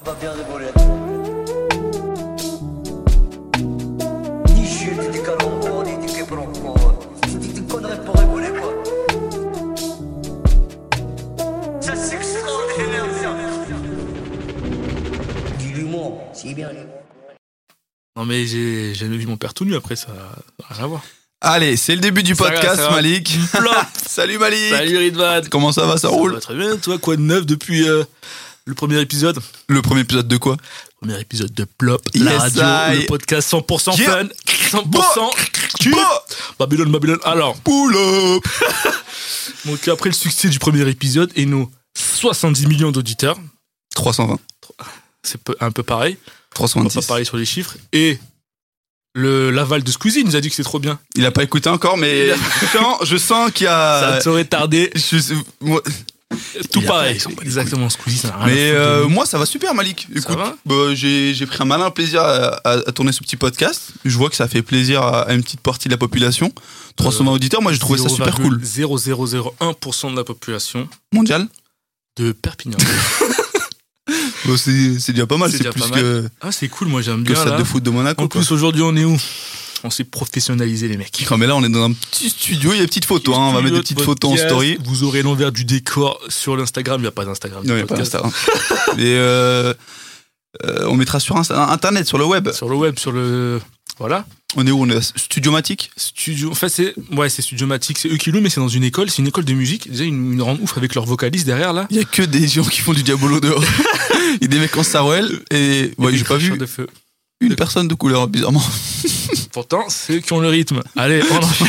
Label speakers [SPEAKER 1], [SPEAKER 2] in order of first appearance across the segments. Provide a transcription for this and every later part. [SPEAKER 1] On va bien rigoler. Ni chute, ni calembour, ni ni quiproquo. C'est des- des conneries pour rigoler, quoi. Ça, c'est extraordinaire, ça. Du l'humour, c'est bien l'humour.
[SPEAKER 2] Non, mais j'ai jamais vu mon père tout nu après, ça n'a rien à voir.
[SPEAKER 3] Allez, c'est le début du
[SPEAKER 2] Ça va,
[SPEAKER 3] podcast,
[SPEAKER 2] ça va.
[SPEAKER 3] Malik.
[SPEAKER 2] Flop
[SPEAKER 3] Salut Malik
[SPEAKER 2] Salut Ridvan
[SPEAKER 3] Comment ça va, ça roule
[SPEAKER 2] va très bien, toi, quoi de neuf depuis euh, le premier épisode
[SPEAKER 3] Le premier épisode de quoi
[SPEAKER 2] Premier épisode de Plop, la
[SPEAKER 3] Yes,
[SPEAKER 2] radio,
[SPEAKER 3] I-
[SPEAKER 2] le podcast 100%
[SPEAKER 3] Yeah.
[SPEAKER 2] fun, 100% cul.
[SPEAKER 3] Bah,
[SPEAKER 2] Babylone, Babylone. Alors,
[SPEAKER 3] Pull up
[SPEAKER 2] donc après le succès du premier épisode et nos 70 millions d'auditeurs,
[SPEAKER 3] 320.
[SPEAKER 2] c'est peu- un peu pareil, on va pas
[SPEAKER 3] 326.
[SPEAKER 2] parler sur les chiffres, et le l'aval de Squeezie il nous a dit que c'est trop bien.
[SPEAKER 3] Il a pas écouté encore, mais
[SPEAKER 2] Il a-
[SPEAKER 3] je sens- je sens qu'il y a.
[SPEAKER 2] ça t'aurait tardé,
[SPEAKER 3] Je- moi-
[SPEAKER 2] tout
[SPEAKER 3] Euh, Il a-
[SPEAKER 2] pareil.
[SPEAKER 3] ils s'en bat les
[SPEAKER 2] Exactement, Squeezie, ça n'a rien
[SPEAKER 3] Mais
[SPEAKER 2] à foutre Ah, de
[SPEAKER 3] euh,
[SPEAKER 2] nous.
[SPEAKER 3] moi, ça va super, Malik. Écoute,
[SPEAKER 2] va
[SPEAKER 3] bah, j'ai j'ai pris un malin plaisir à, à- à tourner ce petit podcast. Je vois que ça fait plaisir à, à une petite partie de la population. 320
[SPEAKER 2] Euh,
[SPEAKER 3] auditeurs, moi, j'ai trouvé ça super cool.
[SPEAKER 2] 0,0001% de la population
[SPEAKER 3] Mondial,
[SPEAKER 2] de Perpignan.
[SPEAKER 3] Bah, c'est c'est déjà pas mal.
[SPEAKER 2] C'est
[SPEAKER 3] C'est
[SPEAKER 2] déjà
[SPEAKER 3] plus
[SPEAKER 2] pas mal.
[SPEAKER 3] que,
[SPEAKER 2] ah, c'est cool, moi j'aime
[SPEAKER 3] que
[SPEAKER 2] bien.
[SPEAKER 3] ça
[SPEAKER 2] Là.
[SPEAKER 3] de foot de Monaco.
[SPEAKER 2] En
[SPEAKER 3] quoi.
[SPEAKER 2] plus, aujourd'hui, on est où On s'est professionnalisé, les mecs.
[SPEAKER 3] Non, mais là, on est dans un petit studio. Il y a des petites photos. hein. On va mettre des petites photos en
[SPEAKER 2] Podcast,
[SPEAKER 3] story.
[SPEAKER 2] Vous aurez l'envers du décor sur l'Instagram. Il n'y a pas d'Instagram.
[SPEAKER 3] Non, il y a pas
[SPEAKER 2] podcast.
[SPEAKER 3] Insta. hein. Mais euh, euh, on mettra sur Insta- Internet, sur le web.
[SPEAKER 2] Sur le web, sur le. Voilà.
[SPEAKER 3] On est où On est à Studiomatic
[SPEAKER 2] Studio. En fait, c'est. Ouais, c'est Studiomatic. C'est eux qui le mais c'est dans une école. C'est une école de musique. Déjà, une, une rende ouf avec leur vocaliste derrière, là.
[SPEAKER 3] Il y a que des gens qui font du diabolo dehors. Il y a des mecs en sarouel et
[SPEAKER 2] Et
[SPEAKER 3] ouais, j'ai
[SPEAKER 2] des
[SPEAKER 3] pas vu
[SPEAKER 2] cracheurs de feu.
[SPEAKER 3] une personne de couleur bizarrement.
[SPEAKER 2] Pourtant, c'est eux qui ont le rythme. Allez, on enchaîne.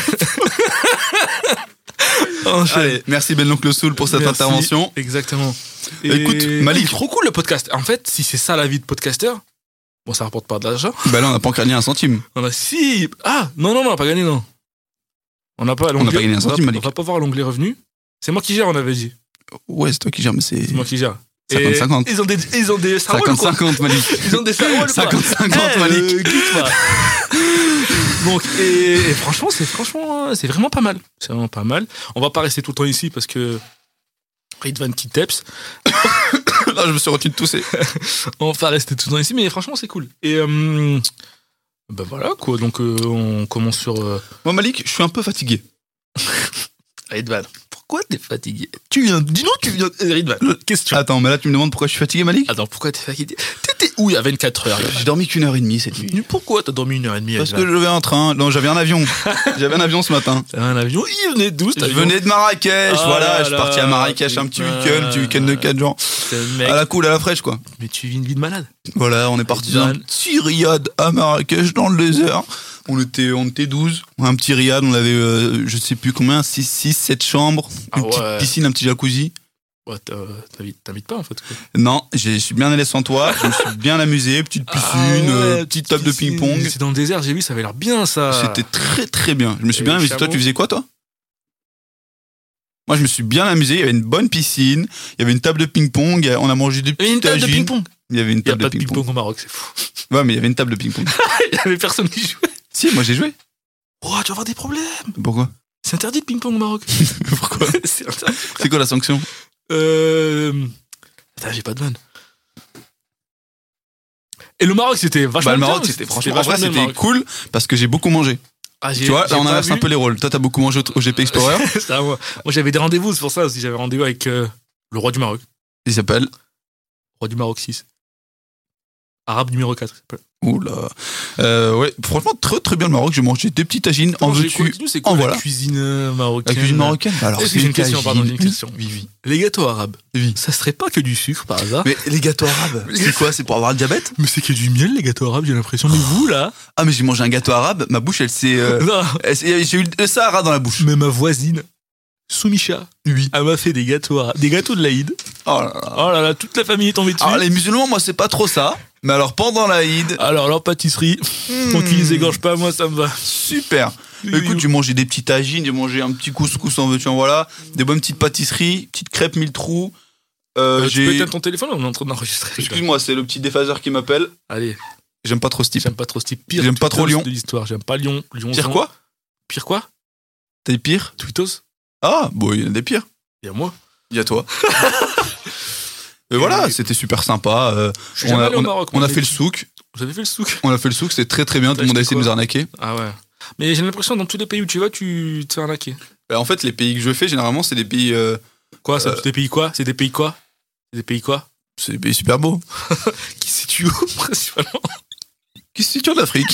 [SPEAKER 2] On enchaîne.
[SPEAKER 3] Allez, merci Ben l'oncle Soul pour cette
[SPEAKER 2] Merci.
[SPEAKER 3] intervention.
[SPEAKER 2] Exactement.
[SPEAKER 3] Écoute, Malik.
[SPEAKER 2] c'est Bah, trop cool le podcast. En fait, si c'est ça la vie de podcasteur, bon, ça rapporte pas d'argent.
[SPEAKER 3] Bah là on n'a pas encore gagné un centime.
[SPEAKER 2] On a si. Ah, non, non, non, on n'a pas gagné, non. On n'a pas
[SPEAKER 3] n'a
[SPEAKER 2] l'onglet-
[SPEAKER 3] pas gagné un
[SPEAKER 2] on va-
[SPEAKER 3] centime, Malik.
[SPEAKER 2] On va pas voir l'onglet revenu. C'est moi qui gère, on avait dit.
[SPEAKER 3] Ouais, c'est toi qui gères mais c'est
[SPEAKER 2] C'est moi qui gère. Et
[SPEAKER 3] 50-50.
[SPEAKER 2] Ils ont des, ils ont des sarouels, quoi.
[SPEAKER 3] 50-50 Malik.
[SPEAKER 2] Ils ont des sarouels, quoi.
[SPEAKER 3] 50-50
[SPEAKER 2] Eh,
[SPEAKER 3] Malik.
[SPEAKER 2] euh, quitte, quoi. Donc, et, et franchement, c'est franchement, euh, c'est vraiment pas mal. C'est vraiment pas mal. On va pas rester tout le temps ici parce que Ridvan qui teps.
[SPEAKER 3] Là je me suis retenu de tousser.
[SPEAKER 2] On va rester tout le temps ici, mais franchement, c'est cool. Et euh, ben voilà quoi. Donc euh, on commence sur euh,
[SPEAKER 3] Moi Malik, je suis un peu fatigué.
[SPEAKER 2] Ridvan. Pourquoi t'es fatigué Tu viens, dis-nous, tu viens euh, Ridvan. Question.
[SPEAKER 3] Attends, mais là tu me demandes pourquoi je suis fatigué Malik
[SPEAKER 2] Attends, pourquoi t'es fatigué T'étais où il y a 24 heures
[SPEAKER 3] J'ai dormi qu'une heure et demie cette nuit.
[SPEAKER 2] Mais Pourquoi t'as dormi une heure et demie
[SPEAKER 3] Parce que
[SPEAKER 2] Ridvan
[SPEAKER 3] j'avais un train, non j'avais un avion. J'avais un avion ce matin.
[SPEAKER 2] T'avais un avion, il venait d'où cet
[SPEAKER 3] Je
[SPEAKER 2] avion
[SPEAKER 3] venais de Marrakech,
[SPEAKER 2] Ah
[SPEAKER 3] voilà,
[SPEAKER 2] là
[SPEAKER 3] je suis parti à
[SPEAKER 2] là,
[SPEAKER 3] Marrakech un petit
[SPEAKER 2] putain.
[SPEAKER 3] week-end, petit week-end de 4 jours.
[SPEAKER 2] Ce mec.
[SPEAKER 3] À la cool, à la fraîche quoi.
[SPEAKER 2] Ah, Mais tu vis une vie de malade.
[SPEAKER 3] Voilà, on est parti
[SPEAKER 2] Jean.
[SPEAKER 3] d'un petit riad à Marrakech dans le désert. On était, on était 12. Un petit riad, on avait, euh, je sais plus combien, 6, 6, 7 chambres,
[SPEAKER 2] Ah
[SPEAKER 3] une petite
[SPEAKER 2] ouais.
[SPEAKER 3] piscine, un petit jacuzzi.
[SPEAKER 2] Ouais, t'as- t'invites t'invites pas en fait. quoi.
[SPEAKER 3] Non, j'ai- je suis bien allé sans toi, je me suis bien amusé, petite piscine, euh, petite table de
[SPEAKER 2] Ah piscine.
[SPEAKER 3] ping-pong.
[SPEAKER 2] C'est dans le désert, j'ai vu, ça avait l'air bien ça.
[SPEAKER 3] C'était très très bien. Je me suis
[SPEAKER 2] Et
[SPEAKER 3] bien
[SPEAKER 2] les
[SPEAKER 3] amusé. Toi,
[SPEAKER 2] chameaux
[SPEAKER 3] tu faisais quoi, toi Moi, je me suis bien amusé. Il y avait une bonne piscine, il y avait une table de ping-pong, on a mangé
[SPEAKER 2] Il
[SPEAKER 3] des
[SPEAKER 2] y
[SPEAKER 3] petits
[SPEAKER 2] avait une table de
[SPEAKER 3] tagines.
[SPEAKER 2] ping-pong.
[SPEAKER 3] Il y avait une
[SPEAKER 2] Il y a
[SPEAKER 3] table
[SPEAKER 2] pas de
[SPEAKER 3] de ping-pong.
[SPEAKER 2] ping-pong au Maroc, c'est fou.
[SPEAKER 3] ouais, mais il y avait une table de ping-pong.
[SPEAKER 2] Il y avait personne qui jouait.
[SPEAKER 3] si, moi j'ai joué.
[SPEAKER 2] Oh, tu vas avoir des problèmes.
[SPEAKER 3] Pourquoi
[SPEAKER 2] C'est interdit de ping-pong au Maroc.
[SPEAKER 3] Pourquoi
[SPEAKER 2] c'est interdit.
[SPEAKER 3] C'est quoi la sanction
[SPEAKER 2] Euh... Putain, j'ai pas de vanne. Et le Maroc, c'était vachement
[SPEAKER 3] Bah, le Maroc,
[SPEAKER 2] bien,
[SPEAKER 3] c'était franchement. En
[SPEAKER 2] vachement
[SPEAKER 3] vrai,
[SPEAKER 2] bien, le
[SPEAKER 3] c'était
[SPEAKER 2] Maroc.
[SPEAKER 3] cool parce que j'ai beaucoup mangé.
[SPEAKER 2] Ah, j'ai-
[SPEAKER 3] Tu vois,
[SPEAKER 2] j'ai
[SPEAKER 3] là, on
[SPEAKER 2] pas
[SPEAKER 3] inverse
[SPEAKER 2] vu.
[SPEAKER 3] un peu Ah les rôles. Toi, t'as beaucoup mangé au, au GP Explorer.
[SPEAKER 2] C'est à moi. Moi, j'avais des rendez-vous, c'est pour ça aussi. J'avais rendez-vous avec euh, le roi du Maroc.
[SPEAKER 3] Il s'appelle.
[SPEAKER 2] Roi du Maroc 6. Arabe numéro 4. il s'appelle.
[SPEAKER 3] Oula. Euh, ouais, franchement, très très bien le Maroc. J'ai mangé des petites tagines. En
[SPEAKER 2] Attends, j'ai
[SPEAKER 3] veux-tu
[SPEAKER 2] continue, C'est quoi
[SPEAKER 3] en
[SPEAKER 2] la
[SPEAKER 3] voilà.
[SPEAKER 2] cuisine euh, marocaine
[SPEAKER 3] La cuisine marocaine bah Alors,
[SPEAKER 2] Est-ce que j'ai Eh, une question,
[SPEAKER 3] tagines.
[SPEAKER 2] pardon, j'ai une question.
[SPEAKER 3] Oui, oui.
[SPEAKER 2] Les gâteaux arabes.
[SPEAKER 3] Oui.
[SPEAKER 2] Ça serait pas que du sucre par hasard
[SPEAKER 3] Mais les gâteaux arabes, c'est quoi C'est pour avoir le diabète
[SPEAKER 2] Mais c'est que du miel, les gâteaux arabes, j'ai l'impression. Mais vous, là
[SPEAKER 3] Ah, mais j'ai mangé un gâteau arabe, ma bouche, elle s'est. euh,
[SPEAKER 2] Non.
[SPEAKER 3] elle s'est- j'ai eu le Sahara dans la bouche.
[SPEAKER 2] Mais ma voisine, Soumicha,
[SPEAKER 3] Oui.
[SPEAKER 2] elle m'a fait des gâteaux, arabes- des gâteaux de l'Aïd. Ah,
[SPEAKER 3] Oh là là.
[SPEAKER 2] Oh là là, toute la famille est tombée dessus.
[SPEAKER 3] Alors, les musulmans, moi, c'est pas trop ça. Mais alors, pendant l'Aïd.
[SPEAKER 2] Alors, leur pâtisserie, tant
[SPEAKER 3] hmm,
[SPEAKER 2] qu'ils égorgent pas, moi ça me va.
[SPEAKER 3] Super. Écoute, j'ai mangé des petites tagines, j'ai mangé un petit couscous en veux-tu en voilà, des bonnes petites pâtisseries, petites crêpes mille trous.
[SPEAKER 2] Euh,
[SPEAKER 3] Euh,
[SPEAKER 2] tu
[SPEAKER 3] j'ai-
[SPEAKER 2] peux éteindre ton téléphone, on est en train d'enregistrer.
[SPEAKER 3] Excuse-moi, c'est le petit déphaseur qui m'appelle.
[SPEAKER 2] Allez,
[SPEAKER 3] J'aime pas trop ce type.
[SPEAKER 2] j'aime pas trop ce type. Pire
[SPEAKER 3] J'aime pas trop
[SPEAKER 2] Twittos
[SPEAKER 3] Lyon.
[SPEAKER 2] de l'histoire. J'aime pas Lyon. Lyon
[SPEAKER 3] Pire
[SPEAKER 2] Lyon.
[SPEAKER 3] quoi
[SPEAKER 2] Pire quoi
[SPEAKER 3] T'es pire
[SPEAKER 2] Twitos
[SPEAKER 3] Ah, bon, il y en a des pires.
[SPEAKER 2] Et à moi
[SPEAKER 3] Il y a toi. Mais voilà, c'était super sympa. euh,
[SPEAKER 2] Je suis
[SPEAKER 3] on
[SPEAKER 2] jamais
[SPEAKER 3] a,
[SPEAKER 2] allé au
[SPEAKER 3] on a-
[SPEAKER 2] Maroc,
[SPEAKER 3] on
[SPEAKER 2] moi,
[SPEAKER 3] a
[SPEAKER 2] j'ai
[SPEAKER 3] fait le
[SPEAKER 2] dit.
[SPEAKER 3] souk.
[SPEAKER 2] Vous avez fait le souk
[SPEAKER 3] On a fait le souk, c'était très très bien. Tout le monde a essayé de nous arnaquer.
[SPEAKER 2] Ah ouais. Mais j'ai l'impression dans tous les pays où tu vas, tu te fais arnaquer.
[SPEAKER 3] Euh, En fait, les pays que je fais, généralement, c'est des pays, euh,
[SPEAKER 2] Quoi C'est
[SPEAKER 3] Euh.
[SPEAKER 2] des pays quoi C'est des pays quoi C'est des pays quoi
[SPEAKER 3] c'est des pays super beaux.
[SPEAKER 2] Qui se situent où principalement
[SPEAKER 3] Qui se situent en Afrique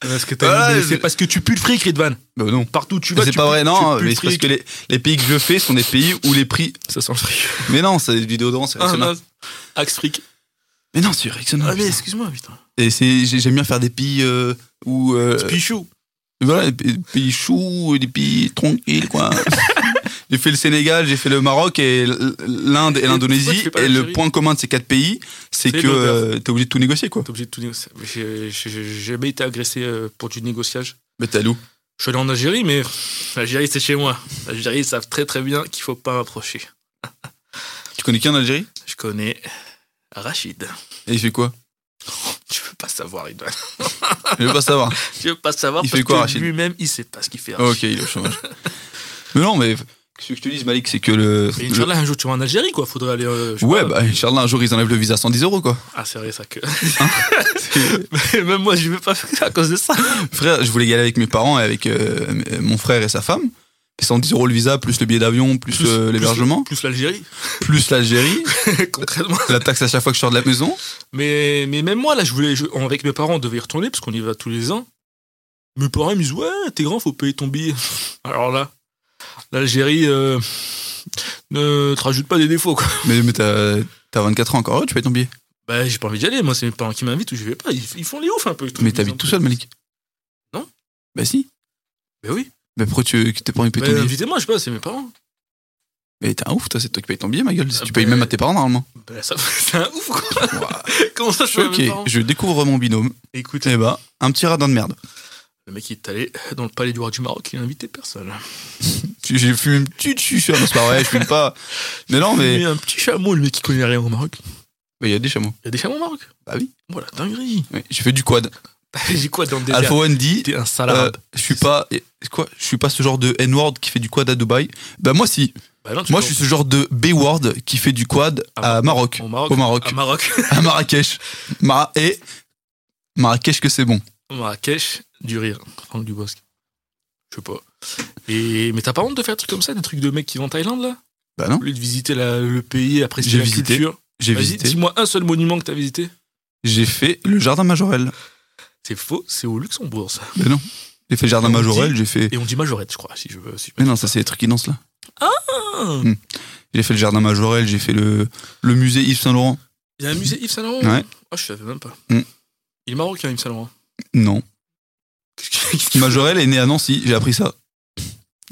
[SPEAKER 2] Parce que
[SPEAKER 3] Ah,
[SPEAKER 2] t'as
[SPEAKER 3] je-
[SPEAKER 2] C'est parce que tu pues le fric, Ridvan.
[SPEAKER 3] Bah non.
[SPEAKER 2] Partout où tu vas,
[SPEAKER 3] C'est
[SPEAKER 2] tu
[SPEAKER 3] pas
[SPEAKER 2] pues-
[SPEAKER 3] vrai,
[SPEAKER 2] tu
[SPEAKER 3] non,
[SPEAKER 2] pues le
[SPEAKER 3] mais c'est parce
[SPEAKER 2] fric.
[SPEAKER 3] que les, les pays que je fais sont des pays où les prix.
[SPEAKER 2] Ça sent le fric.
[SPEAKER 3] Mais non, c'est du déodorant, c'est
[SPEAKER 2] Ah,
[SPEAKER 3] Rexona.
[SPEAKER 2] mince. Axe fric.
[SPEAKER 3] Mais non, c'est Rexona.
[SPEAKER 2] Ah mais
[SPEAKER 3] putain.
[SPEAKER 2] excuse-moi, putain.
[SPEAKER 3] Et c'est, j'ai- j'aime bien faire des pays euh, où. euh,
[SPEAKER 2] Pichou.
[SPEAKER 3] voilà, des pays choux, des pays tranquilles, quoi. j'ai fait le Sénégal, j'ai fait le Maroc et l- l'Inde
[SPEAKER 2] Pourquoi
[SPEAKER 3] et
[SPEAKER 2] tu
[SPEAKER 3] l'Indonésie.
[SPEAKER 2] fais pas
[SPEAKER 3] Et
[SPEAKER 2] l'Algérie
[SPEAKER 3] le point commun de ces quatre pays, c'est
[SPEAKER 2] C'est
[SPEAKER 3] que
[SPEAKER 2] l'odeur.
[SPEAKER 3] euh, t'es obligé de tout négocier, quoi.
[SPEAKER 2] T'es obligé de tout négocier. J'ai- j'ai- J'ai jamais été agressé euh, pour du négociage.
[SPEAKER 3] Mais t'as loup.
[SPEAKER 2] Je suis allé en Algérie, mais l'Algérie, c'est chez moi. L'Algérie, ils savent très très bien qu'il faut pas m'approcher.
[SPEAKER 3] Tu connais qui en Algérie
[SPEAKER 2] Je connais Rachid.
[SPEAKER 3] Et il fait quoi
[SPEAKER 2] Tu veux pas savoir, Ridwan.
[SPEAKER 3] Je veux pas savoir.
[SPEAKER 2] Tu veux pas savoir
[SPEAKER 3] Il
[SPEAKER 2] parce
[SPEAKER 3] fait quoi,
[SPEAKER 2] que
[SPEAKER 3] Rachid
[SPEAKER 2] lui-même, il sait pas ce qu'il fait. Rachid.
[SPEAKER 3] ok, il est au chômage. mais non, mais ce que je te dis, Malik, c'est que le.
[SPEAKER 2] Mais
[SPEAKER 3] le-
[SPEAKER 2] Inch'Allah, un jour, tu vas en Algérie, quoi. Faudrait aller. euh, je sais
[SPEAKER 3] Ouais,
[SPEAKER 2] pas.
[SPEAKER 3] bah, Inch'Allah, un jour, ils enlèvent le visa à 110 euros, quoi.
[SPEAKER 2] Ah, c'est vrai, ça que.
[SPEAKER 3] Hein
[SPEAKER 2] Mais Même moi, je vais pas faire ça à cause de ça.
[SPEAKER 3] Frère, je voulais y aller avec mes parents et avec euh, m- euh, mon frère et sa femme. Et 110 euros le visa, plus le billet d'avion, plus, euh, l'hébergement,
[SPEAKER 2] Plus l'Algérie,
[SPEAKER 3] plus l'Algérie,
[SPEAKER 2] concrètement.
[SPEAKER 3] la taxe à chaque fois que je sors de la maison.
[SPEAKER 2] Mais, mais même moi, là, je voulais, je- on- avec mes parents, on devait y retourner parce qu'on y va tous les ans. Mes parents ils me disent Ouais, t'es grand, faut payer ton billet. Alors là, l'Algérie euh, ne te rajoute pas des défauts, quoi.
[SPEAKER 3] Mais, mais t'as t'as 24 ans encore, oh, tu payes ton billet.
[SPEAKER 2] Bah, j'ai pas envie d'y aller. Moi, c'est mes parents qui m'invitent ou je vais pas. Ils, ils font les ouf un peu. ils trouvent
[SPEAKER 3] Mais
[SPEAKER 2] bizarre un
[SPEAKER 3] t'habites
[SPEAKER 2] peu.
[SPEAKER 3] tout seul, Malik
[SPEAKER 2] Non.
[SPEAKER 3] Bah si.
[SPEAKER 2] Bah oui.
[SPEAKER 3] Mais pourquoi tu que t'es pas envie de
[SPEAKER 2] Bah,
[SPEAKER 3] payer ton billet
[SPEAKER 2] invitez-moi, je sais pas, c'est mes parents.
[SPEAKER 3] Mais t'es un ouf, toi, c'est toi qui payes ton billet, ma gueule.
[SPEAKER 2] Ah,
[SPEAKER 3] tu payes
[SPEAKER 2] bah-
[SPEAKER 3] même à tes parents, normalement.
[SPEAKER 2] Bah, ça, c'est un ouf, quoi.
[SPEAKER 3] Ouah.
[SPEAKER 2] Comment ça, je suis
[SPEAKER 3] ok,
[SPEAKER 2] mes parents
[SPEAKER 3] je découvre mon binôme.
[SPEAKER 2] Écoute,
[SPEAKER 3] Eh bah, un petit radin de merde.
[SPEAKER 2] le mec, il est allé dans le palais du roi du Maroc, il a invité personne.
[SPEAKER 3] J'ai fumé une petite chucheur, non, c'est pas vrai, je fume pas. Mais non, mais.
[SPEAKER 2] Mais un petit chameau, le mec, qui connaît rien au Maroc.
[SPEAKER 3] Il y a des chameaux.
[SPEAKER 2] Il y a des chameaux au Maroc
[SPEAKER 3] Bah oui.
[SPEAKER 2] Voilà, dinguerie.
[SPEAKER 3] Oui, J'ai fait du quad.
[SPEAKER 2] Bah, J'ai quoi dans le désert
[SPEAKER 3] Alpha One dit
[SPEAKER 2] T'es un sale arabe.
[SPEAKER 3] Euh, je suis pas eh, quoi je suis pas ce genre de N-word qui fait du quad à Dubaï bah moi si
[SPEAKER 2] Bah non, tu
[SPEAKER 3] moi
[SPEAKER 2] peux-
[SPEAKER 3] je suis ce genre de B-word qui fait du quad
[SPEAKER 2] Ah,
[SPEAKER 3] à Maroc
[SPEAKER 2] au Maroc.
[SPEAKER 3] au Maroc
[SPEAKER 2] À Maroc.
[SPEAKER 3] à Marrakech Mara- et Marrakech que c'est bon
[SPEAKER 2] Marrakech, du rire. Franck Dubosc. Je sais pas. Et... Mais t'as pas honte de faire des trucs comme ça, des trucs de mecs qui vont en Thaïlande là
[SPEAKER 3] bah non
[SPEAKER 2] Au lieu de visiter la- le pays, apprécier
[SPEAKER 3] J'ai
[SPEAKER 2] la
[SPEAKER 3] visité.
[SPEAKER 2] culture.
[SPEAKER 3] j'ai
[SPEAKER 2] Vas-y,
[SPEAKER 3] visité
[SPEAKER 2] dis-moi un seul monument que t'as visité.
[SPEAKER 3] j'ai fait le jardin Majorel
[SPEAKER 2] C'est faux, c'est au Luxembourg ça.
[SPEAKER 3] mais non j'ai fait le jardin
[SPEAKER 2] Et on
[SPEAKER 3] Majorel
[SPEAKER 2] dit-
[SPEAKER 3] j'ai fait
[SPEAKER 2] Et on dit majorette, je crois, si je veux. Si je
[SPEAKER 3] mais
[SPEAKER 2] veux.
[SPEAKER 3] non ça c'est les trucs qui dansent là
[SPEAKER 2] Ah
[SPEAKER 3] j'ai fait le jardin Majorel j'ai fait le le musée Yves Saint Laurent
[SPEAKER 2] Il y a un musée Yves Saint Laurent
[SPEAKER 3] Ouais.
[SPEAKER 2] Ah, je savais même pas.
[SPEAKER 3] Mm.
[SPEAKER 2] Il est marocain, Yves Saint Laurent.
[SPEAKER 3] non
[SPEAKER 2] Qu'est-ce qu'il-
[SPEAKER 3] Majorel est né à Nancy j'ai appris ça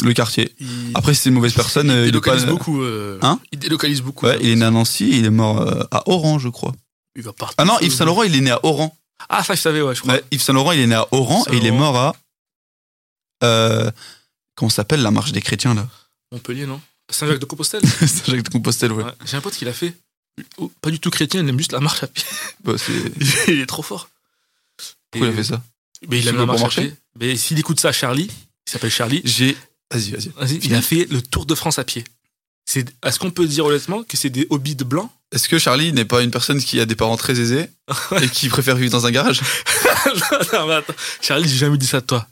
[SPEAKER 3] le quartier
[SPEAKER 2] Il...
[SPEAKER 3] après si c'est une mauvaise personne euh,
[SPEAKER 2] il
[SPEAKER 3] il est pas-
[SPEAKER 2] délocalise beaucoup. euh,
[SPEAKER 3] Hein
[SPEAKER 2] Il délocalise beaucoup.
[SPEAKER 3] ouais il est né à Nancy il est mort euh, à Oran je crois
[SPEAKER 2] Il va partout.
[SPEAKER 3] Ah non, Yves Saint Laurent, il est né à Oran.
[SPEAKER 2] Ah, ça, je savais, ouais, je crois.
[SPEAKER 3] Ouais, Yves Saint Laurent, il est né à Oran
[SPEAKER 2] Saint
[SPEAKER 3] et il est
[SPEAKER 2] Laurent.
[SPEAKER 3] mort à. Euh, comment ça s'appelle la marche des chrétiens là
[SPEAKER 2] Montpellier, non Saint-Jacques de Compostelle
[SPEAKER 3] Saint-Jacques de Compostelle, ouais.
[SPEAKER 2] Ouais, J'ai un pote qui l'a fait. Oh, pas du tout chrétien, il aime juste la marche à pied.
[SPEAKER 3] Bah, c'est- Pourquoi
[SPEAKER 2] il est trop fort. euh,
[SPEAKER 3] il a fait ça
[SPEAKER 2] Mais il
[SPEAKER 3] Je
[SPEAKER 2] aime
[SPEAKER 3] veux
[SPEAKER 2] la marche
[SPEAKER 3] pour
[SPEAKER 2] à
[SPEAKER 3] marcher.
[SPEAKER 2] pied. Mais s'il écoute ça, Charlie, il s'appelle Charlie,
[SPEAKER 3] J'ai. Vas-y, vas-y.
[SPEAKER 2] vas-y, il a fait le Tour de France à pied. C'est, est-ce qu'on peut dire honnêtement que c'est des hobbies de blancs
[SPEAKER 3] Est-ce que Charlie n'est pas une personne qui a des parents très aisés et qui préfère vivre dans un garage
[SPEAKER 2] Non, non, mais attends. Charlie, j'ai jamais dit ça de toi.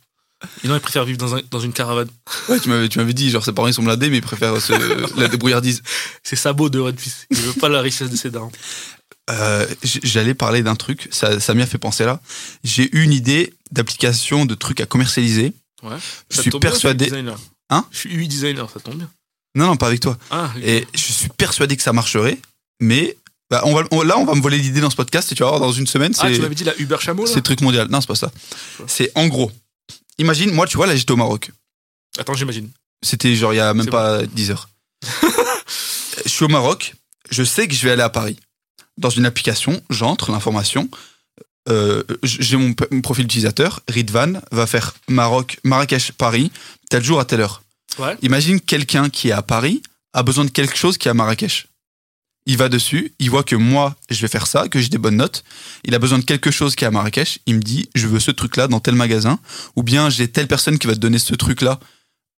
[SPEAKER 2] Et non, il préfère vivre dans, un- dans une caravane.
[SPEAKER 3] Ouais, tu m'avais, tu m'avais dit, genre ses parents ils sont blindés mais ils préfèrent se- la débrouillardise.
[SPEAKER 2] C'est sabot de votre fils. Il veut pas la richesse de ses darons.
[SPEAKER 3] Euh, j- j'allais parler d'un truc, ça, ça m'y a fait penser là. J'ai eu une idée d'application de trucs à commercialiser.
[SPEAKER 2] Ouais.
[SPEAKER 3] Je suis persuadé. Hein
[SPEAKER 2] Je suis UI designer, ça tombe bien.
[SPEAKER 3] Non, non, pas avec toi.
[SPEAKER 2] Ah,
[SPEAKER 3] Et je suis persuadé que ça marcherait, mais bah, on va, on- là, on va me voler l'idée dans ce podcast et tu vas voir, dans une semaine,
[SPEAKER 2] ah,
[SPEAKER 3] c'est
[SPEAKER 2] tu m'avais dit la Uber Chameau là
[SPEAKER 3] c'est truc mondial. Non, c'est pas ça. C'est en gros, imagine, moi, tu vois, là, j'étais au Maroc.
[SPEAKER 2] Attends, j'imagine.
[SPEAKER 3] C'était genre il y a même
[SPEAKER 2] C'est
[SPEAKER 3] pas 10 heures. je suis au Maroc, je sais que je vais aller à Paris. Dans une application, j'entre l'information, euh, j'ai mon, p- mon profil utilisateur, Ridvan va faire Maroc, Marrakech, Paris, tel jour à telle heure.
[SPEAKER 2] Ouais.
[SPEAKER 3] Imagine quelqu'un qui est à Paris a besoin de quelque chose qui est à Marrakech. Il va dessus, il voit que moi, je vais faire ça, que j'ai des bonnes notes. Il a besoin de quelque chose qui est à Marrakech. Il me dit, je veux ce truc-là dans tel magasin. Ou bien, j'ai telle personne qui va te donner ce truc-là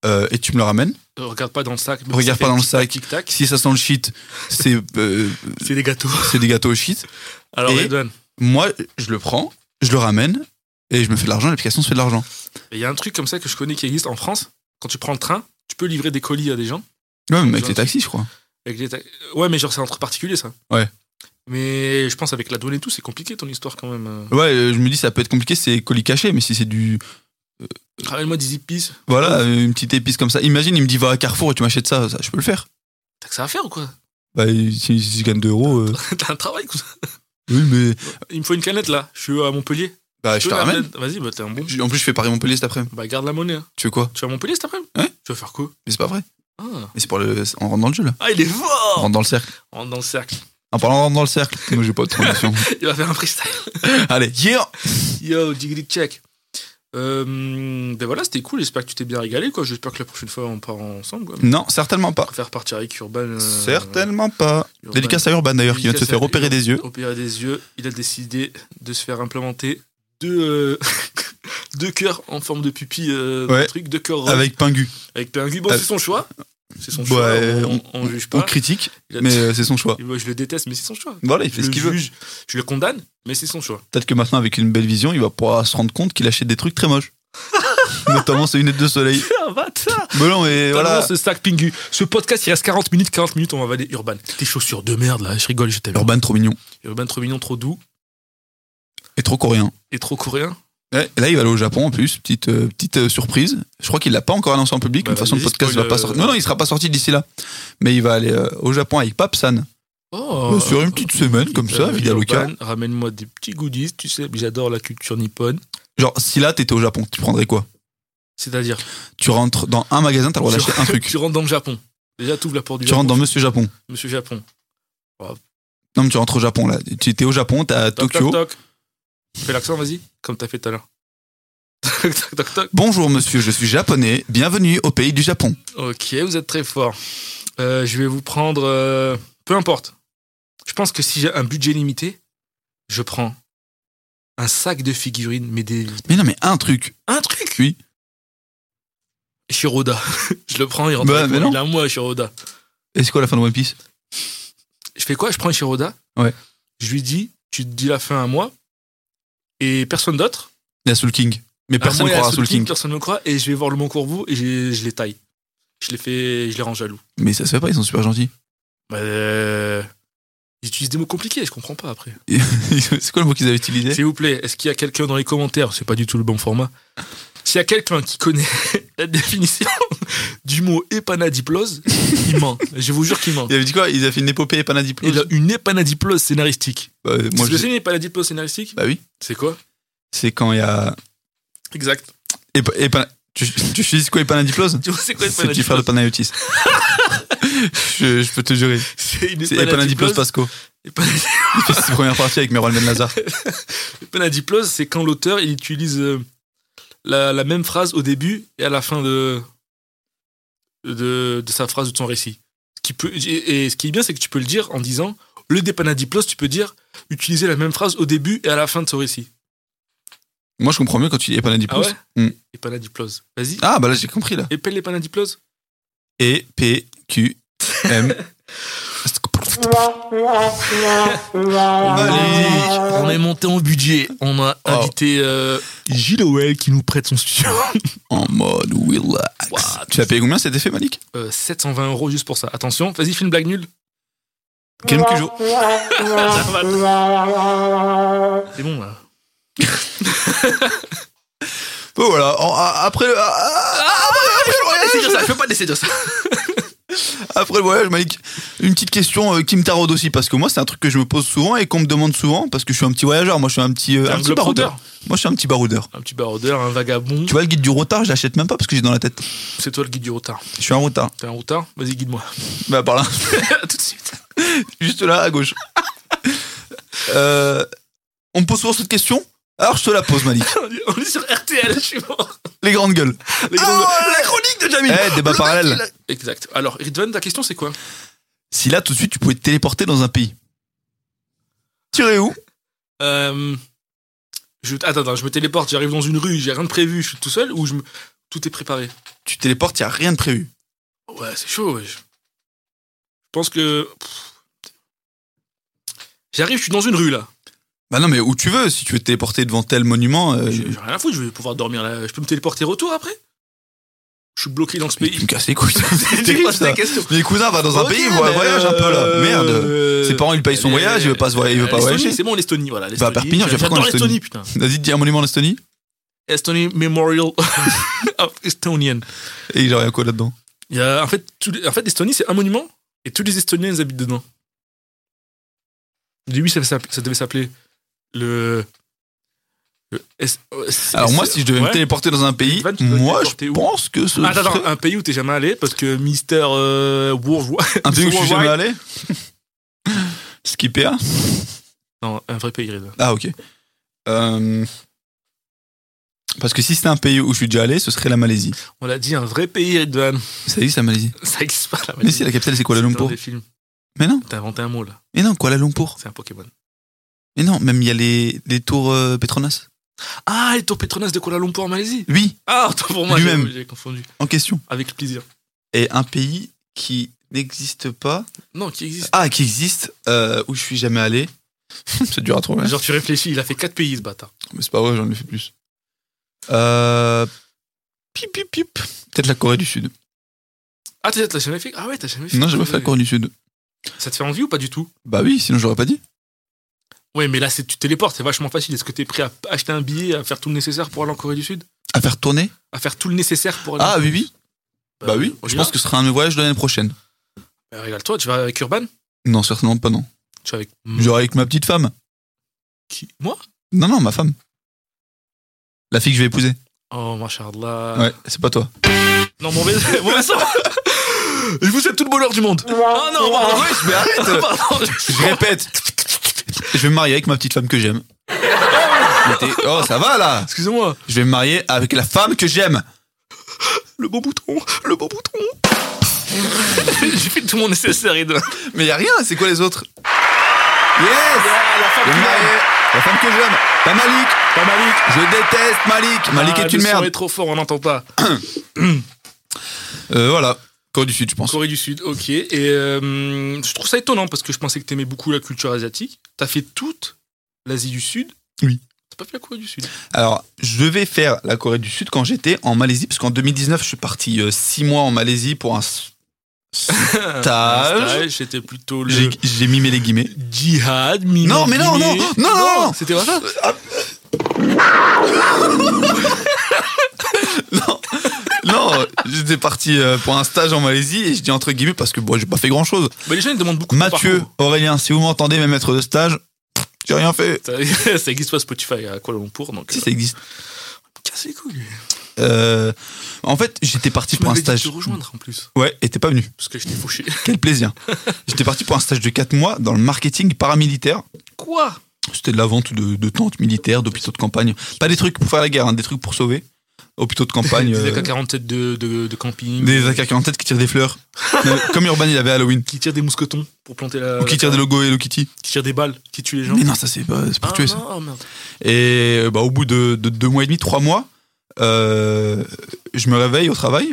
[SPEAKER 3] euh, et tu me le ramènes.
[SPEAKER 2] Euh, regarde pas dans le sac. mais
[SPEAKER 3] Regarde
[SPEAKER 2] ça
[SPEAKER 3] pas
[SPEAKER 2] fait
[SPEAKER 3] dans le sac.
[SPEAKER 2] Tic tac.
[SPEAKER 3] Si ça sent le shit, c'est euh,
[SPEAKER 2] C'est des gâteaux.
[SPEAKER 3] c'est des gâteaux au shit.
[SPEAKER 2] Alors
[SPEAKER 3] Et-
[SPEAKER 2] Redwan,
[SPEAKER 3] Moi, je le prends, je le ramène et je me fais de l'argent. L'application se fait de l'argent.
[SPEAKER 2] il y a un truc comme ça que je connais qui existe en France. Quand tu prends le train, tu peux livrer des colis à des gens.
[SPEAKER 3] Ouais, même avec les taxis, je crois.
[SPEAKER 2] Avec des ta- Ouais, mais genre c'est entre particuliers ça.
[SPEAKER 3] Ouais.
[SPEAKER 2] Mais je pense avec la douane et tout, c'est compliqué ton histoire quand même. euh.
[SPEAKER 3] Ouais, euh, je me dis ça peut être compliqué, c'est colis caché, mais si c'est du
[SPEAKER 2] Ramène-moi des épices.
[SPEAKER 3] voilà euh, une petite épice comme ça. Imagine, il me dit va à Carrefour et tu m'achètes ça, ça, je peux le faire.
[SPEAKER 2] T'as que ça à faire ou quoi
[SPEAKER 3] Bah, si, si je gagne 2 euros, euh,
[SPEAKER 2] T'as un travail quoi.
[SPEAKER 3] oui, mais
[SPEAKER 2] Il me faut une canette là. Je suis à Montpellier.
[SPEAKER 3] bah, je te
[SPEAKER 2] Peux la
[SPEAKER 3] ramène.
[SPEAKER 2] mettre Vas-y, bah t'es un bon.
[SPEAKER 3] Je- En plus, je fais Paris Montpellier cet après-midi.
[SPEAKER 2] Bah garde la monnaie. hein.
[SPEAKER 3] Tu veux quoi
[SPEAKER 2] Tu vas à Montpellier cet après-midi
[SPEAKER 3] Ouais.
[SPEAKER 2] Tu vas faire quoi
[SPEAKER 3] Mais c'est pas vrai.
[SPEAKER 2] ah.
[SPEAKER 3] Mais c'est pour le. On rentre dans le jeu là.
[SPEAKER 2] Ah, il est
[SPEAKER 3] On
[SPEAKER 2] fort
[SPEAKER 3] rentre dans le cercle.
[SPEAKER 2] On rentre dans le cercle.
[SPEAKER 3] En parlant de rentre dans le cercle, moi j'ai pas de transition.
[SPEAKER 2] Il va faire un freestyle.
[SPEAKER 3] Allez, yeah
[SPEAKER 2] Yo, diggity check. Euh, ben voilà, c'était cool. J'espère que tu t'es bien régalé. quoi. J'espère que la prochaine fois, on part ensemble. Quoi.
[SPEAKER 3] Non, certainement pas.
[SPEAKER 2] On préfère partir avec Urban. euh,
[SPEAKER 3] Certainement pas.
[SPEAKER 2] Urban.
[SPEAKER 3] Dédicace à Urban d'ailleurs, qui vient de se
[SPEAKER 2] Dédicace
[SPEAKER 3] faire
[SPEAKER 2] à-
[SPEAKER 3] opérer des yeux.
[SPEAKER 2] Opérer des yeux. Il a décidé de se faire implémenter deux, euh, deux cœurs en forme de pupille. euh,
[SPEAKER 3] Ouais.
[SPEAKER 2] truc, deux cœurs ronds.
[SPEAKER 3] Avec Pingu.
[SPEAKER 2] Avec Pingu. Bon,
[SPEAKER 3] Avec-
[SPEAKER 2] c'est son choix. C'est son
[SPEAKER 3] Ouais,
[SPEAKER 2] choix. on, on
[SPEAKER 3] on-
[SPEAKER 2] juge
[SPEAKER 3] On
[SPEAKER 2] pas.
[SPEAKER 3] critique,
[SPEAKER 2] Il a-
[SPEAKER 3] mais euh, c'est son choix.
[SPEAKER 2] Moi, je le déteste, mais c'est son choix.
[SPEAKER 3] Voilà, il fait
[SPEAKER 2] Je
[SPEAKER 3] ce
[SPEAKER 2] le
[SPEAKER 3] qu'il veut.
[SPEAKER 2] juge, je le condamne, mais c'est son choix.
[SPEAKER 3] Peut-être que maintenant, avec une belle vision, il va pouvoir se rendre compte qu'il achète des trucs très moches. Notamment ses lunettes de soleil.
[SPEAKER 2] Ah, bâtard
[SPEAKER 3] Mais non, mais
[SPEAKER 2] Voilà,
[SPEAKER 3] voilà.
[SPEAKER 2] ce sac Pingu. Ce podcast, il reste 40 minutes, 40 minutes, on va avaler Urban. Tes chaussures de merde, là, je rigole, je t'aime. Urban.
[SPEAKER 3] Urban, trop mignon.
[SPEAKER 2] trop mignon, trop doux
[SPEAKER 3] Et trop coréen.
[SPEAKER 2] et trop coréen.
[SPEAKER 3] Ouais, et là, il va aller au Japon en plus. Petite, euh, petite euh, surprise. Je crois qu'il l'a pas encore annoncé en public.
[SPEAKER 2] Bah,
[SPEAKER 3] de toute façon, le
[SPEAKER 2] vas-y,
[SPEAKER 3] podcast
[SPEAKER 2] spoil,
[SPEAKER 3] va pas
[SPEAKER 2] euh,
[SPEAKER 3] sortir. Non, non, il sera pas sorti d'ici là. Mais il va aller euh, au Japon avec Papsan.
[SPEAKER 2] Oh,
[SPEAKER 3] Euh, sur une petite semaine, comme ça, via Luca.
[SPEAKER 2] Euh, Urban, Ramène-moi des petits goodies, tu sais, j'adore la culture nippone.
[SPEAKER 3] Genre, si là, t'étais au Japon, tu prendrais quoi
[SPEAKER 2] C'est-à-dire,
[SPEAKER 3] Tu rentres dans un magasin, t'as le droit
[SPEAKER 2] Tu-
[SPEAKER 3] d'acheter un truc.
[SPEAKER 2] tu rentres dans le Japon. Déjà, t'ouvres la porte du
[SPEAKER 3] Tu rentres
[SPEAKER 2] Japon.
[SPEAKER 3] dans Monsieur Japon.
[SPEAKER 2] Monsieur Japon.
[SPEAKER 3] Non, mais tu rentres au Japon là. Tu étais au Japon, t'es à
[SPEAKER 2] Toc,
[SPEAKER 3] Tokyo.
[SPEAKER 2] toc, toc. Fais l'accent, vas-y, comme t'as fait tout à l'heure. Toc, toc, toc, toc.
[SPEAKER 3] Bonjour monsieur, je suis japonais. Bienvenue au pays du Japon.
[SPEAKER 2] Ok, vous êtes très fort. Euh, je vais vous prendre. euh, peu importe. Je pense que si j'ai un budget limité, je prends un sac de figurines, mais des.
[SPEAKER 3] Mais non, mais un truc.
[SPEAKER 2] Un truc
[SPEAKER 3] Oui.
[SPEAKER 2] Shiroda. je le prends, il rentre.
[SPEAKER 3] Bah,
[SPEAKER 2] avec
[SPEAKER 3] mais
[SPEAKER 2] moi.
[SPEAKER 3] non.
[SPEAKER 2] Il a un mois, Shiroda.
[SPEAKER 3] Et c'est quoi la fin de One Piece
[SPEAKER 2] Je fais quoi Je prends Shiroda.
[SPEAKER 3] Ouais.
[SPEAKER 2] Je lui dis, tu te dis la fin à moi. Et personne d'autre.
[SPEAKER 3] Il y a Soul King. Mais personne
[SPEAKER 2] À Ah, moi et à
[SPEAKER 3] croira à
[SPEAKER 2] Soul
[SPEAKER 3] Soul
[SPEAKER 2] King,
[SPEAKER 3] King.
[SPEAKER 2] Personne ne croit. Et je vais voir le Mont Corbeau et je, je les taille. Je les fais, je les rends jaloux.
[SPEAKER 3] Mais ça se fait pas, ils sont super gentils.
[SPEAKER 2] Bah, euh, ils utilisent des mots compliqués, je comprends pas après.
[SPEAKER 3] c'est quoi le mot qu'ils avaient utilisé
[SPEAKER 2] S'il vous plaît, est-ce qu'il y a quelqu'un dans les commentaires C'est pas du tout le bon format. S'il y a quelqu'un qui connaît la définition du mot épanadiplose, il ment. Je vous jure qu'il ment.
[SPEAKER 3] Il avait dit quoi Ils avaient fait une épopée
[SPEAKER 2] Il
[SPEAKER 3] panadiplose
[SPEAKER 2] a une épanadiplose scénaristique.
[SPEAKER 3] moi,
[SPEAKER 2] Moi,
[SPEAKER 3] je-
[SPEAKER 2] je sais une épanadiplose scénaristique
[SPEAKER 3] Bah oui.
[SPEAKER 2] C'est quoi
[SPEAKER 3] C'est quand il y a.
[SPEAKER 2] Exact.
[SPEAKER 3] épa- épa- Tu, tu sais c'est quoi panadiplose
[SPEAKER 2] Tu vois, c'est quoi
[SPEAKER 3] C'est le petit frère de
[SPEAKER 2] épanadiplose
[SPEAKER 3] Panayotis. je, je peux te jurer.
[SPEAKER 2] C'est une
[SPEAKER 3] C'est Panadiplose
[SPEAKER 2] épanadiplose.
[SPEAKER 3] Pasco.
[SPEAKER 2] Épanadiplose.
[SPEAKER 3] Il fait ses premières parties avec Meron Ben Lazar.
[SPEAKER 2] Panadiplose, c'est quand l'auteur il utilise euh, la, la même phrase au début et à la fin de, de, de sa phrase ou de son récit. Ce qui peut, et, et ce qui est bien, c'est que tu peux le dire en disant le dépanadiplose, tu peux dire utiliser la même phrase au début et à la fin de son récit.
[SPEAKER 3] Moi, je comprends mieux quand tu dis
[SPEAKER 2] Ah
[SPEAKER 3] panadiplose.
[SPEAKER 2] ouais
[SPEAKER 3] Hmm.
[SPEAKER 2] Et Panadiplose. Vas-y,
[SPEAKER 3] Ah, bah là, j'ai compris là.
[SPEAKER 2] épelle les panadiploses.
[SPEAKER 3] E, P, Q, M. Magnifique.
[SPEAKER 2] On est monté en budget. On a
[SPEAKER 3] Oh.
[SPEAKER 2] invité euh, Gilles Howell qui nous prête son studio.
[SPEAKER 3] En mode relax.
[SPEAKER 2] What
[SPEAKER 3] Tu as payé combien cet effet, Malik
[SPEAKER 2] Euh, 720 euros juste pour ça. Attention, vas-y, fais une blague nulle.
[SPEAKER 3] Quel Cujo
[SPEAKER 2] C'est bon là.
[SPEAKER 3] Bon, voilà. En- a- après, le- a- a- après le
[SPEAKER 2] Laissez dire
[SPEAKER 3] voyage,
[SPEAKER 2] ça, je peux pas te laisser dire ça.
[SPEAKER 3] après le voyage, Malik, une petite question euh, qui me taraude aussi parce que moi, c'est un truc que je me pose souvent et qu'on me demande souvent parce que je suis un petit voyageur. Moi, je suis un petit, euh,
[SPEAKER 2] T'es
[SPEAKER 3] un
[SPEAKER 2] un
[SPEAKER 3] petit baroudeur.
[SPEAKER 2] globe-trotteur.
[SPEAKER 3] Moi, je suis un petit baroudeur.
[SPEAKER 2] Un petit baroudeur, un vagabond.
[SPEAKER 3] Tu vois, le guide du retard, je l'achète même pas parce que j'ai dans la tête.
[SPEAKER 2] C'est toi le guide du retard.
[SPEAKER 3] Je suis un retard.
[SPEAKER 2] T'es un retard Vas-y, guide-moi.
[SPEAKER 3] Bah, par là.
[SPEAKER 2] Tout de suite.
[SPEAKER 3] Juste là, à gauche. Euh, on me pose souvent cette question. Alors, je te la pose, Malik.
[SPEAKER 2] On est sur RTL, je suis mort.
[SPEAKER 3] Les grandes gueules.
[SPEAKER 2] Les grandes-
[SPEAKER 3] Ah,
[SPEAKER 2] la chronique de Jamil.
[SPEAKER 3] Eh, débat
[SPEAKER 2] Le
[SPEAKER 3] parallèle.
[SPEAKER 2] mec, il a- Exact. Alors, Ridvan, ta question, c'est quoi
[SPEAKER 3] Si là, tout de suite, tu pouvais te téléporter dans un pays. Tirez où
[SPEAKER 2] euh... je... Attends, attends, je me téléporte, j'arrive dans une rue, j'ai rien de prévu, je suis tout seul ou je me... Tout est préparé.
[SPEAKER 3] Tu téléportes, il n'y a rien de prévu.
[SPEAKER 2] Ouais, c'est chaud, ouais. Je pense que. pff. J'arrive, je suis dans une rue là.
[SPEAKER 3] Bah non, mais où tu veux, si tu veux te téléporter devant tel monument, euh,
[SPEAKER 2] J'ai j'ai rien à foutre, je vais pouvoir dormir là. Je peux me téléporter retour après Je suis bloqué dans ce
[SPEAKER 3] mais tu
[SPEAKER 2] pays.
[SPEAKER 3] me casses les couilles.
[SPEAKER 2] C'est
[SPEAKER 3] quoi,
[SPEAKER 2] la
[SPEAKER 3] ça
[SPEAKER 2] question.
[SPEAKER 3] Les cousins, va dans un
[SPEAKER 2] Ok,
[SPEAKER 3] pays,
[SPEAKER 2] mais,
[SPEAKER 3] voyage un peu là.
[SPEAKER 2] euh,
[SPEAKER 3] Merde. Ses parents, ils payent son
[SPEAKER 2] allez,
[SPEAKER 3] voyage, il veut pas se voyager, il veut pas
[SPEAKER 2] l'Estonie,
[SPEAKER 3] voyager.
[SPEAKER 2] C'est bon, l'Estonie, voilà.
[SPEAKER 3] Bah, Perpignan, je vais faire quoi en
[SPEAKER 2] J'adore l'Estonie,
[SPEAKER 3] Estonie
[SPEAKER 2] putain.
[SPEAKER 3] Vas-y, dis un monument en Estonie.
[SPEAKER 2] Estonie Memorial of Estonian.
[SPEAKER 3] Et genre, il y a quoi là-dedans
[SPEAKER 2] Il y a, en fait, tous les- en fait, l'Estonie, c'est un monument et tous les Estoniens ils habitent dedans. Au début, ça, ça- ça devait s'appeler le. le S-
[SPEAKER 3] Alors, moi, si je devais me
[SPEAKER 2] Ouais.
[SPEAKER 3] téléporter dans un pays,
[SPEAKER 2] Van, tu dois te
[SPEAKER 3] moi,
[SPEAKER 2] téléporter
[SPEAKER 3] je
[SPEAKER 2] où
[SPEAKER 3] pense que ce.
[SPEAKER 2] Ah, Attends, attends,
[SPEAKER 3] serait
[SPEAKER 2] un pays où t'es jamais allé parce que Mister euh, Bourgeois.
[SPEAKER 3] un pays où je suis
[SPEAKER 2] Worldwide.
[SPEAKER 3] jamais allé Skipper
[SPEAKER 2] Non, un vrai pays, Reda.
[SPEAKER 3] Ah, ok. Euh, Parce que si c'était un pays où je suis déjà allé, ce serait la Malaisie.
[SPEAKER 2] On l'a dit, un vrai pays, Redvan.
[SPEAKER 3] Ça existe la Malaisie
[SPEAKER 2] Ça existe pas là.
[SPEAKER 3] Mais si, la capitale, c'est Kuala Lumpur.
[SPEAKER 2] des films.
[SPEAKER 3] Mais non.
[SPEAKER 2] T'as inventé un mot là.
[SPEAKER 3] Mais non, Kuala Lumpur.
[SPEAKER 2] C'est un Pokémon.
[SPEAKER 3] Mais non, même il y a les, les tours euh, Petronas.
[SPEAKER 2] Ah, les tours Petronas de Kuala Lumpur en Malaisie.
[SPEAKER 3] Oui,
[SPEAKER 2] Ah, autant pour moi,
[SPEAKER 3] Lui-même.
[SPEAKER 2] j'ai- j'ai confondu.
[SPEAKER 3] en question.
[SPEAKER 2] Avec plaisir.
[SPEAKER 3] Et un pays qui n'existe pas.
[SPEAKER 2] Non, qui existe.
[SPEAKER 3] Ah, qui existe, euh, où je suis jamais allé. c'est dur à trouver. hein.
[SPEAKER 2] Genre, tu réfléchis, il a fait 4 pays ce bâtard.
[SPEAKER 3] Mais c'est pas vrai, j'en ai fait plus. Euh... Pip, pip, pip. Peut-être la Corée du Sud.
[SPEAKER 2] Ah, t'as t'as jamais fait Ah ouais, t'as jamais fait.
[SPEAKER 3] Non, j'ai pas fait la
[SPEAKER 2] quoi
[SPEAKER 3] Corée du Sud.
[SPEAKER 2] Ça te fait envie ou pas du tout
[SPEAKER 3] Bah oui, sinon j'aurais pas dit.
[SPEAKER 2] Ouais, mais là, c'est- tu téléportes, c'est vachement facile. Est-ce que t'es prêt à acheter un billet, à faire tout le nécessaire pour aller en Corée du Sud
[SPEAKER 3] À faire tourner
[SPEAKER 2] À faire tout le nécessaire pour aller.
[SPEAKER 3] Ah oui, oui. Bah oui, je pense que ce sera un voyage de l'année prochaine.
[SPEAKER 2] Regarde-toi, Bah, tu vas avec Urban
[SPEAKER 3] Non, certainement pas, non.
[SPEAKER 2] Tu vas avec.
[SPEAKER 3] J'aurais avec ma petite femme.
[SPEAKER 2] Qui Moi
[SPEAKER 3] Non, non, ma femme. La fille que je vais épouser.
[SPEAKER 2] Oh, machallah.
[SPEAKER 3] Ouais, c'est pas toi.
[SPEAKER 2] Non, mauvais, mauvais sang. Je vous souhaite tout le bonheur du monde. Ah non, pardon.
[SPEAKER 3] Wesh, mais arrête
[SPEAKER 2] Pardon.
[SPEAKER 3] Je répète. Je vais me marier avec ma petite femme que j'aime. Mais t'es- Oh, ça va là
[SPEAKER 2] Excusez-moi.
[SPEAKER 3] Je vais me marier avec la femme que j'aime.
[SPEAKER 2] Le bon bouton. Le bon bouton. J'ai fait tout mon nécessaire, et de-
[SPEAKER 3] Mais y a rien, c'est quoi les autres Yes
[SPEAKER 2] Ah, la
[SPEAKER 3] Je
[SPEAKER 2] femme
[SPEAKER 3] vais me
[SPEAKER 2] qui
[SPEAKER 3] marier. La femme que j'aime. Pas Bah, Malik.
[SPEAKER 2] Pas Malik.
[SPEAKER 3] Je déteste Malik. Malik
[SPEAKER 2] Ah,
[SPEAKER 3] est une
[SPEAKER 2] le son
[SPEAKER 3] merde.
[SPEAKER 2] est trop fort, on n'entend pas.
[SPEAKER 3] Euh, voilà. Corée du Sud, je pense.
[SPEAKER 2] Corée du Sud, ok. Et euh, je trouve ça étonnant parce que je pensais que t'aimais beaucoup la culture asiatique. T'as fait toute l'Asie du Sud.
[SPEAKER 3] Oui.
[SPEAKER 2] T'as pas fait la Corée du Sud.
[SPEAKER 3] Alors, je devais faire la Corée du Sud quand j'étais en Malaisie, parce qu'en 2019, je suis parti 6 mois en Malaisie pour un. s-
[SPEAKER 2] Un
[SPEAKER 3] Stage.
[SPEAKER 2] Ah, stage, C'était plutôt le
[SPEAKER 3] J'ai j'ai mimé les guillemets.
[SPEAKER 2] djihad. mimé,
[SPEAKER 3] Non, mais non,
[SPEAKER 2] guimé.
[SPEAKER 3] non, non, non, non.
[SPEAKER 2] C'était pas ça.
[SPEAKER 3] Non, j'étais parti euh, pour un stage en Malaisie et je dis entre guillemets parce que bon, j'ai pas fait grand chose.
[SPEAKER 2] Bah, les gens ils demandent beaucoup. de
[SPEAKER 3] Mathieu,
[SPEAKER 2] parcours.
[SPEAKER 3] Aurélien, si vous m'entendez, mes maîtres de stage, j'ai rien fait.
[SPEAKER 2] Ça ça existe pas Spotify à Kuala Lumpur, donc.
[SPEAKER 3] Si
[SPEAKER 2] euh,
[SPEAKER 3] ça existe.
[SPEAKER 2] Casse les couilles.
[SPEAKER 3] Euh, en fait, j'étais parti
[SPEAKER 2] Tu
[SPEAKER 3] pour un
[SPEAKER 2] m'avais dit de te
[SPEAKER 3] stage.
[SPEAKER 2] rejoindre en plus,
[SPEAKER 3] Ouais, et t'es pas venu.
[SPEAKER 2] parce que je t'ai fauché.
[SPEAKER 3] Quel plaisir. j'étais parti pour un stage de 4 mois dans le marketing paramilitaire.
[SPEAKER 2] Quoi
[SPEAKER 3] C'était de la vente de, de tentes militaires, d'hôpitaux de campagne. Pas des trucs pour faire la guerre, hein, des trucs pour sauver. Hôpitaux de campagne.
[SPEAKER 2] Des
[SPEAKER 3] euh,
[SPEAKER 2] AK-47 de, de, de camping.
[SPEAKER 3] des AK-47 qui tirent des fleurs. Euh, Comme Urban, il avait Halloween.
[SPEAKER 2] Qui tirent des mousquetons pour planter la.
[SPEAKER 3] Ou qui
[SPEAKER 2] la-
[SPEAKER 3] tirent des logos Hello Kitty.
[SPEAKER 2] qui tirent Euh, des balles, qui tuent les gens.
[SPEAKER 3] Mais non, ça c'est pas- c'est pour
[SPEAKER 2] Ah,
[SPEAKER 3] tuer ça.
[SPEAKER 2] non, merde.
[SPEAKER 3] Et euh, bah, au bout de, de deux mois et demi, trois mois, euh, je me réveille au travail.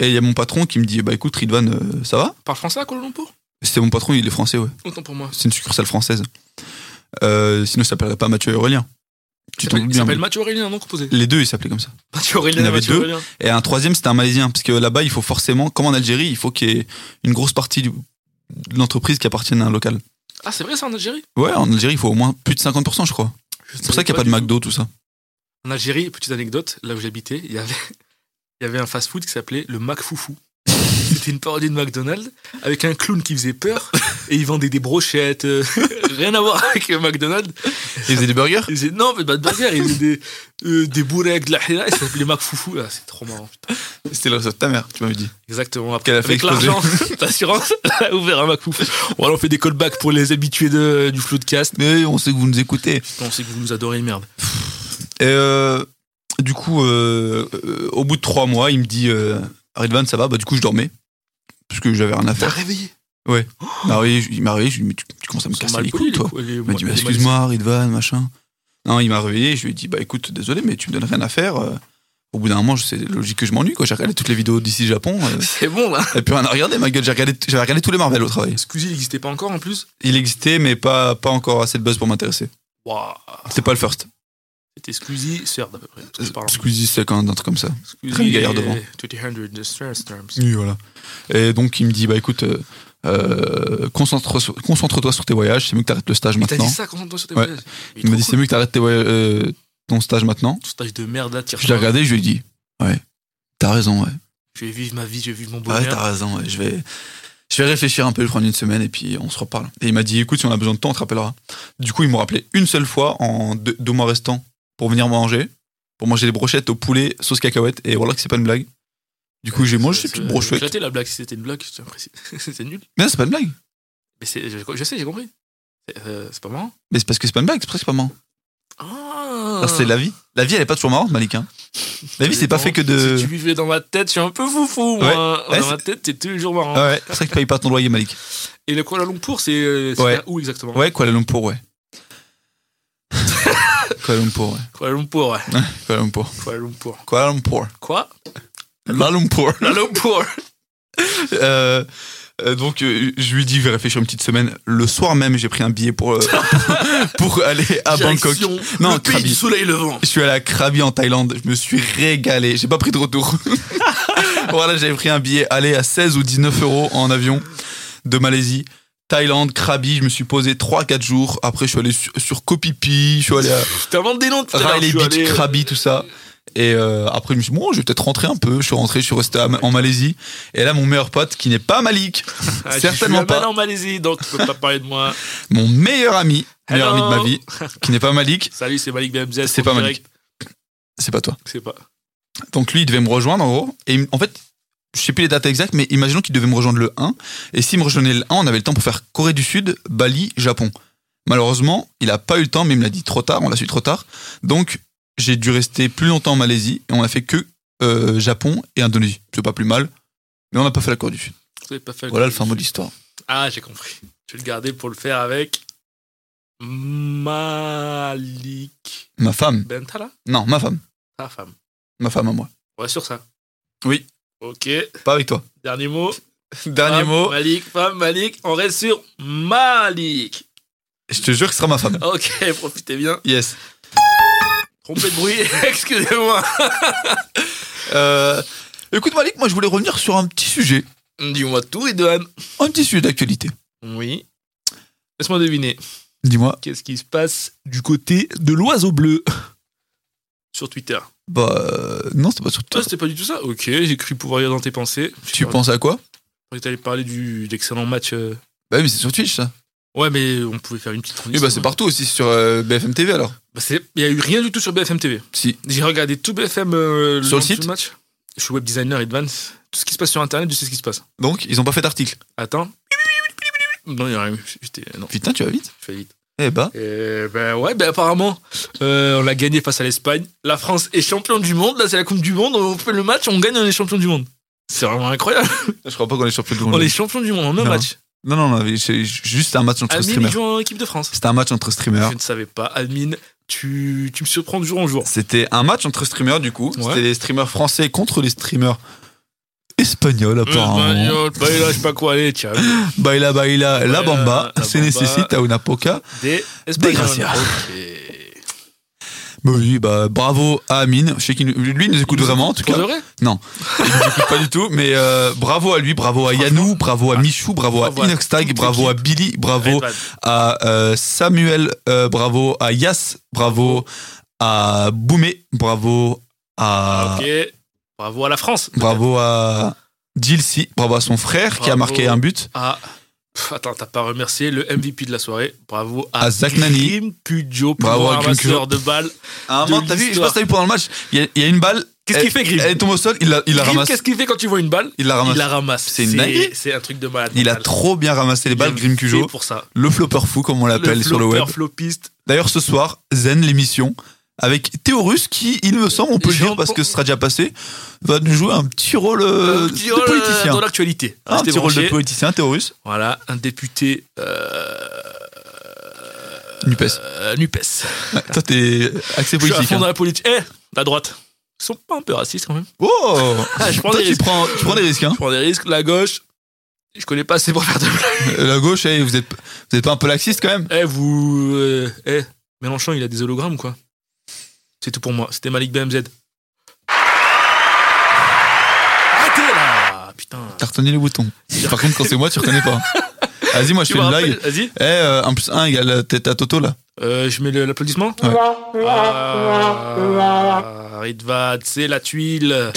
[SPEAKER 3] Et il y a mon patron qui me dit Bah écoute, Ridvan, euh, ça va
[SPEAKER 2] Parle français à Kuala Lumpur
[SPEAKER 3] C'est mon patron, il est français, ouais.
[SPEAKER 2] Autant pour moi.
[SPEAKER 3] C'est une succursale française. Euh, sinon, il s'appellerait pas Mathieu et Aurélien. Tu
[SPEAKER 2] Il
[SPEAKER 3] t'en
[SPEAKER 2] s'appelle-
[SPEAKER 3] doutes
[SPEAKER 2] il
[SPEAKER 3] bien.
[SPEAKER 2] s'appelle Mathieu Aurélien, non composé.
[SPEAKER 3] Les deux, ils s'appelaient comme ça.
[SPEAKER 2] Mathieu
[SPEAKER 3] Il y en
[SPEAKER 2] Aurélien,
[SPEAKER 3] avait
[SPEAKER 2] Mathieu
[SPEAKER 3] deux.
[SPEAKER 2] Aurélien.
[SPEAKER 3] Et un troisième, c'était un Malaisien. Parce que là-bas, il faut forcément, comme en Algérie, il faut qu'il y ait une grosse partie du- de l'entreprise qui appartienne à un local.
[SPEAKER 2] Ah, c'est vrai ça en Algérie
[SPEAKER 3] Ouais, en Algérie, il faut au moins plus de 50%, je crois. C'est pour ça qu'il n'y a pas de McDo, tout ça.
[SPEAKER 2] En Algérie, petite anecdote, là où j'habitais, il y avait, il y avait un fast-food qui s'appelait le McFoufou. C'était une parodie de McDonald's avec un clown qui faisait peur et il vendait des brochettes, euh, rien à voir avec le McDonald's.
[SPEAKER 3] Ils faisaient des burgers
[SPEAKER 2] Il faisait non, mais pas de burger, il faisait des, euh, des bourrèques, de la hira, et ça s'appelait McFoufou. Ah, c'est trop marrant. putain.
[SPEAKER 3] C'était le réseau de ta mère, tu m'avais dit.
[SPEAKER 2] Exactement. Après,
[SPEAKER 3] Qu'elle a fait
[SPEAKER 2] avec
[SPEAKER 3] exploser.
[SPEAKER 2] l'argent, l'assurance, elle a ouvert un McFoufou. Bon, alors on fait des callbacks pour les habitués de, du flou de cast.
[SPEAKER 3] Mais on sait que vous nous écoutez.
[SPEAKER 2] On sait que vous nous adorez, merde.
[SPEAKER 3] Et euh, du coup, euh, euh, au bout de trois mois, il me dit euh, Ridvan, ça va Bah, du coup, je dormais. Parce que j'avais rien à faire.
[SPEAKER 2] réveillé
[SPEAKER 3] Il m'a réveillé, je- il m'a réveillé, je lui ai dit Mais tu, tu commences à me casser les couilles, toi. Il m'a dit Bah, Excuse-moi, Ridvan, machin. Non, il m'a réveillé, je lui ai dit Bah, écoute, désolé, mais tu me donnes rien à faire. euh, Au bout d'un moment, je- c'est logique que je m'ennuie, quoi. J'ai regardé toutes les vidéos d'ici Japon. euh,
[SPEAKER 2] C'est bon là.
[SPEAKER 3] et puis rien à regarder, ma gueule. J'ai regardé, j'avais regardé tous les Marvel au travail.
[SPEAKER 2] Squeezie il n'existait pas encore en plus.
[SPEAKER 3] Il existait, mais pas, pas encore assez de buzz pour m'intéresser.
[SPEAKER 2] Waouh.
[SPEAKER 3] C'était pas le first.
[SPEAKER 2] C'était Squeezie, certes à peu près. parce que je parle en-
[SPEAKER 3] Squeezie, c'était quand même un truc comme ça.
[SPEAKER 2] Squeezie
[SPEAKER 3] Rien de Euh, gaillard devant.
[SPEAKER 2] et 200 the Stress Terms.
[SPEAKER 3] Oui, voilà. Et donc, il me dit, bah écoute, euh, euh, concentre- concentre-toi sur tes voyages, c'est mieux que t'arrêtes le stage
[SPEAKER 2] Il t'a
[SPEAKER 3] maintenant.
[SPEAKER 2] dit ça, concentre-toi sur tes
[SPEAKER 3] Ouais.
[SPEAKER 2] voyages. Mais
[SPEAKER 3] Il m'a
[SPEAKER 2] trop
[SPEAKER 3] dit, c'est
[SPEAKER 2] cool.
[SPEAKER 3] mieux que t'arrêtes tes voyages, euh, ton stage maintenant.
[SPEAKER 2] Ton stage de merde là, tire
[SPEAKER 3] Je l'ai regardé, je lui ai dit, ouais, t'as raison, ouais.
[SPEAKER 2] Je vais vivre ma vie, je vais vivre mon
[SPEAKER 3] Ah Ouais,
[SPEAKER 2] bonheur.
[SPEAKER 3] t'as raison, ouais, je vais. Je vais réfléchir un peu, je vais prendre une semaine et puis on se reparle. Et il m'a dit, écoute, si on a besoin de temps, on te rappellera. Du coup, ils m'ont rappelé une seule fois en deux, deux mois restants pour venir manger, pour manger des brochettes au poulet, sauce cacahuète. Et voilà que c'est pas une blague. Du coup, j'ai mangé ces petites
[SPEAKER 2] J'ai
[SPEAKER 3] brochettes.
[SPEAKER 2] regretté la blague si c'était une blague, je tiens à préciser. c'est nul.
[SPEAKER 3] Mais non, c'est pas une blague.
[SPEAKER 2] Mais c'est- je, je sais, j'ai compris. C'est euh, c'est pas marrant.
[SPEAKER 3] Mais c'est parce que c'est pas une blague, c'est presque pas marrant.
[SPEAKER 2] Ah.
[SPEAKER 3] Enfin, C'est la vie. La vie, elle est pas toujours marrante, Malik. hein. La vie, c'est pas fait que de.
[SPEAKER 2] Si tu vivais dans ma tête, je suis un peu foufou.
[SPEAKER 3] Ouais.
[SPEAKER 2] Moi.
[SPEAKER 3] Ouais,
[SPEAKER 2] dans
[SPEAKER 3] c'est-
[SPEAKER 2] ma tête, t'es tous les jours marrant.
[SPEAKER 3] Ah ouais, c'est vrai que tu payes pas ton loyer, Malik.
[SPEAKER 2] Et le Kuala Lumpur, c'est euh, c'est
[SPEAKER 3] Ouais.
[SPEAKER 2] à où exactement
[SPEAKER 3] Ouais, Kuala Lumpur, ouais. Kuala Lumpur, ouais.
[SPEAKER 2] Kuala Lumpur, ouais.
[SPEAKER 3] Kuala Lumpur.
[SPEAKER 2] Kuala Lumpur.
[SPEAKER 3] Kuala Lumpur.
[SPEAKER 2] Quoi
[SPEAKER 3] Kuala Lumpur.
[SPEAKER 2] Kuala Lumpur
[SPEAKER 3] Euh, euh, donc euh, je lui dis je vais réfléchir une petite semaine. Le soir même j'ai pris un billet pour euh, pour aller à Bangkok.
[SPEAKER 2] Direction
[SPEAKER 3] Non,
[SPEAKER 2] le pays
[SPEAKER 3] Krabi.
[SPEAKER 2] du soleil levant.
[SPEAKER 3] Je suis allé à Krabi en Thaïlande. Je me suis régalé. J'ai pas pris de retour. voilà j'avais pris un billet aller à 16 ou 19 euros en avion de Malaisie. Thaïlande, Krabi, je me suis posé 3-4 jours. Après, je suis allé sur, sur Koh Phi Phi, je suis allé à
[SPEAKER 2] Je t'invente des noms tout à l'heure,
[SPEAKER 3] Riley
[SPEAKER 2] je suis
[SPEAKER 3] Beach,
[SPEAKER 2] allé- euh,
[SPEAKER 3] Krabi, tout ça. Et euh, après, je me suis dit, bon, je vais peut-être rentrer un peu. Je suis rentré, je suis resté à- en Malaisie. Et là, mon meilleur pote, qui n'est pas Malik,
[SPEAKER 2] Ah, je suis
[SPEAKER 3] certainement
[SPEAKER 2] là-bas
[SPEAKER 3] pas,
[SPEAKER 2] en Malaisie, donc tu peux pas parler de moi.
[SPEAKER 3] mon meilleur ami, meilleur
[SPEAKER 2] Hello.
[SPEAKER 3] ami de ma vie, qui n'est pas Malik,
[SPEAKER 2] Salut, c'est Malik BMZ.
[SPEAKER 3] C'est
[SPEAKER 2] pour
[SPEAKER 3] pas
[SPEAKER 2] le
[SPEAKER 3] Malik.
[SPEAKER 2] direct.
[SPEAKER 3] c'est pas toi.
[SPEAKER 2] C'est pas.
[SPEAKER 3] Donc lui, il devait me rejoindre en gros. Et il me- en fait, je sais plus les dates exactes, mais imaginons qu'il devait me rejoindre le 1. Et s'il me rejoignait le 1, on avait le temps pour faire Corée du Sud, Bali, Japon. Malheureusement, il a pas eu le temps, mais il me l'a dit trop tard, on l'a su trop tard. Donc j'ai dû rester plus longtemps en Malaisie et on a fait que euh, Japon et Indonésie. C'est pas plus mal, mais on n'a pas fait la Corée du Sud.
[SPEAKER 2] Vous avez pas fait
[SPEAKER 3] Voilà le fin mot de l'histoire.
[SPEAKER 2] Ah, j'ai compris. Je vais le garder pour le faire avec Malik
[SPEAKER 3] Ma femme.
[SPEAKER 2] Bentala,
[SPEAKER 3] Non, ma femme.
[SPEAKER 2] ta femme.
[SPEAKER 3] Ma femme à moi.
[SPEAKER 2] On va sur ça.
[SPEAKER 3] Oui.
[SPEAKER 2] Ok,
[SPEAKER 3] Pas avec toi.
[SPEAKER 2] dernier mot.
[SPEAKER 3] Dernier
[SPEAKER 2] Femme,
[SPEAKER 3] mot,
[SPEAKER 2] Malik, femme, Malik. On reste sur Malik.
[SPEAKER 3] je te jure que ce sera ma femme.
[SPEAKER 2] Ok, profitez bien.
[SPEAKER 3] Yes.
[SPEAKER 2] Trompé de bruit, excusez-moi.
[SPEAKER 3] Euh, écoute Malik, moi je voulais revenir sur un petit sujet,
[SPEAKER 2] Dis-moi tout, Edouane.
[SPEAKER 3] un petit sujet d'actualité.
[SPEAKER 2] Oui. Laisse-moi deviner.
[SPEAKER 3] Dis-moi.
[SPEAKER 2] Qu'est-ce qui se passe du côté de l'oiseau bleu sur Twitter
[SPEAKER 3] Bah euh, non, c'est pas sur
[SPEAKER 2] Toi,
[SPEAKER 3] toi.
[SPEAKER 2] c'était pas du tout ça Ok, j'ai cru pouvoir lire dans tes pensées.
[SPEAKER 3] Tu penses à quoi
[SPEAKER 2] Tu allé parler du, de l'excellent match. euh,
[SPEAKER 3] Bah oui, mais c'est sur Twitch ça.
[SPEAKER 2] Ouais, mais on pouvait faire une petite
[SPEAKER 3] Oui,
[SPEAKER 2] transition.
[SPEAKER 3] bah c'est partout aussi c'est sur euh, BFM TV alors.
[SPEAKER 2] Bah, c'est- Il n'y a eu rien du tout sur BFM TV.
[SPEAKER 3] Si.
[SPEAKER 2] J'ai regardé tout BFM euh,
[SPEAKER 3] Sur le
[SPEAKER 2] lendemain
[SPEAKER 3] site
[SPEAKER 2] du match. Je suis web designer advance. Tout ce qui se passe sur internet, je sais ce qui se passe.
[SPEAKER 3] Donc ils ont pas fait d'article.
[SPEAKER 2] Attends. Non, il n'y a rien. eu. J'étais- euh, Non,
[SPEAKER 3] Putain, tu vas vite.
[SPEAKER 2] je fais vite.
[SPEAKER 3] Eh bah.
[SPEAKER 2] Euh, ben ouais, ben apparemment, euh, on a gagné face à l'Espagne. La France est champion du monde. Là, c'est la Coupe du Monde. On fait le match, on gagne, on est champion du monde. C'est vraiment incroyable.
[SPEAKER 3] Je crois pas qu'on est sur plus de
[SPEAKER 2] On est champion du monde en un
[SPEAKER 3] Non.
[SPEAKER 2] match.
[SPEAKER 3] Non, non, non, mais c'est juste un match entre
[SPEAKER 2] Amine, il
[SPEAKER 3] streamers.
[SPEAKER 2] joue en équipe de France.
[SPEAKER 3] C'était un match entre streamers.
[SPEAKER 2] Je ne savais pas. Admin, tu, tu me surprends de jour en jour.
[SPEAKER 3] C'était un match entre streamers du coup.
[SPEAKER 2] Ouais.
[SPEAKER 3] C'était les streamers français contre les streamers espagnols
[SPEAKER 2] Euh,
[SPEAKER 3] apparemment.
[SPEAKER 2] Espagnol, Baila, bah, je sais pas quoi, allez, ciao.
[SPEAKER 3] Baila baila la
[SPEAKER 2] Baila,
[SPEAKER 3] bamba,
[SPEAKER 2] la
[SPEAKER 3] se
[SPEAKER 2] bamba.
[SPEAKER 3] necesita una poca.
[SPEAKER 2] Des Espagnols.
[SPEAKER 3] Gracia.
[SPEAKER 2] Ok.
[SPEAKER 3] Bah oui, bah bravo à Amine. Je sais qu'il nous- lui il nous écoute vraiment en tout
[SPEAKER 2] Pour
[SPEAKER 3] cas.
[SPEAKER 2] de vrai
[SPEAKER 3] J'écoute pas du tout, mais euh, bravo à lui, bravo à Yanou, bravo à Michou, bravo à
[SPEAKER 2] Bravo à
[SPEAKER 3] Inoxtag,
[SPEAKER 2] toute
[SPEAKER 3] bravo à Billy, bravo
[SPEAKER 2] Allez, bah.
[SPEAKER 3] à euh, Samuel, euh, bravo à Yas, bravo à Boumé, bravo à
[SPEAKER 2] Ok. Bravo à la France.
[SPEAKER 3] Ah. bravo à Jilsi, bravo à son frère qui a
[SPEAKER 2] Bravo.
[SPEAKER 3] marqué un but.
[SPEAKER 2] Ah. Pff, attends, t'as pas remercié le MVP de la soirée. Bravo à,
[SPEAKER 3] À Zach Nani.
[SPEAKER 2] Grim Pudjo, plus
[SPEAKER 3] Bravo
[SPEAKER 2] gros
[SPEAKER 3] à Grim
[SPEAKER 2] ramasseur de balles.
[SPEAKER 3] À un
[SPEAKER 2] De
[SPEAKER 3] moment, t'as vu, je sais pas
[SPEAKER 2] l'histoire.
[SPEAKER 3] si t'as vu pendant le match, il y a- il y, a une balle.
[SPEAKER 2] Qu'est-ce
[SPEAKER 3] elle-
[SPEAKER 2] qu'il fait, Grim
[SPEAKER 3] Elle tombe au sol, il la, il la
[SPEAKER 2] Grim,
[SPEAKER 3] ramasse.
[SPEAKER 2] qu'est-ce qu'il fait quand tu vois une balle
[SPEAKER 3] Il la ramasse.
[SPEAKER 2] Il la ramasse.
[SPEAKER 3] C'est une dinguerie.
[SPEAKER 2] C'est un truc de malade.
[SPEAKER 3] Il a trop bien ramassé les balles, Grim Cujo.
[SPEAKER 2] pour ça.
[SPEAKER 3] Le flopper fou, comme on l'appelle sur le web.
[SPEAKER 2] flopper, flopiste.
[SPEAKER 3] D'ailleurs, ce soir, Zen, l'émission, avec Théorus, qui, il me semble, on peut le dire parce que ce sera déjà passé, va nous jouer un petit rôle euh,
[SPEAKER 2] Un petit rôle,
[SPEAKER 3] de politicien. Ah,
[SPEAKER 2] euh, Dans l'actualité.
[SPEAKER 3] un
[SPEAKER 2] Restez
[SPEAKER 3] petit rôle de
[SPEAKER 2] branchés.
[SPEAKER 3] politicien, Théorus.
[SPEAKER 2] Voilà, un député euh,
[SPEAKER 3] Nupes.
[SPEAKER 2] euh, Nupes.
[SPEAKER 3] Ouais, toi, t'es axé
[SPEAKER 2] Je suis à
[SPEAKER 3] politique.
[SPEAKER 2] fond
[SPEAKER 3] hein.
[SPEAKER 2] dans la politique. Eh, la droite. Ils sont pas un peu racistes quand même.
[SPEAKER 3] Oh
[SPEAKER 2] Ah, je prends
[SPEAKER 3] Toi,
[SPEAKER 2] des
[SPEAKER 3] tu,
[SPEAKER 2] risques.
[SPEAKER 3] prends, tu prends des risques. Hein.
[SPEAKER 2] Je prends des risques. La gauche, je connais pas assez pour faire de blagues.
[SPEAKER 3] Euh, La gauche, eh, vous, êtes, vous êtes pas un peu laxiste quand même
[SPEAKER 2] Eh, vous. euh, Eh, Mélenchon, il a des hologrammes ou quoi C'est tout pour moi. C'était Malik BMZ. Arrêtez là Putain.
[SPEAKER 3] T'as retenu le bouton. Par contre, quand c'est moi, tu reconnais pas. Vas-y, moi, je fais
[SPEAKER 2] me
[SPEAKER 3] une
[SPEAKER 2] rappelles
[SPEAKER 3] blague.
[SPEAKER 2] Vas-y.
[SPEAKER 3] Eh, 1 plus 1 égale la tête à Toto là.
[SPEAKER 2] Euh, je mets le- l'applaudissement.
[SPEAKER 3] Ouais.
[SPEAKER 2] Ah, Ritvad, c'est la tuile.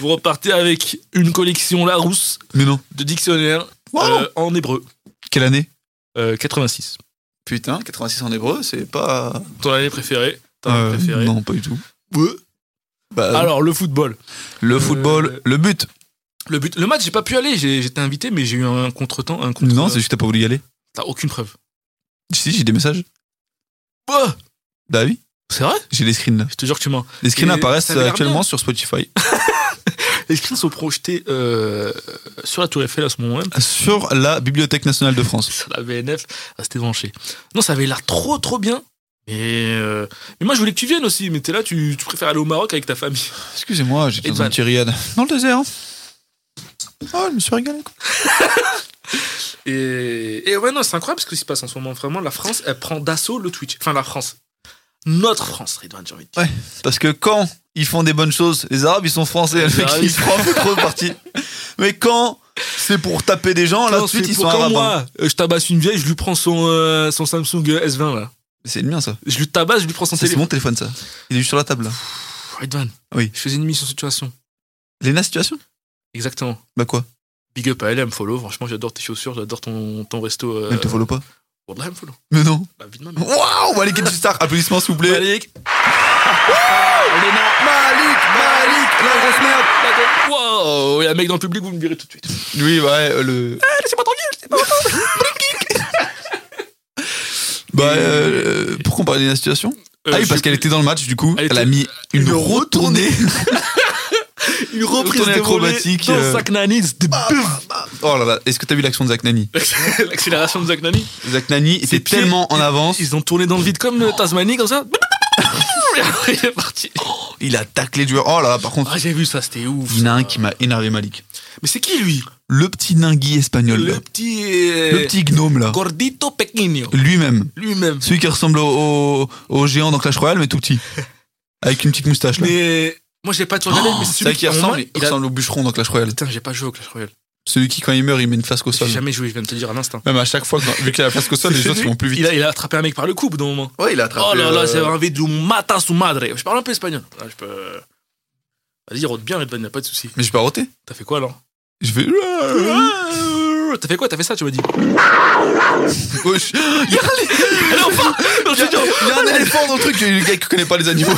[SPEAKER 2] vous repartez avec une collection Larousse
[SPEAKER 3] Mais non.
[SPEAKER 2] de dictionnaires
[SPEAKER 3] Wow.
[SPEAKER 2] euh, en hébreu.
[SPEAKER 3] Quelle année
[SPEAKER 2] Euh, 86.
[SPEAKER 3] Putain, 86 en hébreu, c'est pas.
[SPEAKER 2] Ton année préférée Ton année
[SPEAKER 3] Euh,
[SPEAKER 2] préférée
[SPEAKER 3] Non, pas du tout.
[SPEAKER 2] Ouais.
[SPEAKER 3] Bah,
[SPEAKER 2] Alors, le football.
[SPEAKER 3] le football,
[SPEAKER 2] euh,
[SPEAKER 3] le but.
[SPEAKER 2] Le, but, le match, j'ai pas pu aller, j'ai- j'étais invité, mais j'ai eu un contretemps. Un contre
[SPEAKER 3] Non, c'est juste que t'as pas voulu y aller.
[SPEAKER 2] T'as aucune preuve.
[SPEAKER 3] Si, j'ai des messages.
[SPEAKER 2] Bah,
[SPEAKER 3] Bah oui,
[SPEAKER 2] c'est vrai
[SPEAKER 3] j'ai les screens là.
[SPEAKER 2] Je te jure que tu mens.
[SPEAKER 3] Les screens
[SPEAKER 2] Et
[SPEAKER 3] apparaissent
[SPEAKER 2] ça avait l'air
[SPEAKER 3] actuellement
[SPEAKER 2] bien.
[SPEAKER 3] sur Spotify.
[SPEAKER 2] Les screens sont projetés euh, sur la Tour Eiffel à ce moment même.
[SPEAKER 3] sur la Bibliothèque nationale de France.
[SPEAKER 2] sur la VNF, ah, c'était branché. Non, ça avait l'air trop trop bien. Mais, euh, mais moi je voulais que tu viennes aussi, mais t'es là, tu, tu préfères aller au Maroc avec ta famille.
[SPEAKER 3] Excusez-moi, j'étais
[SPEAKER 2] Et
[SPEAKER 3] dans
[SPEAKER 2] Van.
[SPEAKER 3] un petit riad. Dans le désert. hein. Oh, je me suis régalé. quoi.
[SPEAKER 2] Et, et ouais, non, c'est incroyable ce qui se passe en ce moment. Vraiment, la France, elle prend d'assaut le Twitch. Enfin, la France. Notre France, Ridwan, j'ai envie de dire.
[SPEAKER 3] Parce que quand ils font des bonnes choses, les Arabes ils sont français,
[SPEAKER 2] Les
[SPEAKER 3] le mec
[SPEAKER 2] Arabes,
[SPEAKER 3] ils
[SPEAKER 2] ils
[SPEAKER 3] se prend trop de parti. Mais quand c'est pour taper des gens, là tout de suite
[SPEAKER 2] C'est
[SPEAKER 3] ils sont
[SPEAKER 2] pour quand
[SPEAKER 3] arabes.
[SPEAKER 2] moi,
[SPEAKER 3] hein.
[SPEAKER 2] euh, je tabasse une vieille, je lui prends son, euh, son Samsung euh, S20 là.
[SPEAKER 3] hein. C'est le mien ça.
[SPEAKER 2] Je lui tabasse, je lui prends son
[SPEAKER 3] Ça, C'est
[SPEAKER 2] téléphone.
[SPEAKER 3] mon téléphone ça. Il est juste sur la table là.
[SPEAKER 2] Pff, Ridwan,
[SPEAKER 3] Oui.
[SPEAKER 2] je faisais une mission situation.
[SPEAKER 3] Léna situation
[SPEAKER 2] Exactement.
[SPEAKER 3] Bah quoi
[SPEAKER 2] Big up à elle, elle me follow. Franchement, j'adore tes chaussures, j'adore ton, ton resto. Euh...
[SPEAKER 3] Elle te follow pas
[SPEAKER 2] Wallah, elle me follow.
[SPEAKER 3] Mais non.
[SPEAKER 2] La vie de ma mère.
[SPEAKER 3] Waouh Malik du Star, applaudissements s'il vous plaît.
[SPEAKER 2] Malik. Léna.
[SPEAKER 3] Malik, Malik, la grosse merde.
[SPEAKER 2] Bah, Wow, il y a un mec dans le public, vous me direz tout de suite.
[SPEAKER 3] Oui, ouais, euh, le.
[SPEAKER 2] Laissez-moi tranquille.
[SPEAKER 3] Bah, euh, pourquoi on parlait de la situation
[SPEAKER 2] Euh,
[SPEAKER 3] Ah oui, parce qu'elle était dans le match, du coup,
[SPEAKER 2] Elle
[SPEAKER 3] elle, a
[SPEAKER 2] était-
[SPEAKER 3] mis une,
[SPEAKER 2] une
[SPEAKER 3] retournée.
[SPEAKER 2] une reprise
[SPEAKER 3] tournée
[SPEAKER 2] de
[SPEAKER 3] acrobatique,
[SPEAKER 2] acrobatique Ah, dans
[SPEAKER 3] euh.
[SPEAKER 2] Zach Nani. c'était bœuf.
[SPEAKER 3] Oh là là, est-ce que t'as vu l'action de Zach Nani
[SPEAKER 2] L'accélération de Zach Nani.
[SPEAKER 3] Zach Nani était
[SPEAKER 2] Ses pieds,
[SPEAKER 3] tellement en
[SPEAKER 2] ils-
[SPEAKER 3] avance,
[SPEAKER 2] Ils ont tourné dans le vide comme euh, Tasmanie, comme ça. Et après, Il est parti.
[SPEAKER 3] il a taclé du. Oh là là, par contre,
[SPEAKER 2] Ah, j'ai vu ça, c'était ouf.
[SPEAKER 3] il y en a un qui m'a énervé Malik.
[SPEAKER 2] Mais c'est qui lui
[SPEAKER 3] Le petit ningui espagnol, là.
[SPEAKER 2] Le petit. euh,
[SPEAKER 3] le petit gnome là,
[SPEAKER 2] Gordito Pequeño.
[SPEAKER 3] lui-même,
[SPEAKER 2] Lui-même.
[SPEAKER 3] celui qui ressemble au, au, au géant dans Clash Royale, mais tout petit, avec une petite moustache là.
[SPEAKER 2] Mais. Moi, j'ai pas tout
[SPEAKER 3] Oh,
[SPEAKER 2] regardé, mais c'est
[SPEAKER 3] c'est vrai
[SPEAKER 2] celui
[SPEAKER 3] qu'il
[SPEAKER 2] en
[SPEAKER 3] ressemble,
[SPEAKER 2] main,
[SPEAKER 3] il
[SPEAKER 2] il a-
[SPEAKER 3] ressemble au bûcheron dans Clash Royale.
[SPEAKER 2] Putain, j'ai pas joué au Clash Royale.
[SPEAKER 3] Celui qui, quand il meurt, il met une flasque au
[SPEAKER 2] J'ai
[SPEAKER 3] sol.
[SPEAKER 2] jamais joué, je viens de te dire à l'instant.
[SPEAKER 3] Même à chaque fois, quand- vu qu'il a la flasque au sol, les
[SPEAKER 2] C'est
[SPEAKER 3] autres ils
[SPEAKER 2] lui-
[SPEAKER 3] vont plus vite.
[SPEAKER 2] Il a, il a attrapé un mec par le cou, au bout d'un moment.
[SPEAKER 3] Ouais, il a euh,
[SPEAKER 2] Oh là là, ça va enlever du matin sous madre. Je parle un peu espagnol. Ah, je peux. Vas-y, rôde bien, Redvan, y'a pas de soucis.
[SPEAKER 3] Mais je vais roté.
[SPEAKER 2] T'as fait quoi, alors
[SPEAKER 3] Je vais.
[SPEAKER 2] T'as fait quoi T'as fait ça, tu m'as dit.
[SPEAKER 3] Gauche. Il y a les-
[SPEAKER 2] Allez, enfin Non, je te jure.
[SPEAKER 3] il y a un éléphant dans le truc, le gars qui connaît pas les animaux.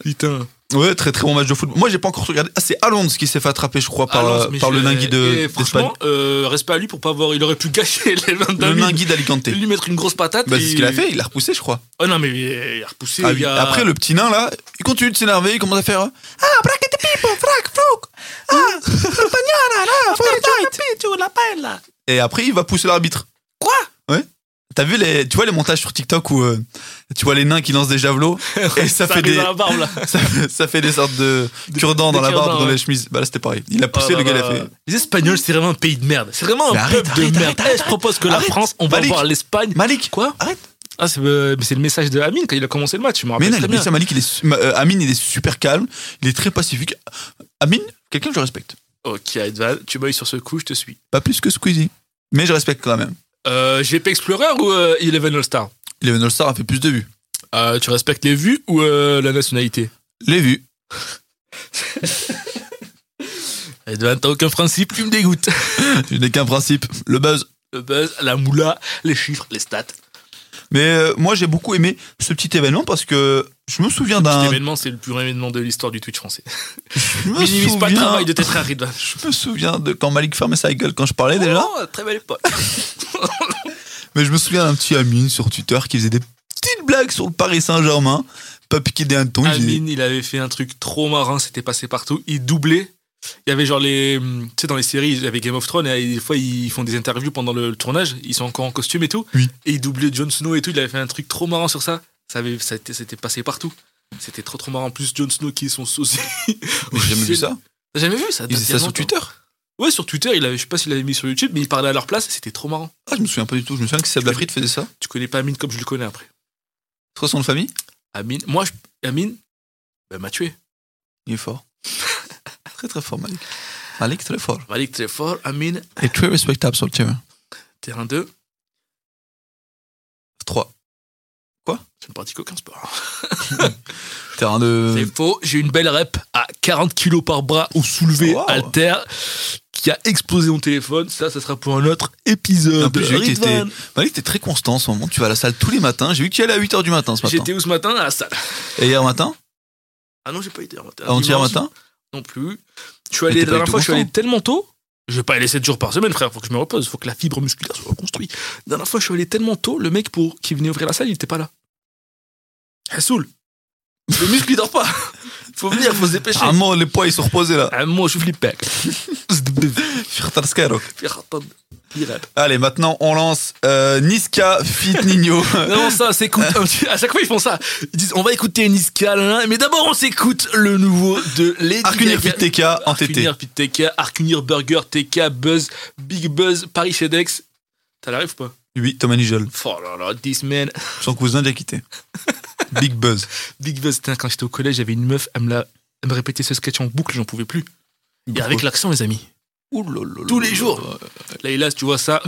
[SPEAKER 2] Putain.
[SPEAKER 3] Ouais, très très bon match de football. Moi, j'ai pas encore regardé. Ah, c'est Alonso qui s'est fait attraper, je crois, par, euh,
[SPEAKER 2] Ah, non, mais
[SPEAKER 3] par
[SPEAKER 2] je-
[SPEAKER 3] le ningui de
[SPEAKER 2] Et
[SPEAKER 3] d'Espagne.
[SPEAKER 2] Franchement, euh, respect à lui pour pas avoir. Il aurait pu gâcher les 21
[SPEAKER 3] Le
[SPEAKER 2] 000.
[SPEAKER 3] ningui d'Alicante.
[SPEAKER 2] Lui mettre une grosse patate.
[SPEAKER 3] Bah,
[SPEAKER 2] et-
[SPEAKER 3] c'est ce qu'il a fait, il l'a repoussé, je crois.
[SPEAKER 2] Oh non, mais il a repoussé.
[SPEAKER 3] Ah,
[SPEAKER 2] il a-
[SPEAKER 3] Après, le petit nain, là, il continue de s'énerver, il commence à faire. euh, Ah, braquette people, frac, frouk. Ah, espagnol, là, Fortnite. Et après, il va pousser l'arbitre.
[SPEAKER 2] Quoi
[SPEAKER 3] Ouais. T'as vu les, tu vois les montages sur TikTok où euh, tu vois les nains qui lancent des javelots et ça, fait
[SPEAKER 2] arrive
[SPEAKER 3] des,
[SPEAKER 2] à la barbe, là.
[SPEAKER 3] ça, fait- ça fait des sortes de cure-dents dans
[SPEAKER 2] des
[SPEAKER 3] la barbe,
[SPEAKER 2] cure-dents,
[SPEAKER 3] dans
[SPEAKER 2] ouais.
[SPEAKER 3] les chemises. Bah là c'était pareil. Il a poussé,
[SPEAKER 2] Ah,
[SPEAKER 3] le gars il
[SPEAKER 2] bah,
[SPEAKER 3] a fait.
[SPEAKER 2] bah. Les Espagnols, c'est vraiment un pays de merde. C'est vraiment
[SPEAKER 3] Mais
[SPEAKER 2] un
[SPEAKER 3] arrête,
[SPEAKER 2] peuple
[SPEAKER 3] arrête,
[SPEAKER 2] de
[SPEAKER 3] arrête,
[SPEAKER 2] merde.
[SPEAKER 3] arrête,
[SPEAKER 2] Eh, je propose que la
[SPEAKER 3] arrête.
[SPEAKER 2] France, on va
[SPEAKER 3] Malik.
[SPEAKER 2] voir l'Espagne.
[SPEAKER 3] Malik
[SPEAKER 2] Quoi
[SPEAKER 3] Arrête
[SPEAKER 2] Ah, c'est euh, mais c'est le message de Amine quand il a commencé le match. Je me
[SPEAKER 3] Mais
[SPEAKER 2] rappelle
[SPEAKER 3] non, il
[SPEAKER 2] très
[SPEAKER 3] a dit
[SPEAKER 2] bien.
[SPEAKER 3] ça, Malik, il est, su- ma- euh, Amine il est super calme, il est très pacifique. Amine, quelqu'un que je respecte.
[SPEAKER 2] Ok, Edvan, tu m'aies sur ce coup, je te suis.
[SPEAKER 3] Pas plus que Squeezie. Mais je respecte quand même.
[SPEAKER 2] Euh, GP Explorer ou euh, Eleven All-Star
[SPEAKER 3] Eleven All Star a fait plus de vues.
[SPEAKER 2] Euh, Tu respectes les vues ou euh, la nationalité
[SPEAKER 3] Les vues.
[SPEAKER 2] Edvan, t'as aucun principe, tu me dégoûtes.
[SPEAKER 3] Je n'ai qu'un principe, le buzz.
[SPEAKER 2] Le buzz, la moula, les chiffres, les stats.
[SPEAKER 3] Mais euh, moi j'ai beaucoup aimé ce petit événement parce que je me souviens
[SPEAKER 2] Cet
[SPEAKER 3] d'un.
[SPEAKER 2] événement, c'est le plus grand événement de l'histoire du Twitch français.
[SPEAKER 3] Je me
[SPEAKER 2] Minimise pas le
[SPEAKER 3] souviens-
[SPEAKER 2] travail de tes frères, Edvan.
[SPEAKER 3] Je me souviens de quand Malik fermait sa gueule quand je parlais déjà.
[SPEAKER 2] Oh, Très belle époque.
[SPEAKER 3] Mais je me souviens d'un petit Amine sur Twitter qui faisait des petites blagues sur le Paris Saint-Germain. Pas piqué des hannetons. il faisait-
[SPEAKER 2] Amine, il avait fait un truc trop marrant, c'était passé partout. Il doublait. Il y avait genre les. hum, Tu sais, dans les séries, il y avait Game of Thrones, et des fois, ils font des interviews pendant le, le tournage, ils sont encore en costume et tout.
[SPEAKER 3] Oui.
[SPEAKER 2] Et il doublait Jon Snow et tout, il avait fait un truc trop marrant sur ça. Ça avait, ça a été- c'était passé partout. C'était trop trop marrant. En plus, Jon Snow qui est son sosie.
[SPEAKER 3] Mais j'ai jamais vu
[SPEAKER 2] officiel.
[SPEAKER 3] ça.
[SPEAKER 2] T'as jamais vu ça
[SPEAKER 3] Ils
[SPEAKER 2] date il y
[SPEAKER 3] faisaient
[SPEAKER 2] a
[SPEAKER 3] ça sur
[SPEAKER 2] longtemps.
[SPEAKER 3] Twitter.
[SPEAKER 2] Ouais, sur Twitter, il avait, je sais pas s'il l'avait mis sur YouTube, mais il parlait à leur place et c'était trop marrant.
[SPEAKER 3] Ah, je me souviens pas du tout. Je me souviens que Seb Lafrite faisait ça.
[SPEAKER 2] Tu connais pas Amine comme je le connais après.
[SPEAKER 3] C'est quoi son nom de famille
[SPEAKER 2] Amine, moi, je, Amine, ben, m'a tué.
[SPEAKER 3] Il est fort. très très fort, Malik. Malik, très fort.
[SPEAKER 2] Malik, très fort. Amine,
[SPEAKER 3] Et très respectable sur le terrain.
[SPEAKER 2] terrain 2.
[SPEAKER 3] 3.
[SPEAKER 2] Je ne pratique aucun sport.
[SPEAKER 3] Terrain de.
[SPEAKER 2] C'est faux. J'ai une belle rep à 40 kilos par bras au soulevé
[SPEAKER 3] Wow.
[SPEAKER 2] alter qui a explosé mon téléphone. Ça, ça sera pour un autre épisode.
[SPEAKER 3] En plus, j'ai vu que t'étais-
[SPEAKER 2] Ridvan.
[SPEAKER 3] Malik, Bah t'es très constant en ce moment. Tu vas à la salle tous les matins. J'ai vu que tu y allais à 8h du matin ce matin.
[SPEAKER 2] J'étais où ce matin à la salle
[SPEAKER 3] Et hier matin
[SPEAKER 2] Ah non, j'ai pas été hier matin.
[SPEAKER 3] Avant-hier
[SPEAKER 2] Dimanche
[SPEAKER 3] matin
[SPEAKER 2] Non plus. Je suis
[SPEAKER 3] Mais t'es
[SPEAKER 2] allé la
[SPEAKER 3] pas
[SPEAKER 2] dernière
[SPEAKER 3] du
[SPEAKER 2] fois,
[SPEAKER 3] tout
[SPEAKER 2] je suis allé
[SPEAKER 3] constant.
[SPEAKER 2] tellement tôt. Je vais pas aller 7 jours par semaine, frère. Faut que je me repose. Faut que la fibre musculaire soit reconstruite. La dernière fois, je suis allé tellement tôt. Le mec pour qui venait ouvrir la salle, il était pas là. Hassoul. Le muscle, il dort pas. Faut venir, faut se dépêcher.
[SPEAKER 3] Ah non, les poids, ils sont reposés là.
[SPEAKER 2] Ah, moi, je flippe.
[SPEAKER 3] Firtar Skyrock.
[SPEAKER 2] Faire attendre. Il rêve.
[SPEAKER 3] Allez, maintenant, on lance euh, Niska Fit Nino.
[SPEAKER 2] Non, ça, s'écoute. À chaque fois, ils font ça. Ils disent, on va écouter Niska, là, là, mais d'abord, on s'écoute le nouveau de Lady
[SPEAKER 3] Arcunir Fit
[SPEAKER 2] Gaga.
[SPEAKER 3] TK en TT.
[SPEAKER 2] Arcunir Fit TK, Arcunir Burger, TK, Buzz, Big Buzz, Paris Shedex. Ça l'arrive ou pas
[SPEAKER 3] Oui, Thomas Nigel.
[SPEAKER 2] Oh là là, this man.
[SPEAKER 3] Son cousin déjà quitté. Big Buzz.
[SPEAKER 2] Big Buzz, putain, quand j'étais au collège, j'avais une meuf, elle me, la, elle me répétait ce sketch en boucle, j'en pouvais plus. Et avec l'accent, les amis. Tous
[SPEAKER 3] Euh,
[SPEAKER 2] les jours. Layla, si tu vois ça,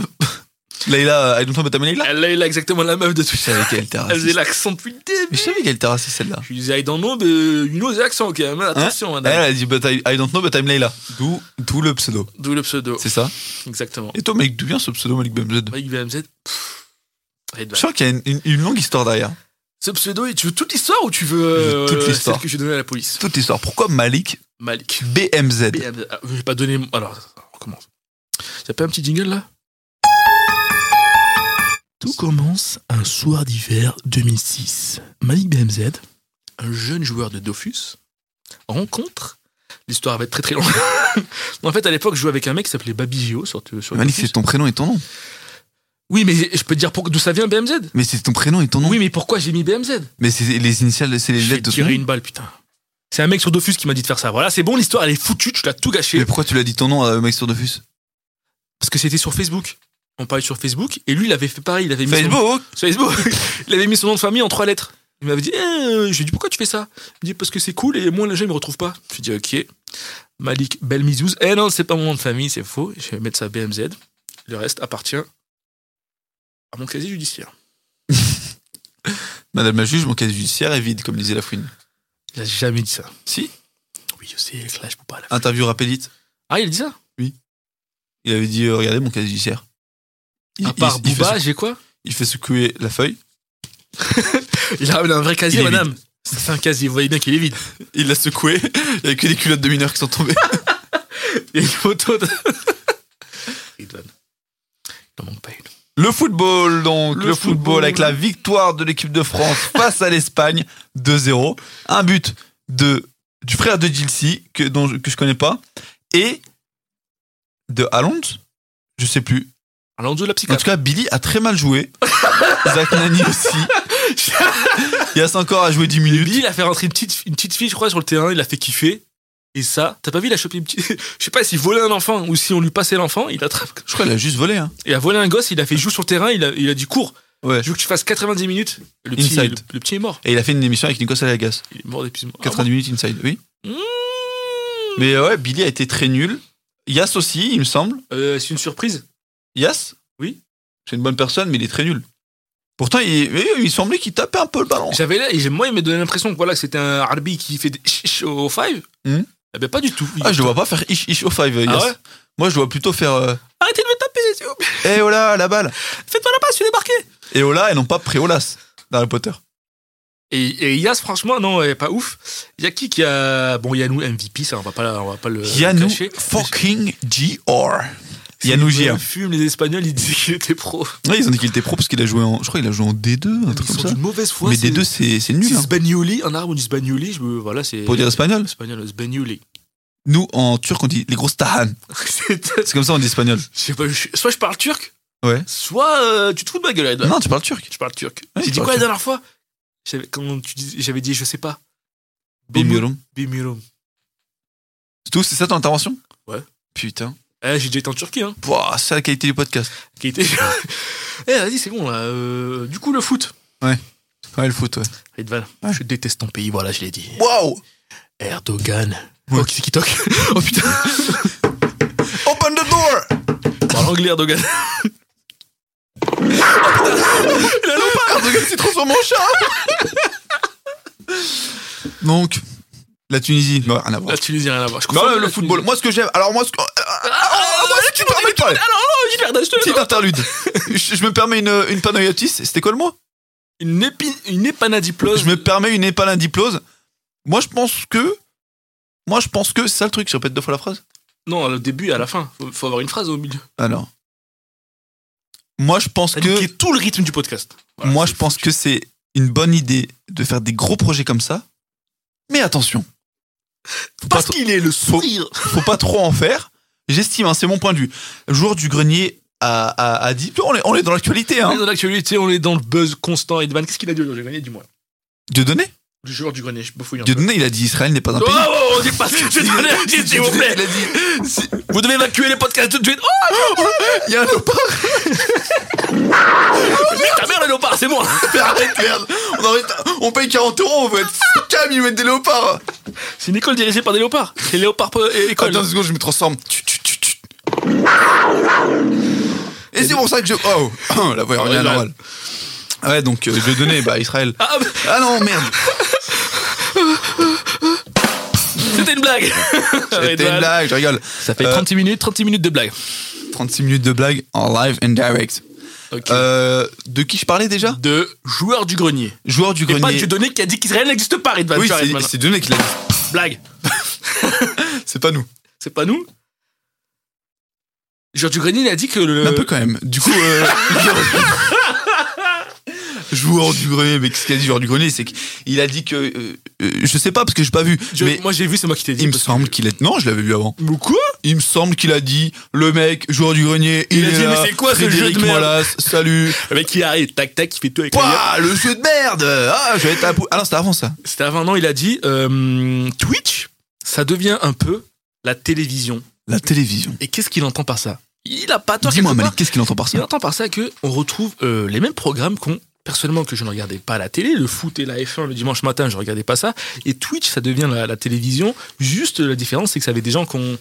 [SPEAKER 3] Layla, euh, I don't know about Layla.
[SPEAKER 2] elle Layla, exactement la meuf de
[SPEAKER 3] Je
[SPEAKER 2] Twitch.
[SPEAKER 3] savais qu'elle était
[SPEAKER 2] Elle
[SPEAKER 3] raciste.
[SPEAKER 2] faisait l'accent depuis le
[SPEAKER 3] Mais
[SPEAKER 2] début.
[SPEAKER 3] je savais qu'elle était raciste celle-là.
[SPEAKER 2] Je lui disais, I don't know, mais you know the accent, quand même. Attention,
[SPEAKER 3] Elle, elle
[SPEAKER 2] madame.
[SPEAKER 3] a dit, but I, I don't know, but I'm Layla. D'où, d'où le pseudo.
[SPEAKER 2] D'où le pseudo.
[SPEAKER 3] C'est ça.
[SPEAKER 2] Exactement.
[SPEAKER 3] Et toi, mec, d'où vient ce pseudo Malik BMZ
[SPEAKER 2] Mike BMZ. pff,
[SPEAKER 3] Je
[SPEAKER 2] Redman.
[SPEAKER 3] crois qu'il y a une, une- une longue histoire derrière.
[SPEAKER 2] Ce pseudo, et tu veux toute l'histoire ou tu veux
[SPEAKER 3] Je veux
[SPEAKER 2] euh,
[SPEAKER 3] toute l'histoire.
[SPEAKER 2] celle que j'ai donnée à la police
[SPEAKER 3] Toute l'histoire. Pourquoi Malik
[SPEAKER 2] Malik.
[SPEAKER 3] BMZ
[SPEAKER 2] BMZ. Ah, j'ai pas donné. Alors, attends, on recommence. Y'a pas un petit jingle là Tout commence un soir d'hiver 2006. Malik BMZ, un jeune joueur de Dofus, rencontre. L'histoire va être très très longue. Non, en fait, à l'époque, je jouais avec un mec qui s'appelait Babigio sur, sur
[SPEAKER 3] Malik,
[SPEAKER 2] Dofus.
[SPEAKER 3] c'est ton prénom et ton nom.
[SPEAKER 2] Oui, mais je peux te dire pour- d'où ça vient BMZ
[SPEAKER 3] Mais c'est ton prénom et ton nom.
[SPEAKER 2] Oui, mais pourquoi j'ai mis BMZ
[SPEAKER 3] Mais c'est les initiales, c'est les
[SPEAKER 2] Je vais
[SPEAKER 3] lettres de ton
[SPEAKER 2] tirer
[SPEAKER 3] nom.
[SPEAKER 2] une balle, putain. C'est un mec sur Dofus qui m'a dit de faire ça. Voilà, c'est bon, l'histoire, elle est foutue, tu l'as tout
[SPEAKER 3] Mais
[SPEAKER 2] gâché.
[SPEAKER 3] pourquoi tu l'as dit ton nom à Mike sur Dofus
[SPEAKER 2] Parce que c'était sur Facebook. On parlait sur Facebook, et lui, il avait fait pareil. Il avait mis son-
[SPEAKER 3] Facebook
[SPEAKER 2] sur Facebook. il avait mis son nom de famille en trois lettres. Il m'avait dit, eh, j'ai dit, pourquoi tu fais ça Il me dit, parce que c'est cool, et moi, les gens, ils me retrouvent pas. Je lui ai dit, ok. Malik Belmizouz. Eh non, c'est pas mon nom de famille, c'est faux. Je vais mettre ça BMZ. Le reste appartient à mon casier judiciaire.
[SPEAKER 3] Madame la juge, mon casier judiciaire est vide, comme disait la fouine.
[SPEAKER 2] Il a jamais dit ça.
[SPEAKER 3] Si
[SPEAKER 2] Oui, je sais, Clash, pour pas la-
[SPEAKER 3] Interview rapidite.
[SPEAKER 2] Ah, il a dit ça
[SPEAKER 3] Il avait dit, euh, regardez mon casier judiciaire. Il,
[SPEAKER 2] À part
[SPEAKER 3] il- il fait
[SPEAKER 2] Booba,
[SPEAKER 3] secou-
[SPEAKER 2] j'ai quoi
[SPEAKER 3] il fait secouer la feuille,
[SPEAKER 2] Il a un vrai casier,
[SPEAKER 3] Il est
[SPEAKER 2] madame. Ça fait un casier, vous voyez bien qu'il est vide.
[SPEAKER 3] il l'a secoué, il n'y avait que des culottes de mineurs qui sont tombées.
[SPEAKER 2] Il y a une photo de. Ridvan. Il en manque pas une.
[SPEAKER 3] Le football, donc, le,
[SPEAKER 2] Le
[SPEAKER 3] football,
[SPEAKER 2] football.
[SPEAKER 3] avec la victoire de l'équipe de France face à l'Espagne, 2-0. Un but de, du frère de Gilsi, que, dont je, que je connais pas, et de Haaland, je sais plus.
[SPEAKER 2] Alonso la
[SPEAKER 3] En
[SPEAKER 2] psychiatre.
[SPEAKER 3] tout cas, Billy a très mal joué. Zach Nani aussi. Yass encore a joué 10 minutes.
[SPEAKER 2] Billy, il a fait rentrer une petite, une petite fille, je crois, sur le terrain, il l'a fait kiffer. Et ça, t'as pas vu, il a chopé une petite. Je sais pas s'il volait un enfant ou si on lui passait l'enfant, il attrape.
[SPEAKER 3] Je crois qu'il a juste volé. Hein.
[SPEAKER 2] Il a volé un gosse, il a fait joue sur le terrain, il a, il a dit cours,
[SPEAKER 3] Ouais.
[SPEAKER 2] je veux que tu fasses 90 minutes. Le petit, le,
[SPEAKER 3] Inside.
[SPEAKER 2] le petit est mort.
[SPEAKER 3] Et il a fait une émission avec Nicolas Salagas.
[SPEAKER 2] Il est mort d'épuisement. Ah
[SPEAKER 3] 90 minutes inside, oui.
[SPEAKER 2] bon
[SPEAKER 3] Mais ouais, Billy a été très nul. Yass aussi, il me semble.
[SPEAKER 2] Euh, C'est une surprise
[SPEAKER 3] Yass
[SPEAKER 2] Oui.
[SPEAKER 3] C'est une bonne personne, mais il est très nul. Pourtant, il, mais il semblait qu'il tapait un peu le ballon.
[SPEAKER 2] J'avais là, et moi, il m'a donné l'impression que voilà, que c'était un Arby qui fait des ch- ch- au five.
[SPEAKER 3] Hmm.
[SPEAKER 2] Eh ben, pas du tout.
[SPEAKER 3] Ah, je le vois pas faire ish ish au five, Yass.
[SPEAKER 2] Ah ouais
[SPEAKER 3] Moi, je le vois plutôt faire. euh,
[SPEAKER 2] Arrêtez de me taper, s'il vous plaît.
[SPEAKER 3] Eh oh là, la balle
[SPEAKER 2] Faites-moi la passe, je suis débarqué.
[SPEAKER 3] Et oh là, et non pas Préolas dans Harry Potter.
[SPEAKER 2] Et, et Yas, franchement, non, elle est pas ouf. Il y a qui qui a. Bon, Yannou MVP, ça, on va pas, la- on va pas le.
[SPEAKER 3] Yanou
[SPEAKER 2] cacher.
[SPEAKER 3] fucking GR.
[SPEAKER 2] C'est-
[SPEAKER 3] Yannou
[SPEAKER 2] c'est-
[SPEAKER 3] JR.
[SPEAKER 2] fume les Espagnols, ils disaient qu'il était pro.
[SPEAKER 3] Ouais, ils ont dit qu'il était pro parce qu'il a joué en. Je crois qu'il a joué en D2, un
[SPEAKER 2] Ils
[SPEAKER 3] truc
[SPEAKER 2] sont
[SPEAKER 3] comme ça.
[SPEAKER 2] d'une mauvaise foi.
[SPEAKER 3] mais
[SPEAKER 2] c'est-
[SPEAKER 3] D2, c'est c'est
[SPEAKER 2] C'est
[SPEAKER 3] nul. hein.
[SPEAKER 2] Sbagnioli, en arabe on dit Sbagnioli, je me. Voilà, c'est.
[SPEAKER 3] Pour dire espagnol.
[SPEAKER 2] Espagnol, Sbagnioli.
[SPEAKER 3] Nous, en turc, on dit les grosses tahan.
[SPEAKER 2] C'est-
[SPEAKER 3] C'est comme ça, on dit espagnol.
[SPEAKER 2] je sais pas, je- soit je parle turc,
[SPEAKER 3] Ouais.
[SPEAKER 2] soit euh, tu te fous de ma gueule, Edouard.
[SPEAKER 3] Non, tu parles turc.
[SPEAKER 2] Je parle turc.
[SPEAKER 3] Ouais,
[SPEAKER 2] J'ai
[SPEAKER 3] tu
[SPEAKER 2] dit
[SPEAKER 3] parles
[SPEAKER 2] quoi la
[SPEAKER 3] turc.
[SPEAKER 2] dernière fois J'avais, comment tu dis, j'avais dit, je sais pas.
[SPEAKER 3] Bimurum.
[SPEAKER 2] Bimurum.
[SPEAKER 3] C'est tout, c'est ça ton intervention
[SPEAKER 2] Ouais.
[SPEAKER 3] Putain.
[SPEAKER 2] Eh, j'ai déjà été en Turquie, hein.
[SPEAKER 3] Pouah, c'est la qualité du podcast.
[SPEAKER 2] Qui était. eh, vas-y, c'est bon, là. euh, du coup, le foot.
[SPEAKER 3] Ouais, le foot, ouais.
[SPEAKER 2] Ridvan, je déteste ton pays, voilà, je l'ai dit.
[SPEAKER 3] Waouh
[SPEAKER 2] Erdogan. Oh, qui c'est qui toque Oh putain
[SPEAKER 3] Open the door
[SPEAKER 2] Parle anglais, Erdogan.
[SPEAKER 3] Erdogan s'est transformé en chat Donc, la Tunisie. Non, rien à voir.
[SPEAKER 2] La Tunisie, rien à voir. Je
[SPEAKER 3] Non,
[SPEAKER 2] confonds
[SPEAKER 3] le
[SPEAKER 2] la
[SPEAKER 3] football.
[SPEAKER 2] Tunisie. oh,
[SPEAKER 3] Moi, ce que j'aime. Alors, moi, ce que. Ah, ah, ah, moi, tu me permets de parler.
[SPEAKER 2] Ah non, non, j'ai l'air d'acheter.
[SPEAKER 3] Petite interlude. je, je me permets une, une panoïotis. C'était quoi le mot
[SPEAKER 2] Une, épi... une épanadiplose.
[SPEAKER 3] Je me permets une épalindiplose. Moi, je pense que. Moi, je pense que. C'est ça le truc, je répète deux fois la phrase
[SPEAKER 2] Non, le début et à la fin. Faut, faut avoir une phrase au milieu.
[SPEAKER 3] Alors. Moi, je pense
[SPEAKER 2] Ça
[SPEAKER 3] que.
[SPEAKER 2] niquait tout le rythme du podcast. Voilà,
[SPEAKER 3] moi,
[SPEAKER 2] c'est
[SPEAKER 3] je pense que Bah, c'est une bonne idée de faire des gros projets comme ça. Mais attention,
[SPEAKER 2] fou. Parce
[SPEAKER 3] pas-
[SPEAKER 2] qu'il est le sourire.
[SPEAKER 3] faut pas trop en faire. J'estime, hein, c'est mon point de vue. Le joueur du grenier a, a- a dit. On est, on est dans l'actualité,
[SPEAKER 2] On est
[SPEAKER 3] hein.
[SPEAKER 2] dans l'actualité, on est dans le buzz constant. Ridvan, qu'est-ce qu'il a dit au grenier Dis-moi.
[SPEAKER 3] Dieudonné
[SPEAKER 2] Le joueur du grenier, je bafouille un peu.
[SPEAKER 3] Dieudonné, il a dit Israël n'est pas un
[SPEAKER 2] Oh,
[SPEAKER 3] pays.
[SPEAKER 2] oh, on dit pas ce que j'ai donné à dire, s'il vous plaît.
[SPEAKER 3] Il a dit-
[SPEAKER 2] Vous devez évacuer les podcasts tout de suite. Oh,
[SPEAKER 3] Il y a un leopard.
[SPEAKER 2] mais ta mère, le léopard, c'est moi.
[SPEAKER 3] Mais arrête, merde. On, arrête- on paye 40 euros, on veut être calme, ils mettent des léopards.
[SPEAKER 2] C'est une école dirigée par des léopards. C'est léopard et école.
[SPEAKER 3] Attends une seconde, je me transforme. Tut, tut, tut, tut. Et c'est pour ça que je. Oh, la voix est revenue à la normale. Ouais, donc euh, je vais donner, bah, Israël.
[SPEAKER 2] Ah, bah,
[SPEAKER 3] Ah non, merde.
[SPEAKER 2] c'était une blague.
[SPEAKER 3] C'était une blague, je rigole.
[SPEAKER 2] Ça fait
[SPEAKER 3] Euh,
[SPEAKER 2] 36 minutes, 36 minutes de blague.
[SPEAKER 3] 36 minutes de blague en live and direct. Euh, de qui je parlais déjà
[SPEAKER 2] De joueur du grenier.
[SPEAKER 3] Joueur du
[SPEAKER 2] Et pas
[SPEAKER 3] grenier.
[SPEAKER 2] Dieu donné qui a dit qu'Israël n'existe pas, Ridvan.
[SPEAKER 3] oui,
[SPEAKER 2] Tu arrêtes
[SPEAKER 3] c'est-
[SPEAKER 2] maintenant.
[SPEAKER 3] c'est donné qui l'a dit.
[SPEAKER 2] Blague.
[SPEAKER 3] C'est pas nous.
[SPEAKER 2] C'est pas nous. Joueur du grenier, il a dit que le.
[SPEAKER 3] Un peu quand même. Du coup, euh, joueur du grenier, mais qu'est-ce qu'il a dit joueur du grenier C'est qu'il a dit que euh, euh, je sais pas parce que j'ai pas vu,
[SPEAKER 2] Je-
[SPEAKER 3] mais
[SPEAKER 2] Moi, j'ai vu, c'est moi qui t'ai dit.
[SPEAKER 3] il me
[SPEAKER 2] parce que-
[SPEAKER 3] semble qu'il a non, je l'avais vu avant.
[SPEAKER 2] Mais quoi
[SPEAKER 3] Il me semble qu'il a dit le mec joueur du grenier, il,
[SPEAKER 2] Il a
[SPEAKER 3] est
[SPEAKER 2] dit,
[SPEAKER 3] là,
[SPEAKER 2] mais c'est quoi ce jeu de
[SPEAKER 3] Frédéric
[SPEAKER 2] merde
[SPEAKER 3] Molas, salut.
[SPEAKER 2] Le mec, il arrive, tac, tac, il fait tout avec la gueule.
[SPEAKER 3] Ouah, le jeu de merde. Ah, je vais être à pou- Ah non, c'était avant ça.
[SPEAKER 2] C'était avant, non, il a dit euh, Twitch, ça devient un peu la télévision.
[SPEAKER 3] La télévision.
[SPEAKER 2] Et qu'est-ce qu'il entend par ça Il a pas tort.
[SPEAKER 3] Dis-moi,
[SPEAKER 2] quelque part.
[SPEAKER 3] Malik, qu'est-ce qu'il entend par
[SPEAKER 2] Il
[SPEAKER 3] ça
[SPEAKER 2] entend par ça que on retrouve euh, les mêmes programmes qu'on personnellement que je ne regardais pas à la télé, le foot et la F1 le dimanche matin, je regardais pas ça. Et Twitch, ça devient la, la télévision. Juste la différence, c'est que ça avait des gens qu'on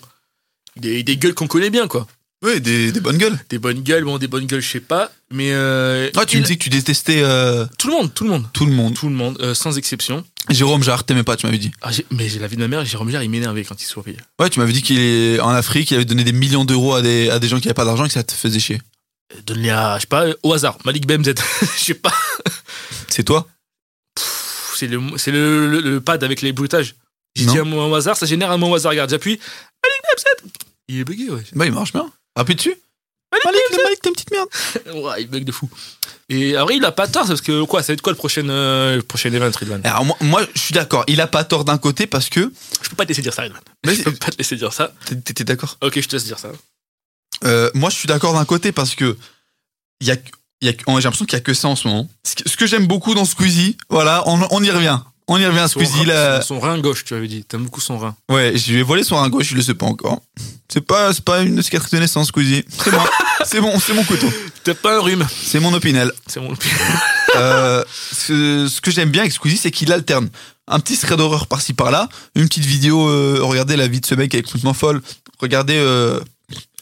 [SPEAKER 2] des, des gueules qu'on connaît bien, quoi.
[SPEAKER 3] Oui, des, des bonnes gueules.
[SPEAKER 2] Des bonnes gueules, bon, des bonnes gueules, je sais pas. Mais euh,
[SPEAKER 3] Ah, tu
[SPEAKER 2] il-
[SPEAKER 3] me dis que tu détestais euh,
[SPEAKER 2] tout le monde, tout le monde,
[SPEAKER 3] tout le monde.
[SPEAKER 2] tout le monde, euh, sans exception.
[SPEAKER 3] Jérôme Jarre, t'aimais pas, tu m'avais dit.
[SPEAKER 2] Ah, j'ai- mais j'ai la vie de ma mère, Jérôme Jarre, il m'énervait quand il souriait.
[SPEAKER 3] Ouais, tu m'avais dit qu'il est en Afrique, il avait donné des millions d'euros à des, à des gens qui n'avaient pas d'argent et que ça te faisait chier.
[SPEAKER 2] Euh, Donne-les à, je sais pas, euh, au hasard, Malik Bemzet, je sais pas.
[SPEAKER 3] C'est toi
[SPEAKER 2] Pff, C'est le, c'est le, le- le pad avec les bruitages. J'ai
[SPEAKER 3] Non.
[SPEAKER 2] dit un mot au hasard, ça génère un mot au hasard. Regarde, j'appuie. Malik Bemzet Il est bugué, ouais.
[SPEAKER 3] Bah, il marche bien. Appuie dessus.
[SPEAKER 2] Malik
[SPEAKER 3] Malik, Malik, t'es une petite merde.
[SPEAKER 2] Ouais, il bug de fou. Et après, il a pas tort, c'est parce que quoi, ça va être quoi le prochain, euh, le prochain event, Ridwan
[SPEAKER 3] Alors, moi, moi, je suis d'accord. Il a pas tort d'un côté parce que.
[SPEAKER 2] Je peux pas te laisser dire ça, Ridwan.
[SPEAKER 3] Mais
[SPEAKER 2] Je peux pas te laisser dire ça.
[SPEAKER 3] t'es- t'étais d'accord.
[SPEAKER 2] Ok, je te laisse dire ça.
[SPEAKER 3] Euh, moi, je suis d'accord d'un côté parce que. il Y a, que- il y a, que- j'ai l'impression qu'il y a que ça en ce moment. Ce que, ce que j'aime beaucoup dans Squeezie, voilà, on, on y revient. On y revient à
[SPEAKER 2] Son,
[SPEAKER 3] Squeezie.
[SPEAKER 2] rein,
[SPEAKER 3] là.
[SPEAKER 2] son- son rein gauche, tu avais dit. T'aimes beaucoup son rein.
[SPEAKER 3] Ouais, je lui ai volé son rein gauche, je le sais pas encore. C'est pas, c'est pas une cicatrice de naissance, Squeezie. C'est moi. c'est mon, c'est mon couteau.
[SPEAKER 2] T'as pas un rhume.
[SPEAKER 3] C'est mon opinel.
[SPEAKER 2] C'est mon
[SPEAKER 3] Euh, ce, ce que j'aime bien avec Squeezie, c'est qu'il alterne un petit thread d'horreur par-ci par-là, une petite vidéo, euh, regardez la vie de ce mec avec complètement folle, regardez euh,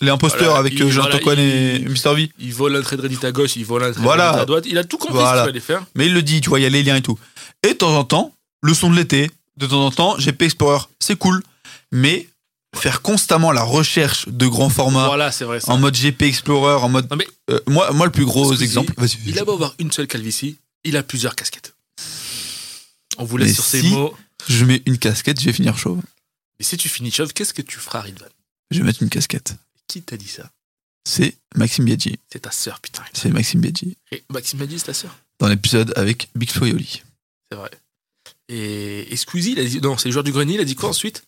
[SPEAKER 3] les imposteurs
[SPEAKER 2] Voilà,
[SPEAKER 3] avec
[SPEAKER 2] il-
[SPEAKER 3] euh, Jean
[SPEAKER 2] voilà,
[SPEAKER 3] Toquan et
[SPEAKER 2] il-
[SPEAKER 3] Mr. V.
[SPEAKER 2] Il vole un trait de Reddit à gauche, il vole un trait de
[SPEAKER 3] Voilà.
[SPEAKER 2] Reddit à droite. Il a tout compris
[SPEAKER 3] Voilà.
[SPEAKER 2] ce qu'il fallait faire.
[SPEAKER 3] Mais il le dit, tu vois, il y a les liens et tout. Et de temps en temps, le son de l'été, de temps en temps, GP Explorer, c'est cool, mais faire constamment la recherche de grands formats
[SPEAKER 2] Voilà, c'est vrai. ça.
[SPEAKER 3] en mode GP Explorer, en mode.
[SPEAKER 2] Non, mais-
[SPEAKER 3] Euh, moi, moi, le plus gros
[SPEAKER 2] Squeezie,
[SPEAKER 3] exemple. Vas-y.
[SPEAKER 2] Il a beau avoir une seule calvitie, il a plusieurs casquettes. On vous laisse
[SPEAKER 3] Mais
[SPEAKER 2] sur ces
[SPEAKER 3] si-
[SPEAKER 2] mots.
[SPEAKER 3] Je mets une casquette, je vais finir chauve.
[SPEAKER 2] Mais si tu finis chauve, qu'est-ce que tu feras, Ridvan
[SPEAKER 3] Je vais mettre une casquette.
[SPEAKER 2] Qui t'a dit ça
[SPEAKER 3] C'est Maxime Biaggi.
[SPEAKER 2] C'est ta sœur, putain.
[SPEAKER 3] C'est Maxime Biaggi.
[SPEAKER 2] Et Maxime m'a dit, c'est ta sœur.
[SPEAKER 3] Dans l'épisode avec Big Flo et Oli.
[SPEAKER 2] C'est vrai. Et, et Squeezie, il a dit. Non, c'est le joueur du grenier, il a dit quoi ensuite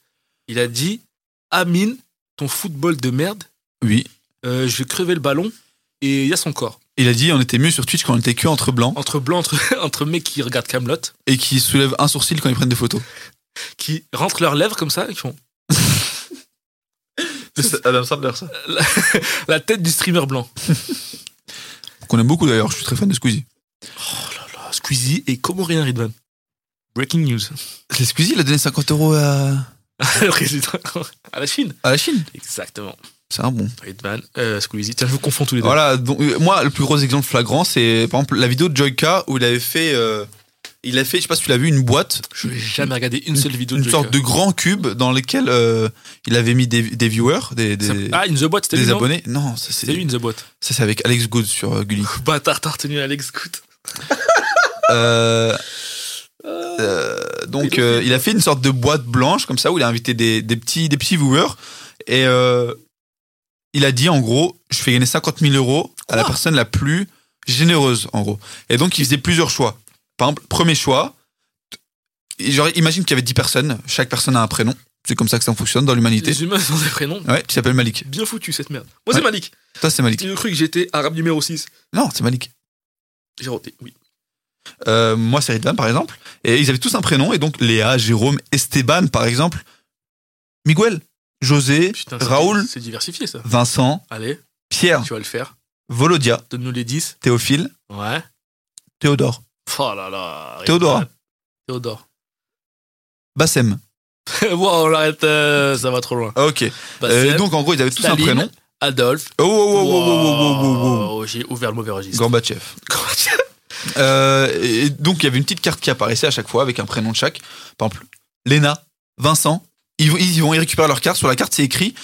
[SPEAKER 2] Il a dit Amine, ton football de merde,
[SPEAKER 3] Oui.
[SPEAKER 2] euh, je vais crever le ballon et il y a son corps.
[SPEAKER 3] Il a dit on était mieux sur Twitch quand on était que entre blancs
[SPEAKER 2] Entre blancs, entre, entre mecs qui regardent Camelot,
[SPEAKER 3] et qui soulèvent un sourcil quand ils prennent des photos.
[SPEAKER 2] qui rentrent leurs lèvres comme ça, et qui font
[SPEAKER 3] Adam Sandler, ça.
[SPEAKER 2] la tête du streamer blanc.
[SPEAKER 3] Qu'on aime beaucoup d'ailleurs, je suis très fan de Squeezie.
[SPEAKER 2] Oh là là, Squeezie et Comorien Ridvan. Breaking news.
[SPEAKER 3] Et Squeezie, il a donné 50 euros à,
[SPEAKER 2] Le résultat à la Chine.
[SPEAKER 3] à la Chine.
[SPEAKER 2] Exactement.
[SPEAKER 3] C'est un bon.
[SPEAKER 2] Ridvan, euh, Squeezie. Tiens, je vous confonds tous les deux.
[SPEAKER 3] Voilà, donc, euh, moi, le plus gros exemple flagrant, c'est par exemple la vidéo de Joyka où il avait fait. euh, il a fait, je sais pas si tu l'as vu, une boîte,
[SPEAKER 2] Je n'ai jamais regardé une seule vidéo
[SPEAKER 3] une
[SPEAKER 2] de
[SPEAKER 3] sorte de grand cube dans lequel euh, il avait mis des, des viewers, des,
[SPEAKER 2] Joker.
[SPEAKER 3] des,
[SPEAKER 2] Ça- Ah, une The Bot, c'était
[SPEAKER 3] des
[SPEAKER 2] lui, non
[SPEAKER 3] abonnés. Non, ça c'est
[SPEAKER 2] C'était lui, une The Bot.
[SPEAKER 3] ça, c'est avec Alex Good sur euh, Gulli.
[SPEAKER 2] Bâtard, t'as retenu Alex Good.
[SPEAKER 3] Euh, euh, donc euh, il a fait une sorte de boîte blanche comme ça où il a invité des, des petits des petits viewers et euh, il a dit en gros je fais gagner 50 000 euros à la
[SPEAKER 2] Quoi
[SPEAKER 3] personne la plus généreuse en gros et donc il faisait plusieurs choix par exemple premier choix t- genre, imagine qu'il y avait 10 personnes chaque personne a un prénom c'est comme ça que ça fonctionne dans l'humanité
[SPEAKER 2] Les humains sont des prénoms.
[SPEAKER 3] ouais tu t'appelles Malik
[SPEAKER 2] Bien foutu cette merde. Moi, c'est
[SPEAKER 3] Ouais.
[SPEAKER 2] Malik.
[SPEAKER 3] toi c'est Malik
[SPEAKER 2] Ils ont cru que j'étais arabe numéro 6.
[SPEAKER 3] non c'est Malik
[SPEAKER 2] J'ai roté, oui.
[SPEAKER 3] Euh, moi c'est Ridvan par exemple, et ils avaient tous un prénom, et donc Léa, Jérôme, Esteban par exemple, Miguel, José,
[SPEAKER 2] Putain, c'est-
[SPEAKER 3] Raoul, Ah.
[SPEAKER 2] C'est diversifié, ça.
[SPEAKER 3] Vincent,
[SPEAKER 2] Allez,
[SPEAKER 3] Pierre,
[SPEAKER 2] tu vas le faire.
[SPEAKER 3] Volodia,
[SPEAKER 2] Donne-nous les 10.
[SPEAKER 3] Théophile,
[SPEAKER 2] Ouais.
[SPEAKER 3] Théodore,
[SPEAKER 2] Oh là là.
[SPEAKER 3] Théodore.
[SPEAKER 2] Ridvan. Théodore.
[SPEAKER 3] Bassem.
[SPEAKER 2] wow, on l'arrête, euh, ça va trop loin.
[SPEAKER 3] Ah, ok.
[SPEAKER 2] Bassem,
[SPEAKER 3] Euh, donc en gros ils avaient tous
[SPEAKER 2] Staline.
[SPEAKER 3] un prénom.
[SPEAKER 2] Adolphe.
[SPEAKER 3] Oh, oh, oh, oh, oh, oh, oh, oh,
[SPEAKER 2] Wow, J'ai ouvert le mauvais
[SPEAKER 3] oh.
[SPEAKER 2] registre.
[SPEAKER 3] Gorbatchev. Euh, et donc il y avait une petite carte qui apparaissait à chaque fois avec un prénom de chaque. Par exemple, Léna, Vincent. Ils, vont- ils vont y récupérer leur carte. Sur la carte, c'est écrit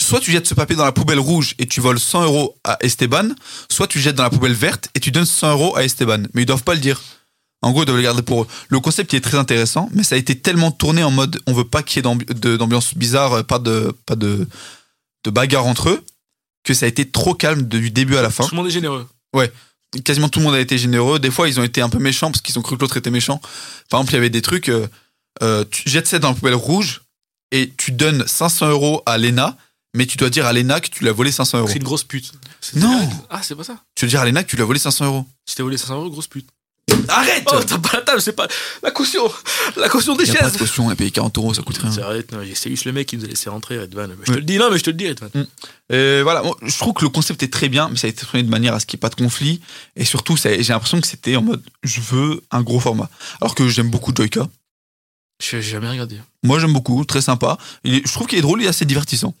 [SPEAKER 3] soit tu jettes ce papier dans la poubelle rouge et tu voles 100 euros à Esteban, soit tu jettes dans la poubelle verte et tu donnes 100 euros à Esteban. Mais ils doivent pas le dire. En gros, ils doivent le garder pour eux. Le concept il est très intéressant, mais ça a été tellement tourné en mode on veut pas qu'il y ait d'ambi- de- d'ambiance bizarre, euh, pas de pas de, de bagarre entre eux, que ça a été trop calme de- du début à la fin
[SPEAKER 2] Tout le monde est généreux.
[SPEAKER 3] quasiment tout le monde a été généreux. Des fois, ils ont été un peu méchants parce qu'ils ont cru que l'autre était méchant. Par exemple, il y avait des trucs, euh, euh, tu jettes ça dans la poubelle rouge et tu donnes 500 euros à Lena, mais tu dois dire à Lena que tu lui as volé 500 euros.
[SPEAKER 2] C'est une grosse pute. C'est
[SPEAKER 3] Non.
[SPEAKER 2] direct. Ah, c'est pas ça.
[SPEAKER 3] Tu dois dire à Lena que tu lui as volé 500 euros.
[SPEAKER 2] Si t'as volé 500 euros, grosse pute.
[SPEAKER 3] Arrête
[SPEAKER 2] Oh, t'as pas la table, c'est pas. La caution La caution des
[SPEAKER 3] Il n'y a pas de
[SPEAKER 2] chaises
[SPEAKER 3] caution, on a payé 40 euros, ça coûte rien.
[SPEAKER 2] C'est arrête, non, c'est juste le mec qui nous a laissé rentrer, Redvan. Je te
[SPEAKER 3] Ouais.
[SPEAKER 2] le dis, non, mais je te le dis, Redvan.
[SPEAKER 3] Euh, voilà, bon, je trouve que le concept est très bien, mais ça a été tourné de manière à ce qu'il n'y ait pas de conflit. Et surtout, ça- j'ai l'impression que c'était en mode je veux un gros format. Alors que j'aime beaucoup Joyka.
[SPEAKER 2] Je- J'ai jamais regardé.
[SPEAKER 3] Moi, j'aime beaucoup, très sympa. Il est- je trouve qu'il est drôle, il est assez divertissant.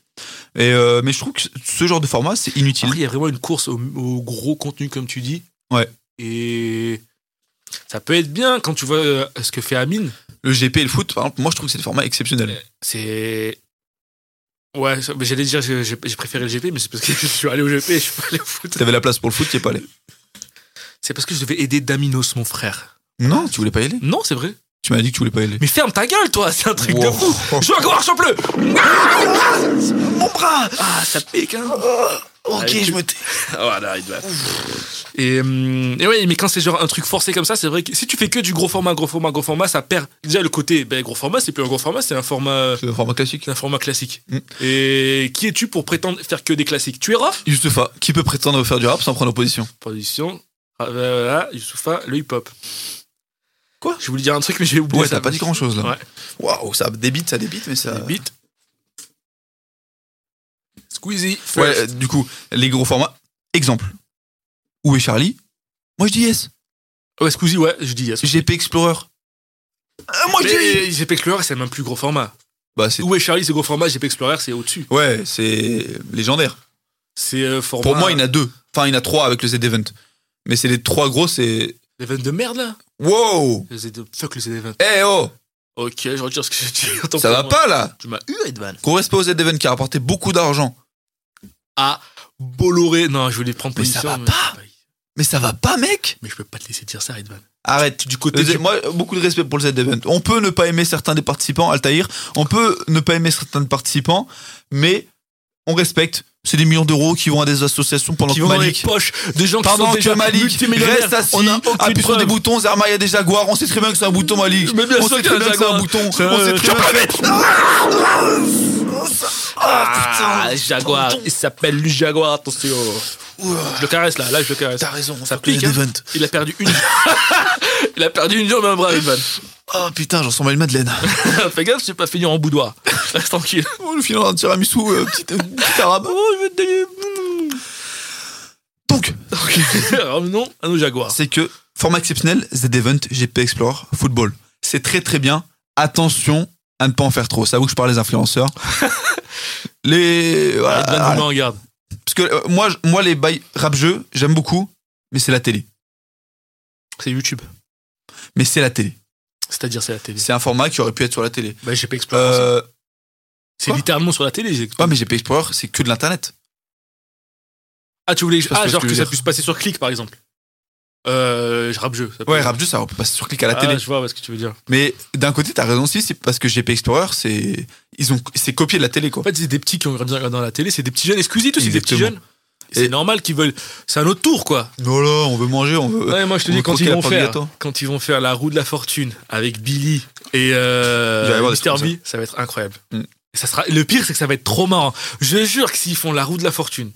[SPEAKER 3] Et euh, mais je trouve que ce genre de format, c'est inutile.
[SPEAKER 2] Après, il y a vraiment une course au, au gros contenu, comme tu dis.
[SPEAKER 3] Ouais.
[SPEAKER 2] Et. Ça peut être bien quand tu vois euh, ce que fait Amine.
[SPEAKER 3] Le GP et le foot, par exemple, moi, je trouve que c'est des formats exceptionnels.
[SPEAKER 2] C'est. Ouais, ça- mais j'allais dire, j'ai j'ai- j'ai préféré le GP, mais c'est parce que je suis allé au GP, je suis pas allé au foot.
[SPEAKER 3] T'avais la place pour le foot, t'y es pas allé.
[SPEAKER 2] C'est parce que je devais aider Daminos, mon frère.
[SPEAKER 3] Non, tu voulais pas y aller.
[SPEAKER 2] Non, c'est vrai.
[SPEAKER 3] Tu m'as dit que tu voulais pas y aller.
[SPEAKER 2] Mais ferme ta gueule, toi, c'est un truc de
[SPEAKER 3] Wow.
[SPEAKER 2] fou. Je veux encore un champleux.
[SPEAKER 3] Mon bras
[SPEAKER 2] Ah, ça pique, hein.
[SPEAKER 3] Ok,
[SPEAKER 2] Allez,
[SPEAKER 3] je me tais.
[SPEAKER 2] Ah, Voilà, il doit. Et, hum, et ouais, mais quand c'est genre un truc forcé comme ça, c'est vrai que si tu fais que du gros format, gros format, gros format, ça perd déjà le côté. Ben, gros format, c'est plus un gros format, c'est un format,
[SPEAKER 3] C'est un format classique.
[SPEAKER 2] c'est un format classique.
[SPEAKER 3] Mm.
[SPEAKER 2] Et qui es-tu pour prétendre faire que des classiques Tu es Rof
[SPEAKER 3] Youssoufa, qui peut prétendre faire du rap sans prendre position
[SPEAKER 2] Position. Ah, ben, voilà, Youssoufa, le hip-hop.
[SPEAKER 3] Quoi
[SPEAKER 2] Je voulais dire un truc, mais j'ai oublié.
[SPEAKER 3] Ouais,
[SPEAKER 2] ça.
[SPEAKER 3] t'as pas dit grand chose là. Euh.
[SPEAKER 2] Ouais.
[SPEAKER 3] Waouh, ça débite, ça débite, mais ça.
[SPEAKER 2] Les beats. Squeezie.
[SPEAKER 3] Ouais,
[SPEAKER 2] first.
[SPEAKER 3] euh, du coup, les gros formats. Exemple. Où est Charlie Moi, je dis yes.
[SPEAKER 2] Ouais, Squeezie, ouais, je dis yes.
[SPEAKER 3] GP Explorer. Ah, moi, je dis oui.
[SPEAKER 2] Mais GP Explorer, c'est même plus gros format.
[SPEAKER 3] Bah, c'est.
[SPEAKER 2] Où est Charlie, c'est gros format, GP Explorer, c'est au-dessus.
[SPEAKER 3] Ouais, c'est légendaire.
[SPEAKER 2] C'est euh, format.
[SPEAKER 3] Pour moi, il y en a deux. Enfin, il y en a trois avec le Z-Event. Mais c'est les trois gros, c'est.
[SPEAKER 2] Les vannes de merde là
[SPEAKER 3] Wow
[SPEAKER 2] Les Z- Fuck les Z20.
[SPEAKER 3] Eh oh
[SPEAKER 2] Ok, je retire ce que j'ai dit. Autant
[SPEAKER 3] Ça
[SPEAKER 2] pour
[SPEAKER 3] va
[SPEAKER 2] moi.
[SPEAKER 3] pas là
[SPEAKER 2] Tu m'as eu, Edvan.
[SPEAKER 3] Gros respect au Z-Event qui a rapporté beaucoup d'argent.
[SPEAKER 2] Ah, Bolloré. Non, je voulais prendre
[SPEAKER 3] Mais
[SPEAKER 2] position.
[SPEAKER 3] ça va pas. Mais ça va pas, mec
[SPEAKER 2] Mais je peux pas te laisser dire ça, Edvan.
[SPEAKER 3] Arrête.
[SPEAKER 2] Du côté
[SPEAKER 3] Le Z-
[SPEAKER 2] du.
[SPEAKER 3] Moi, beaucoup de respect pour le Z-Event. On peut ne pas aimer certains des participants, Altaïr. On peut ne pas aimer certains des participants, mais on respecte. C'est des millions d'euros qui vont à des associations pendant
[SPEAKER 2] Qui
[SPEAKER 3] que
[SPEAKER 2] vont dans les
[SPEAKER 3] Malik.
[SPEAKER 2] poches de gens qui
[SPEAKER 3] Pendant
[SPEAKER 2] sont
[SPEAKER 3] que
[SPEAKER 2] déjà
[SPEAKER 3] Malik
[SPEAKER 2] multimillionnaires.
[SPEAKER 3] reste assis,
[SPEAKER 2] On a aucune
[SPEAKER 3] appuie sur des
[SPEAKER 2] preuve.
[SPEAKER 3] boutons, Zerma, il y a des jaguars. On sait très bien que c'est un bouton, Malik.
[SPEAKER 2] Mais bien
[SPEAKER 3] on
[SPEAKER 2] sûr
[SPEAKER 3] sait
[SPEAKER 2] qu'il y a
[SPEAKER 3] très
[SPEAKER 2] un
[SPEAKER 3] bien que c'est un
[SPEAKER 2] jaguar.
[SPEAKER 3] bouton.
[SPEAKER 2] C'est
[SPEAKER 3] on
[SPEAKER 2] un-
[SPEAKER 3] sait très bien que
[SPEAKER 2] Ah,
[SPEAKER 3] putain. Ah,
[SPEAKER 2] Jaguar. Il s'appelle lui Jaguar, attention. Je le caresse là, là je le caresse.
[SPEAKER 4] T'as raison, on
[SPEAKER 2] Ah. Ça
[SPEAKER 4] fait plus
[SPEAKER 2] pique,
[SPEAKER 4] un
[SPEAKER 2] hein.
[SPEAKER 4] event.
[SPEAKER 2] Il a perdu une. il a perdu une jambe hein, à un bras, Evan.
[SPEAKER 3] Ah,
[SPEAKER 4] Oh putain, j'en sens mal une madeleine.
[SPEAKER 2] Fais gaffe, je vais pas finir en boudoir. Reste tranquille.
[SPEAKER 4] Oh, le filant un tiramisu, euh, petit, euh, petit arabe.
[SPEAKER 2] Oh, je vais te donner.
[SPEAKER 4] Donc,
[SPEAKER 2] Revenons à nos jaguars.
[SPEAKER 3] c'est que format exceptionnel, Z-Event, GP Explorer, football. C'est très très bien. Attention à ne pas en faire trop. Ça vous que je parle les influenceurs. les. voilà,
[SPEAKER 2] Evan vous
[SPEAKER 3] voilà.
[SPEAKER 2] met en garde.
[SPEAKER 3] Parce que euh, moi, je- moi les bails rap-jeux, j'aime beaucoup, mais c'est la télé.
[SPEAKER 2] C'est YouTube.
[SPEAKER 3] Mais c'est la télé.
[SPEAKER 2] C'est-à-dire, c'est la télé.
[SPEAKER 3] C'est un format qui aurait pu être sur la télé.
[SPEAKER 2] Bah, j'ai pas exploré. ça.
[SPEAKER 3] Euh,
[SPEAKER 2] c'est
[SPEAKER 3] quoi
[SPEAKER 2] littéralement sur la télé. j'ai exploré.
[SPEAKER 3] ouais, mais GP Explorer, c'est que de l'internet.
[SPEAKER 2] Ah, tu voulais.
[SPEAKER 3] sais pas
[SPEAKER 2] Ah,
[SPEAKER 3] ce que
[SPEAKER 2] genre
[SPEAKER 3] je
[SPEAKER 2] que
[SPEAKER 3] veux
[SPEAKER 2] ça
[SPEAKER 3] dire.
[SPEAKER 2] puisse passer sur clic, par exemple. Euh, je rappe jeu. ça peut
[SPEAKER 3] Ouais,
[SPEAKER 2] être.
[SPEAKER 3] rap-jeu, ça on peut passer sur clic à la
[SPEAKER 2] Ah,
[SPEAKER 3] télé.
[SPEAKER 2] je vois ce que tu veux dire.
[SPEAKER 3] Mais d'un côté, t'as raison aussi, c'est parce que GP Explorer, c'est ils ont c'est copié de la télé quoi.
[SPEAKER 2] En fait, c'est des petits qui ont grandi dans la télé, c'est des petits jeunes. Excusez tous, c'est des petits jeunes.
[SPEAKER 3] Exactement.
[SPEAKER 2] C'est
[SPEAKER 3] Et-
[SPEAKER 2] normal qu'ils veulent. C'est un autre tour, quoi.
[SPEAKER 3] Non là, on veut manger, on veut.
[SPEAKER 2] Ouais, moi, je te
[SPEAKER 3] on
[SPEAKER 2] dis,
[SPEAKER 3] veut
[SPEAKER 2] quand
[SPEAKER 3] croquer
[SPEAKER 2] ils
[SPEAKER 3] la
[SPEAKER 2] vont
[SPEAKER 3] part du
[SPEAKER 2] faire,
[SPEAKER 3] gâteau.
[SPEAKER 2] quand ils vont faire la roue de la fortune avec Billy et euh,
[SPEAKER 3] Il va y avoir des
[SPEAKER 2] Mr.
[SPEAKER 3] trucs comme
[SPEAKER 2] B, ça va être incroyable.
[SPEAKER 3] Mm.
[SPEAKER 2] Et ça sera. Le pire, c'est que ça va être trop marrant. Je jure que s'ils font la roue de la fortune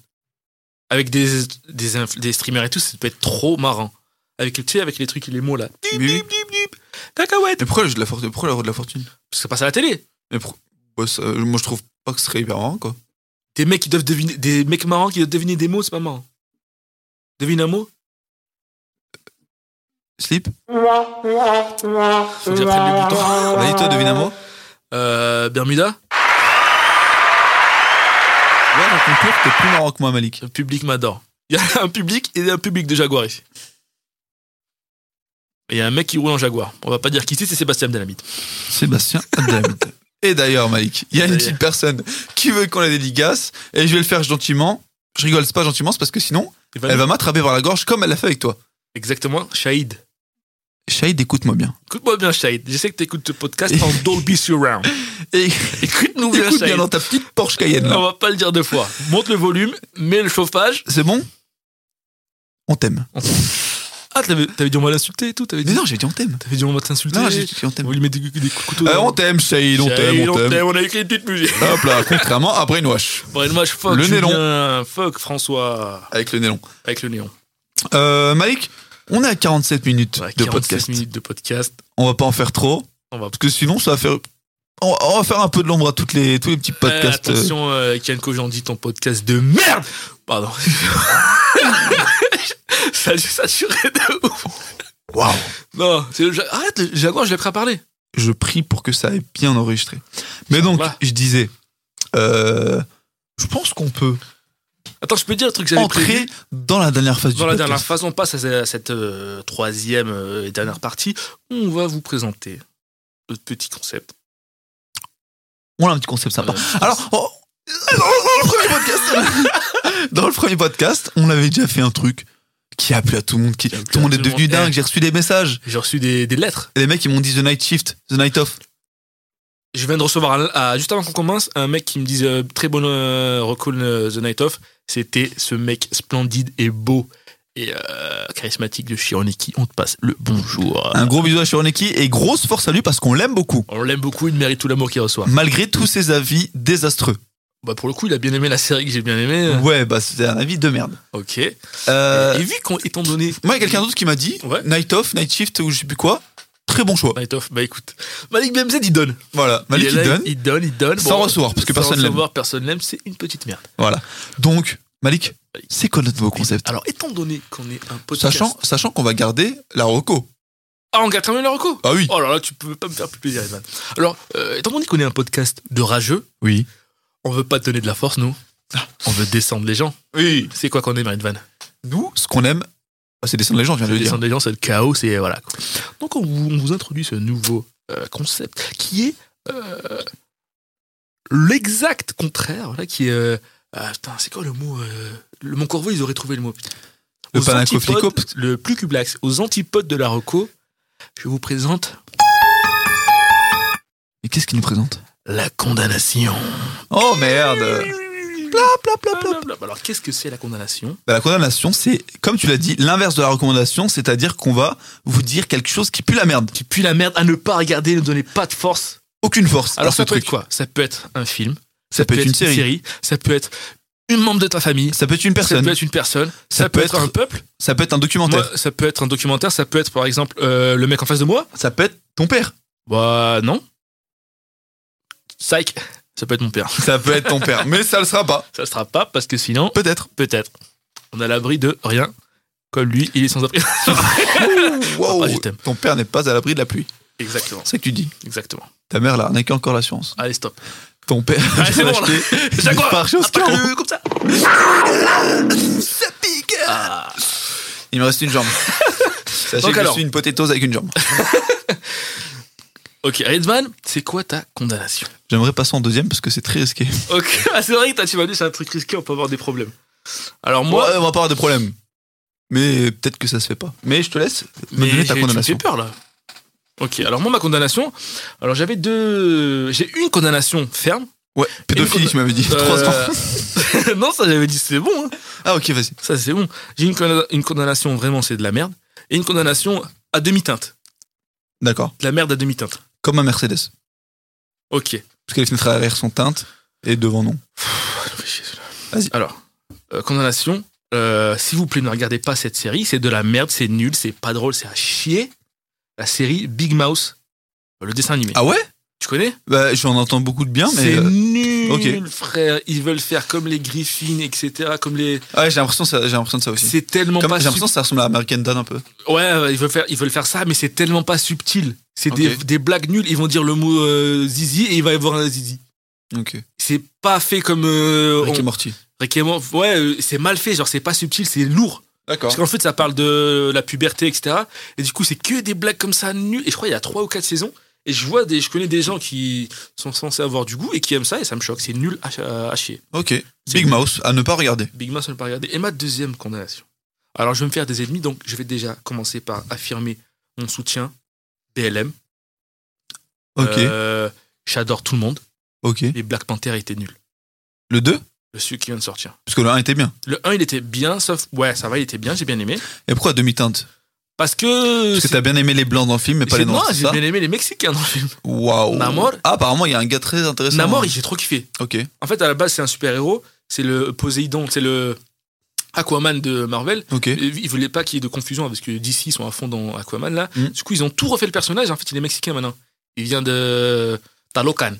[SPEAKER 2] avec des des, inf- des streamers et tout, ça peut être trop marrant. Avec tu sais, avec les trucs, et les mots là. Dip,
[SPEAKER 3] Oui, oui.
[SPEAKER 2] dip, dip, dip. Cacahuète.
[SPEAKER 3] Mais pourquoi le jeu de la fortune Pourquoi la roue de la fortune
[SPEAKER 2] Parce que ça passe à la télé.
[SPEAKER 3] Mais pour- Ouais, ça- Moi, je trouve pas que ce serait hyper marrant quoi.
[SPEAKER 2] Des mecs qui doivent deviner, des mecs marrants qui doivent deviner des mots, c'est pas marrant. Devine un mot.
[SPEAKER 3] Sleep.
[SPEAKER 2] Faut que j'apprenne le bouton.
[SPEAKER 3] Vas-y toi, devine un mot.
[SPEAKER 2] Euh, Bermuda,
[SPEAKER 3] Ouais, dans ton cours, t'es plus marrant que moi, Malik.
[SPEAKER 2] le public m'adore. Il y a un public et un public de Jaguar ici. Et Il y a un mec qui roule en Jaguar. On va pas dire qui c'est, c'est Sébastien Dynamite.
[SPEAKER 3] Sébastien Abdelhamid. Et d'ailleurs, Malik, il y a une
[SPEAKER 2] D'ailleurs.
[SPEAKER 3] petite personne qui veut qu'on la dédicace et je vais le faire gentiment. Je rigole, c'est pas gentiment, c'est parce que sinon,
[SPEAKER 2] Et
[SPEAKER 3] elle
[SPEAKER 2] Vanille.
[SPEAKER 3] va m'attraper par la gorge comme elle l'a fait avec toi.
[SPEAKER 2] Exactement, Shahid.
[SPEAKER 3] Shahid, écoute-moi bien.
[SPEAKER 2] Écoute-moi bien, Shahid. Je sais que t'écoutes ce podcast en Dolby Surround.
[SPEAKER 3] Et
[SPEAKER 2] Écoute-nous bien,
[SPEAKER 3] écoute bien
[SPEAKER 2] Shahid.
[SPEAKER 3] dans ta petite Porsche Cayenne. là.
[SPEAKER 2] On va pas le dire deux fois. Monte le volume, mets le chauffage.
[SPEAKER 3] C'est bon On t'aime.
[SPEAKER 2] Ah, t'avais t'avais dit on va l'insulter et tout. T'avais
[SPEAKER 3] Mais
[SPEAKER 2] dit,
[SPEAKER 3] non, j'ai dit on t'aime.
[SPEAKER 2] t'avais dit on va t'insulter.
[SPEAKER 3] Non, j'ai dit on
[SPEAKER 2] On
[SPEAKER 3] t'aime.
[SPEAKER 2] va lui mettre des, des coups de couteau.
[SPEAKER 3] Euh,
[SPEAKER 2] dans-
[SPEAKER 3] on t'aime, Shahid, on
[SPEAKER 2] Shahid,
[SPEAKER 3] t'aime, on t'aime.
[SPEAKER 2] On a écrit une petite musique.
[SPEAKER 3] Hop là, contrairement à Brainwash,
[SPEAKER 2] Brian Mash, fuck
[SPEAKER 3] Le nez long.
[SPEAKER 2] Julien, fuck François,
[SPEAKER 3] avec le nez long.
[SPEAKER 2] avec le néon.
[SPEAKER 3] Euh, Malik, on est à 47 minutes
[SPEAKER 2] Ouais,
[SPEAKER 3] de
[SPEAKER 2] 47
[SPEAKER 3] podcast.
[SPEAKER 2] minutes de podcast.
[SPEAKER 3] On va pas en faire trop,
[SPEAKER 2] On va
[SPEAKER 3] parce que sinon, ça va faire. On va- on va faire un peu de l'ombre à toutes les, tous les petits podcasts.
[SPEAKER 2] Eh,
[SPEAKER 3] euh,
[SPEAKER 2] attention, euh, Ken Kojandi, ton podcast de merde Pardon. ça, j'ai saturé de ouf.
[SPEAKER 3] Waouh.
[SPEAKER 2] Non, c'est le ja- arrête, le Jaguar, je l'ai prêt à parler.
[SPEAKER 3] Je prie pour que ça aille bien enregistré. Mais donc,
[SPEAKER 2] va.
[SPEAKER 3] je disais, euh, je pense qu'on peut
[SPEAKER 2] Attends, je peux dire le truc que j'avais
[SPEAKER 3] entrer
[SPEAKER 2] prévu
[SPEAKER 3] dans la dernière phase
[SPEAKER 2] dans
[SPEAKER 3] du
[SPEAKER 2] la
[SPEAKER 3] podcast.
[SPEAKER 2] dernière phase, on passe à cette euh, troisième euh, et dernière partie. On va vous présenter notre petit concept.
[SPEAKER 3] On a un petit concept sympa.
[SPEAKER 2] Euh,
[SPEAKER 3] Alors, oh, dans le premier podcast, dans le premier podcast, on avait déjà fait un truc qui a plu à tout le monde, qui,
[SPEAKER 2] Qui a plu
[SPEAKER 3] tout le
[SPEAKER 2] à
[SPEAKER 3] monde est
[SPEAKER 2] tout le
[SPEAKER 3] devenu
[SPEAKER 2] monde.
[SPEAKER 3] dingue.
[SPEAKER 2] Eh.
[SPEAKER 3] J'ai reçu des messages.
[SPEAKER 2] J'ai reçu des, des lettres.
[SPEAKER 3] Et les mecs, ils m'ont dit The Night Shift, The Night Off.
[SPEAKER 2] Je viens de recevoir, un- à- juste avant qu'on commence, un mec qui me disait euh, très bon euh, recall euh, The Night Off. C'était ce mec splendide et beau et euh, charismatique de Chironiki. On te passe le bonjour.
[SPEAKER 3] Un gros bisou à Shironeki et grosse force à lui parce qu'on l'aime beaucoup,
[SPEAKER 2] On l'aime beaucoup, il mérite tout l'amour qu'il reçoit.
[SPEAKER 3] malgré tous ses avis désastreux.
[SPEAKER 2] Bah pour le coup, il a bien aimé la série que j'ai bien aimée.
[SPEAKER 3] Ouais, bah c'était un avis de merde.
[SPEAKER 2] Ok.
[SPEAKER 3] Euh,
[SPEAKER 2] et vu qu'on, étant donné.
[SPEAKER 3] moi, il y a quelqu'un d'autre qui m'a dit
[SPEAKER 2] Ouais.
[SPEAKER 3] Night Off, Night Shift ou je sais plus quoi. Très bon choix.
[SPEAKER 2] Night Off, bah écoute. Malik BMZ, il donne.
[SPEAKER 3] Voilà, Malik
[SPEAKER 2] il,
[SPEAKER 3] il
[SPEAKER 2] est là,
[SPEAKER 3] donne.
[SPEAKER 2] il donne, il donne.
[SPEAKER 3] Sans recevoir, parce que
[SPEAKER 2] Sans
[SPEAKER 3] personne l'aime.
[SPEAKER 2] recevoir, personne l'aime, c'est une petite merde.
[SPEAKER 3] Voilà. Donc, Malik, c'est quoi notre nouveau concept
[SPEAKER 2] Alors, étant donné qu'on est un podcast.
[SPEAKER 3] Sachant, sachant qu'on va garder la Rocco.
[SPEAKER 2] Ah, on garde quand même le reco
[SPEAKER 3] Ah oui.
[SPEAKER 2] Oh là là, tu peux pas me faire plus plaisir, Edman. Alors, euh, étant donné qu'on est un podcast de rageux,
[SPEAKER 3] Oui. Ah.
[SPEAKER 2] on veut pas te donner de la force, nous. On veut descendre les gens.
[SPEAKER 3] Oui.
[SPEAKER 2] C'est quoi qu'on aime, Edvan
[SPEAKER 3] Nous, ce qu'on aime, oh, c'est descendre les gens, je viens de le dire.
[SPEAKER 2] Descendre les gens, c'est le chaos, c'est voilà. quoi. Donc, on vous, on vous introduit ce nouveau euh, concept qui est euh, l'exact contraire, voilà, qui est. euh, ah, putain, c'est quoi le mot euh, le, Mon corvo, ils auraient trouvé le mot. putain.
[SPEAKER 3] Le
[SPEAKER 2] Aux
[SPEAKER 3] Panaco
[SPEAKER 2] antipodes-
[SPEAKER 3] Flico, parce
[SPEAKER 2] Le plus cublax, aux antipodes de la reco, je vous présente
[SPEAKER 3] Mais qu'est-ce qu'il nous présente
[SPEAKER 2] la condamnation.
[SPEAKER 3] Oh merde
[SPEAKER 2] Alors, qu'est-ce que c'est la condamnation
[SPEAKER 3] Bah, La condamnation, c'est, comme tu l'as dit, l'inverse de la recommandation, c'est-à-dire qu'on va vous dire quelque chose qui pue la merde.
[SPEAKER 2] Qui pue la merde à ne pas regarder, ne donner pas de force.
[SPEAKER 3] Aucune force.
[SPEAKER 2] Alors,
[SPEAKER 3] à ce
[SPEAKER 2] ça peut
[SPEAKER 3] truc.
[SPEAKER 2] être quoi Ça peut être un film,
[SPEAKER 3] Ça peut être une série.
[SPEAKER 2] ça peut être une membre de ta famille.
[SPEAKER 3] Ça peut être une
[SPEAKER 2] Ça
[SPEAKER 3] personne,
[SPEAKER 2] peut être une personne. Ça, peut, être, un peuple.
[SPEAKER 3] ça peut être un
[SPEAKER 2] Moi,
[SPEAKER 3] documentaire,
[SPEAKER 2] ça peut être un documentaire. Ça peut être, par exemple, euh, le mec en face de moi.
[SPEAKER 3] ça peut être ton père,
[SPEAKER 2] Bah non. Psych. Ça peut être mon père.
[SPEAKER 3] ça peut être ton père, mais ça le sera pas,
[SPEAKER 2] Ça sera pas parce que sinon,
[SPEAKER 3] peut-être.
[SPEAKER 2] peut-être. On a l'abri de rien. Comme lui, il est sans abri.
[SPEAKER 3] Wow, Ah,
[SPEAKER 2] Papa, je t'aime.
[SPEAKER 3] Oh, ton père n'est pas à l'abri de la pluie,
[SPEAKER 2] exactement.
[SPEAKER 3] c'est ça que tu dis.
[SPEAKER 2] Exactement.
[SPEAKER 3] Ta mère l'a arnaqué encore l'assurance.
[SPEAKER 2] Allez, stop.
[SPEAKER 3] Ton père,
[SPEAKER 2] Ah, c'est bon, là. Jaguar.
[SPEAKER 3] par chose
[SPEAKER 2] Attaque le- euh, comme ça.
[SPEAKER 3] Ça pique
[SPEAKER 2] Ah.
[SPEAKER 3] Il me reste une jambe. Sachez
[SPEAKER 2] Donc
[SPEAKER 3] que
[SPEAKER 2] alors.
[SPEAKER 3] je suis une potatoes avec une jambe.
[SPEAKER 2] Ok, Redman, c'est quoi ta condamnation
[SPEAKER 3] J'aimerais passer en deuxième parce que c'est très risqué.
[SPEAKER 2] Ok, ah, c'est vrai que toi, tu m'as dit c'est un truc risqué, on peut avoir des problèmes. Alors moi,
[SPEAKER 3] Moi, on va pas avoir de problème. Mais peut-être que ça se fait pas. Mais je te laisse me
[SPEAKER 2] mais
[SPEAKER 3] donner
[SPEAKER 2] j'ai- tu me
[SPEAKER 3] ta
[SPEAKER 2] fais
[SPEAKER 3] condamnation.
[SPEAKER 2] peur là. Ok, alors moi ma condamnation, alors j'avais deux, j'ai une condamnation ferme.
[SPEAKER 3] Ouais, pédophile,
[SPEAKER 2] Une-
[SPEAKER 3] tu m'avais dit.
[SPEAKER 2] Euh,
[SPEAKER 3] Trois ans.
[SPEAKER 2] non ça j'avais dit c'est bon, hein.
[SPEAKER 3] Ah, ok, vas-y.
[SPEAKER 2] ça c'est bon. J'ai une, conda- une condamnation vraiment c'est de la merde et une condamnation à demi teinte,
[SPEAKER 3] D'accord.
[SPEAKER 2] de la merde à demi teinte.
[SPEAKER 3] Comme un Mercedes.
[SPEAKER 2] Ok.
[SPEAKER 3] Parce que les fenêtres arrière sont teintes et devant non. Vas-y.
[SPEAKER 2] Alors, euh, condamnation. euh, S'il vous plaît, ne regardez pas cette série. C'est de la merde, c'est nul, c'est pas drôle, c'est à chier. La série Big Mouse, euh, le dessin animé.
[SPEAKER 3] Ah ouais
[SPEAKER 2] Tu connais
[SPEAKER 3] Bah, j'en entends beaucoup de bien, mais.
[SPEAKER 2] C'est
[SPEAKER 3] euh,
[SPEAKER 2] nul,
[SPEAKER 3] ok.
[SPEAKER 2] frère. Ils veulent faire comme les Griffins, etc. Comme les.
[SPEAKER 3] Ah Ouais, j'ai l'impression, ça- j'ai l'impression de ça aussi.
[SPEAKER 2] C'est tellement
[SPEAKER 3] Comme-
[SPEAKER 2] pas.
[SPEAKER 3] J'ai
[SPEAKER 2] subtil.
[SPEAKER 3] l'impression que ça ressemble à American Dad un peu.
[SPEAKER 2] Ouais, ouais, ils veulent faire, ils veulent faire ça, mais c'est tellement pas subtil. C'est des,
[SPEAKER 3] Ok.
[SPEAKER 2] des blagues nulles. Ils vont dire le mot euh, zizi et il va y avoir un zizi.
[SPEAKER 3] Ok.
[SPEAKER 2] C'est pas fait comme. euh,
[SPEAKER 3] Rick et
[SPEAKER 2] on-
[SPEAKER 3] Morty.
[SPEAKER 2] Rick et Mor- Ouais, euh, c'est mal fait. Genre, c'est pas subtil, c'est lourd.
[SPEAKER 3] D'accord.
[SPEAKER 2] Parce qu'en fait, ça parle de la puberté, etc. Et du coup, c'est que des blagues comme ça nulles. Et je crois qu'il y a trois ou quatre saisons. Et je vois des, je connais des gens qui sont censés avoir du goût et qui aiment ça. Et ça me choque. C'est nul à, ch- à chier.
[SPEAKER 3] Ok. Big Mouse, à ne pas regarder.
[SPEAKER 2] Big Mouth, on ne l'a pas regardé. Et ma deuxième condamnation. Alors, je vais me faire des ennemis. Donc, je vais déjà commencer par affirmer mon soutien. BLM.
[SPEAKER 3] Ok.
[SPEAKER 2] Euh, J'adore tout le monde.
[SPEAKER 3] Ok.
[SPEAKER 2] Les Black Panther étaient nuls.
[SPEAKER 3] Le 2
[SPEAKER 2] Le celui qui vient de sortir.
[SPEAKER 3] Parce que le 1 était bien.
[SPEAKER 2] Le 1, il était bien, sauf. Ouais, ça va, il était bien, j'ai bien aimé.
[SPEAKER 3] Et pourquoi demi-teinte
[SPEAKER 2] Parce que.
[SPEAKER 3] Parce que
[SPEAKER 2] Euh, c'est-
[SPEAKER 3] t'as bien aimé les blancs dans le film, mais pas
[SPEAKER 2] j'ai-
[SPEAKER 3] les noirs.
[SPEAKER 2] non,
[SPEAKER 3] c'est
[SPEAKER 2] j'ai
[SPEAKER 3] ça
[SPEAKER 2] bien aimé les Mexicains dans le film.
[SPEAKER 3] Waouh.
[SPEAKER 2] Namor.
[SPEAKER 3] Ah, apparemment, il y a un gars très intéressant.
[SPEAKER 2] Namor, il- j'ai trop kiffé.
[SPEAKER 3] Ok.
[SPEAKER 2] En fait, à la base, c'est un super-héros. C'est le Poséidon, c'est le Aquaman de Marvel.
[SPEAKER 3] Ok.
[SPEAKER 2] Et Ils voulaient pas qu'il y ait de confusion hein, parce que DC sont à fond dans Aquaman là.
[SPEAKER 3] Mm.
[SPEAKER 2] Du coup, ils ont tout refait le personnage. En fait, il est mexicain maintenant. Il vient de Talocan.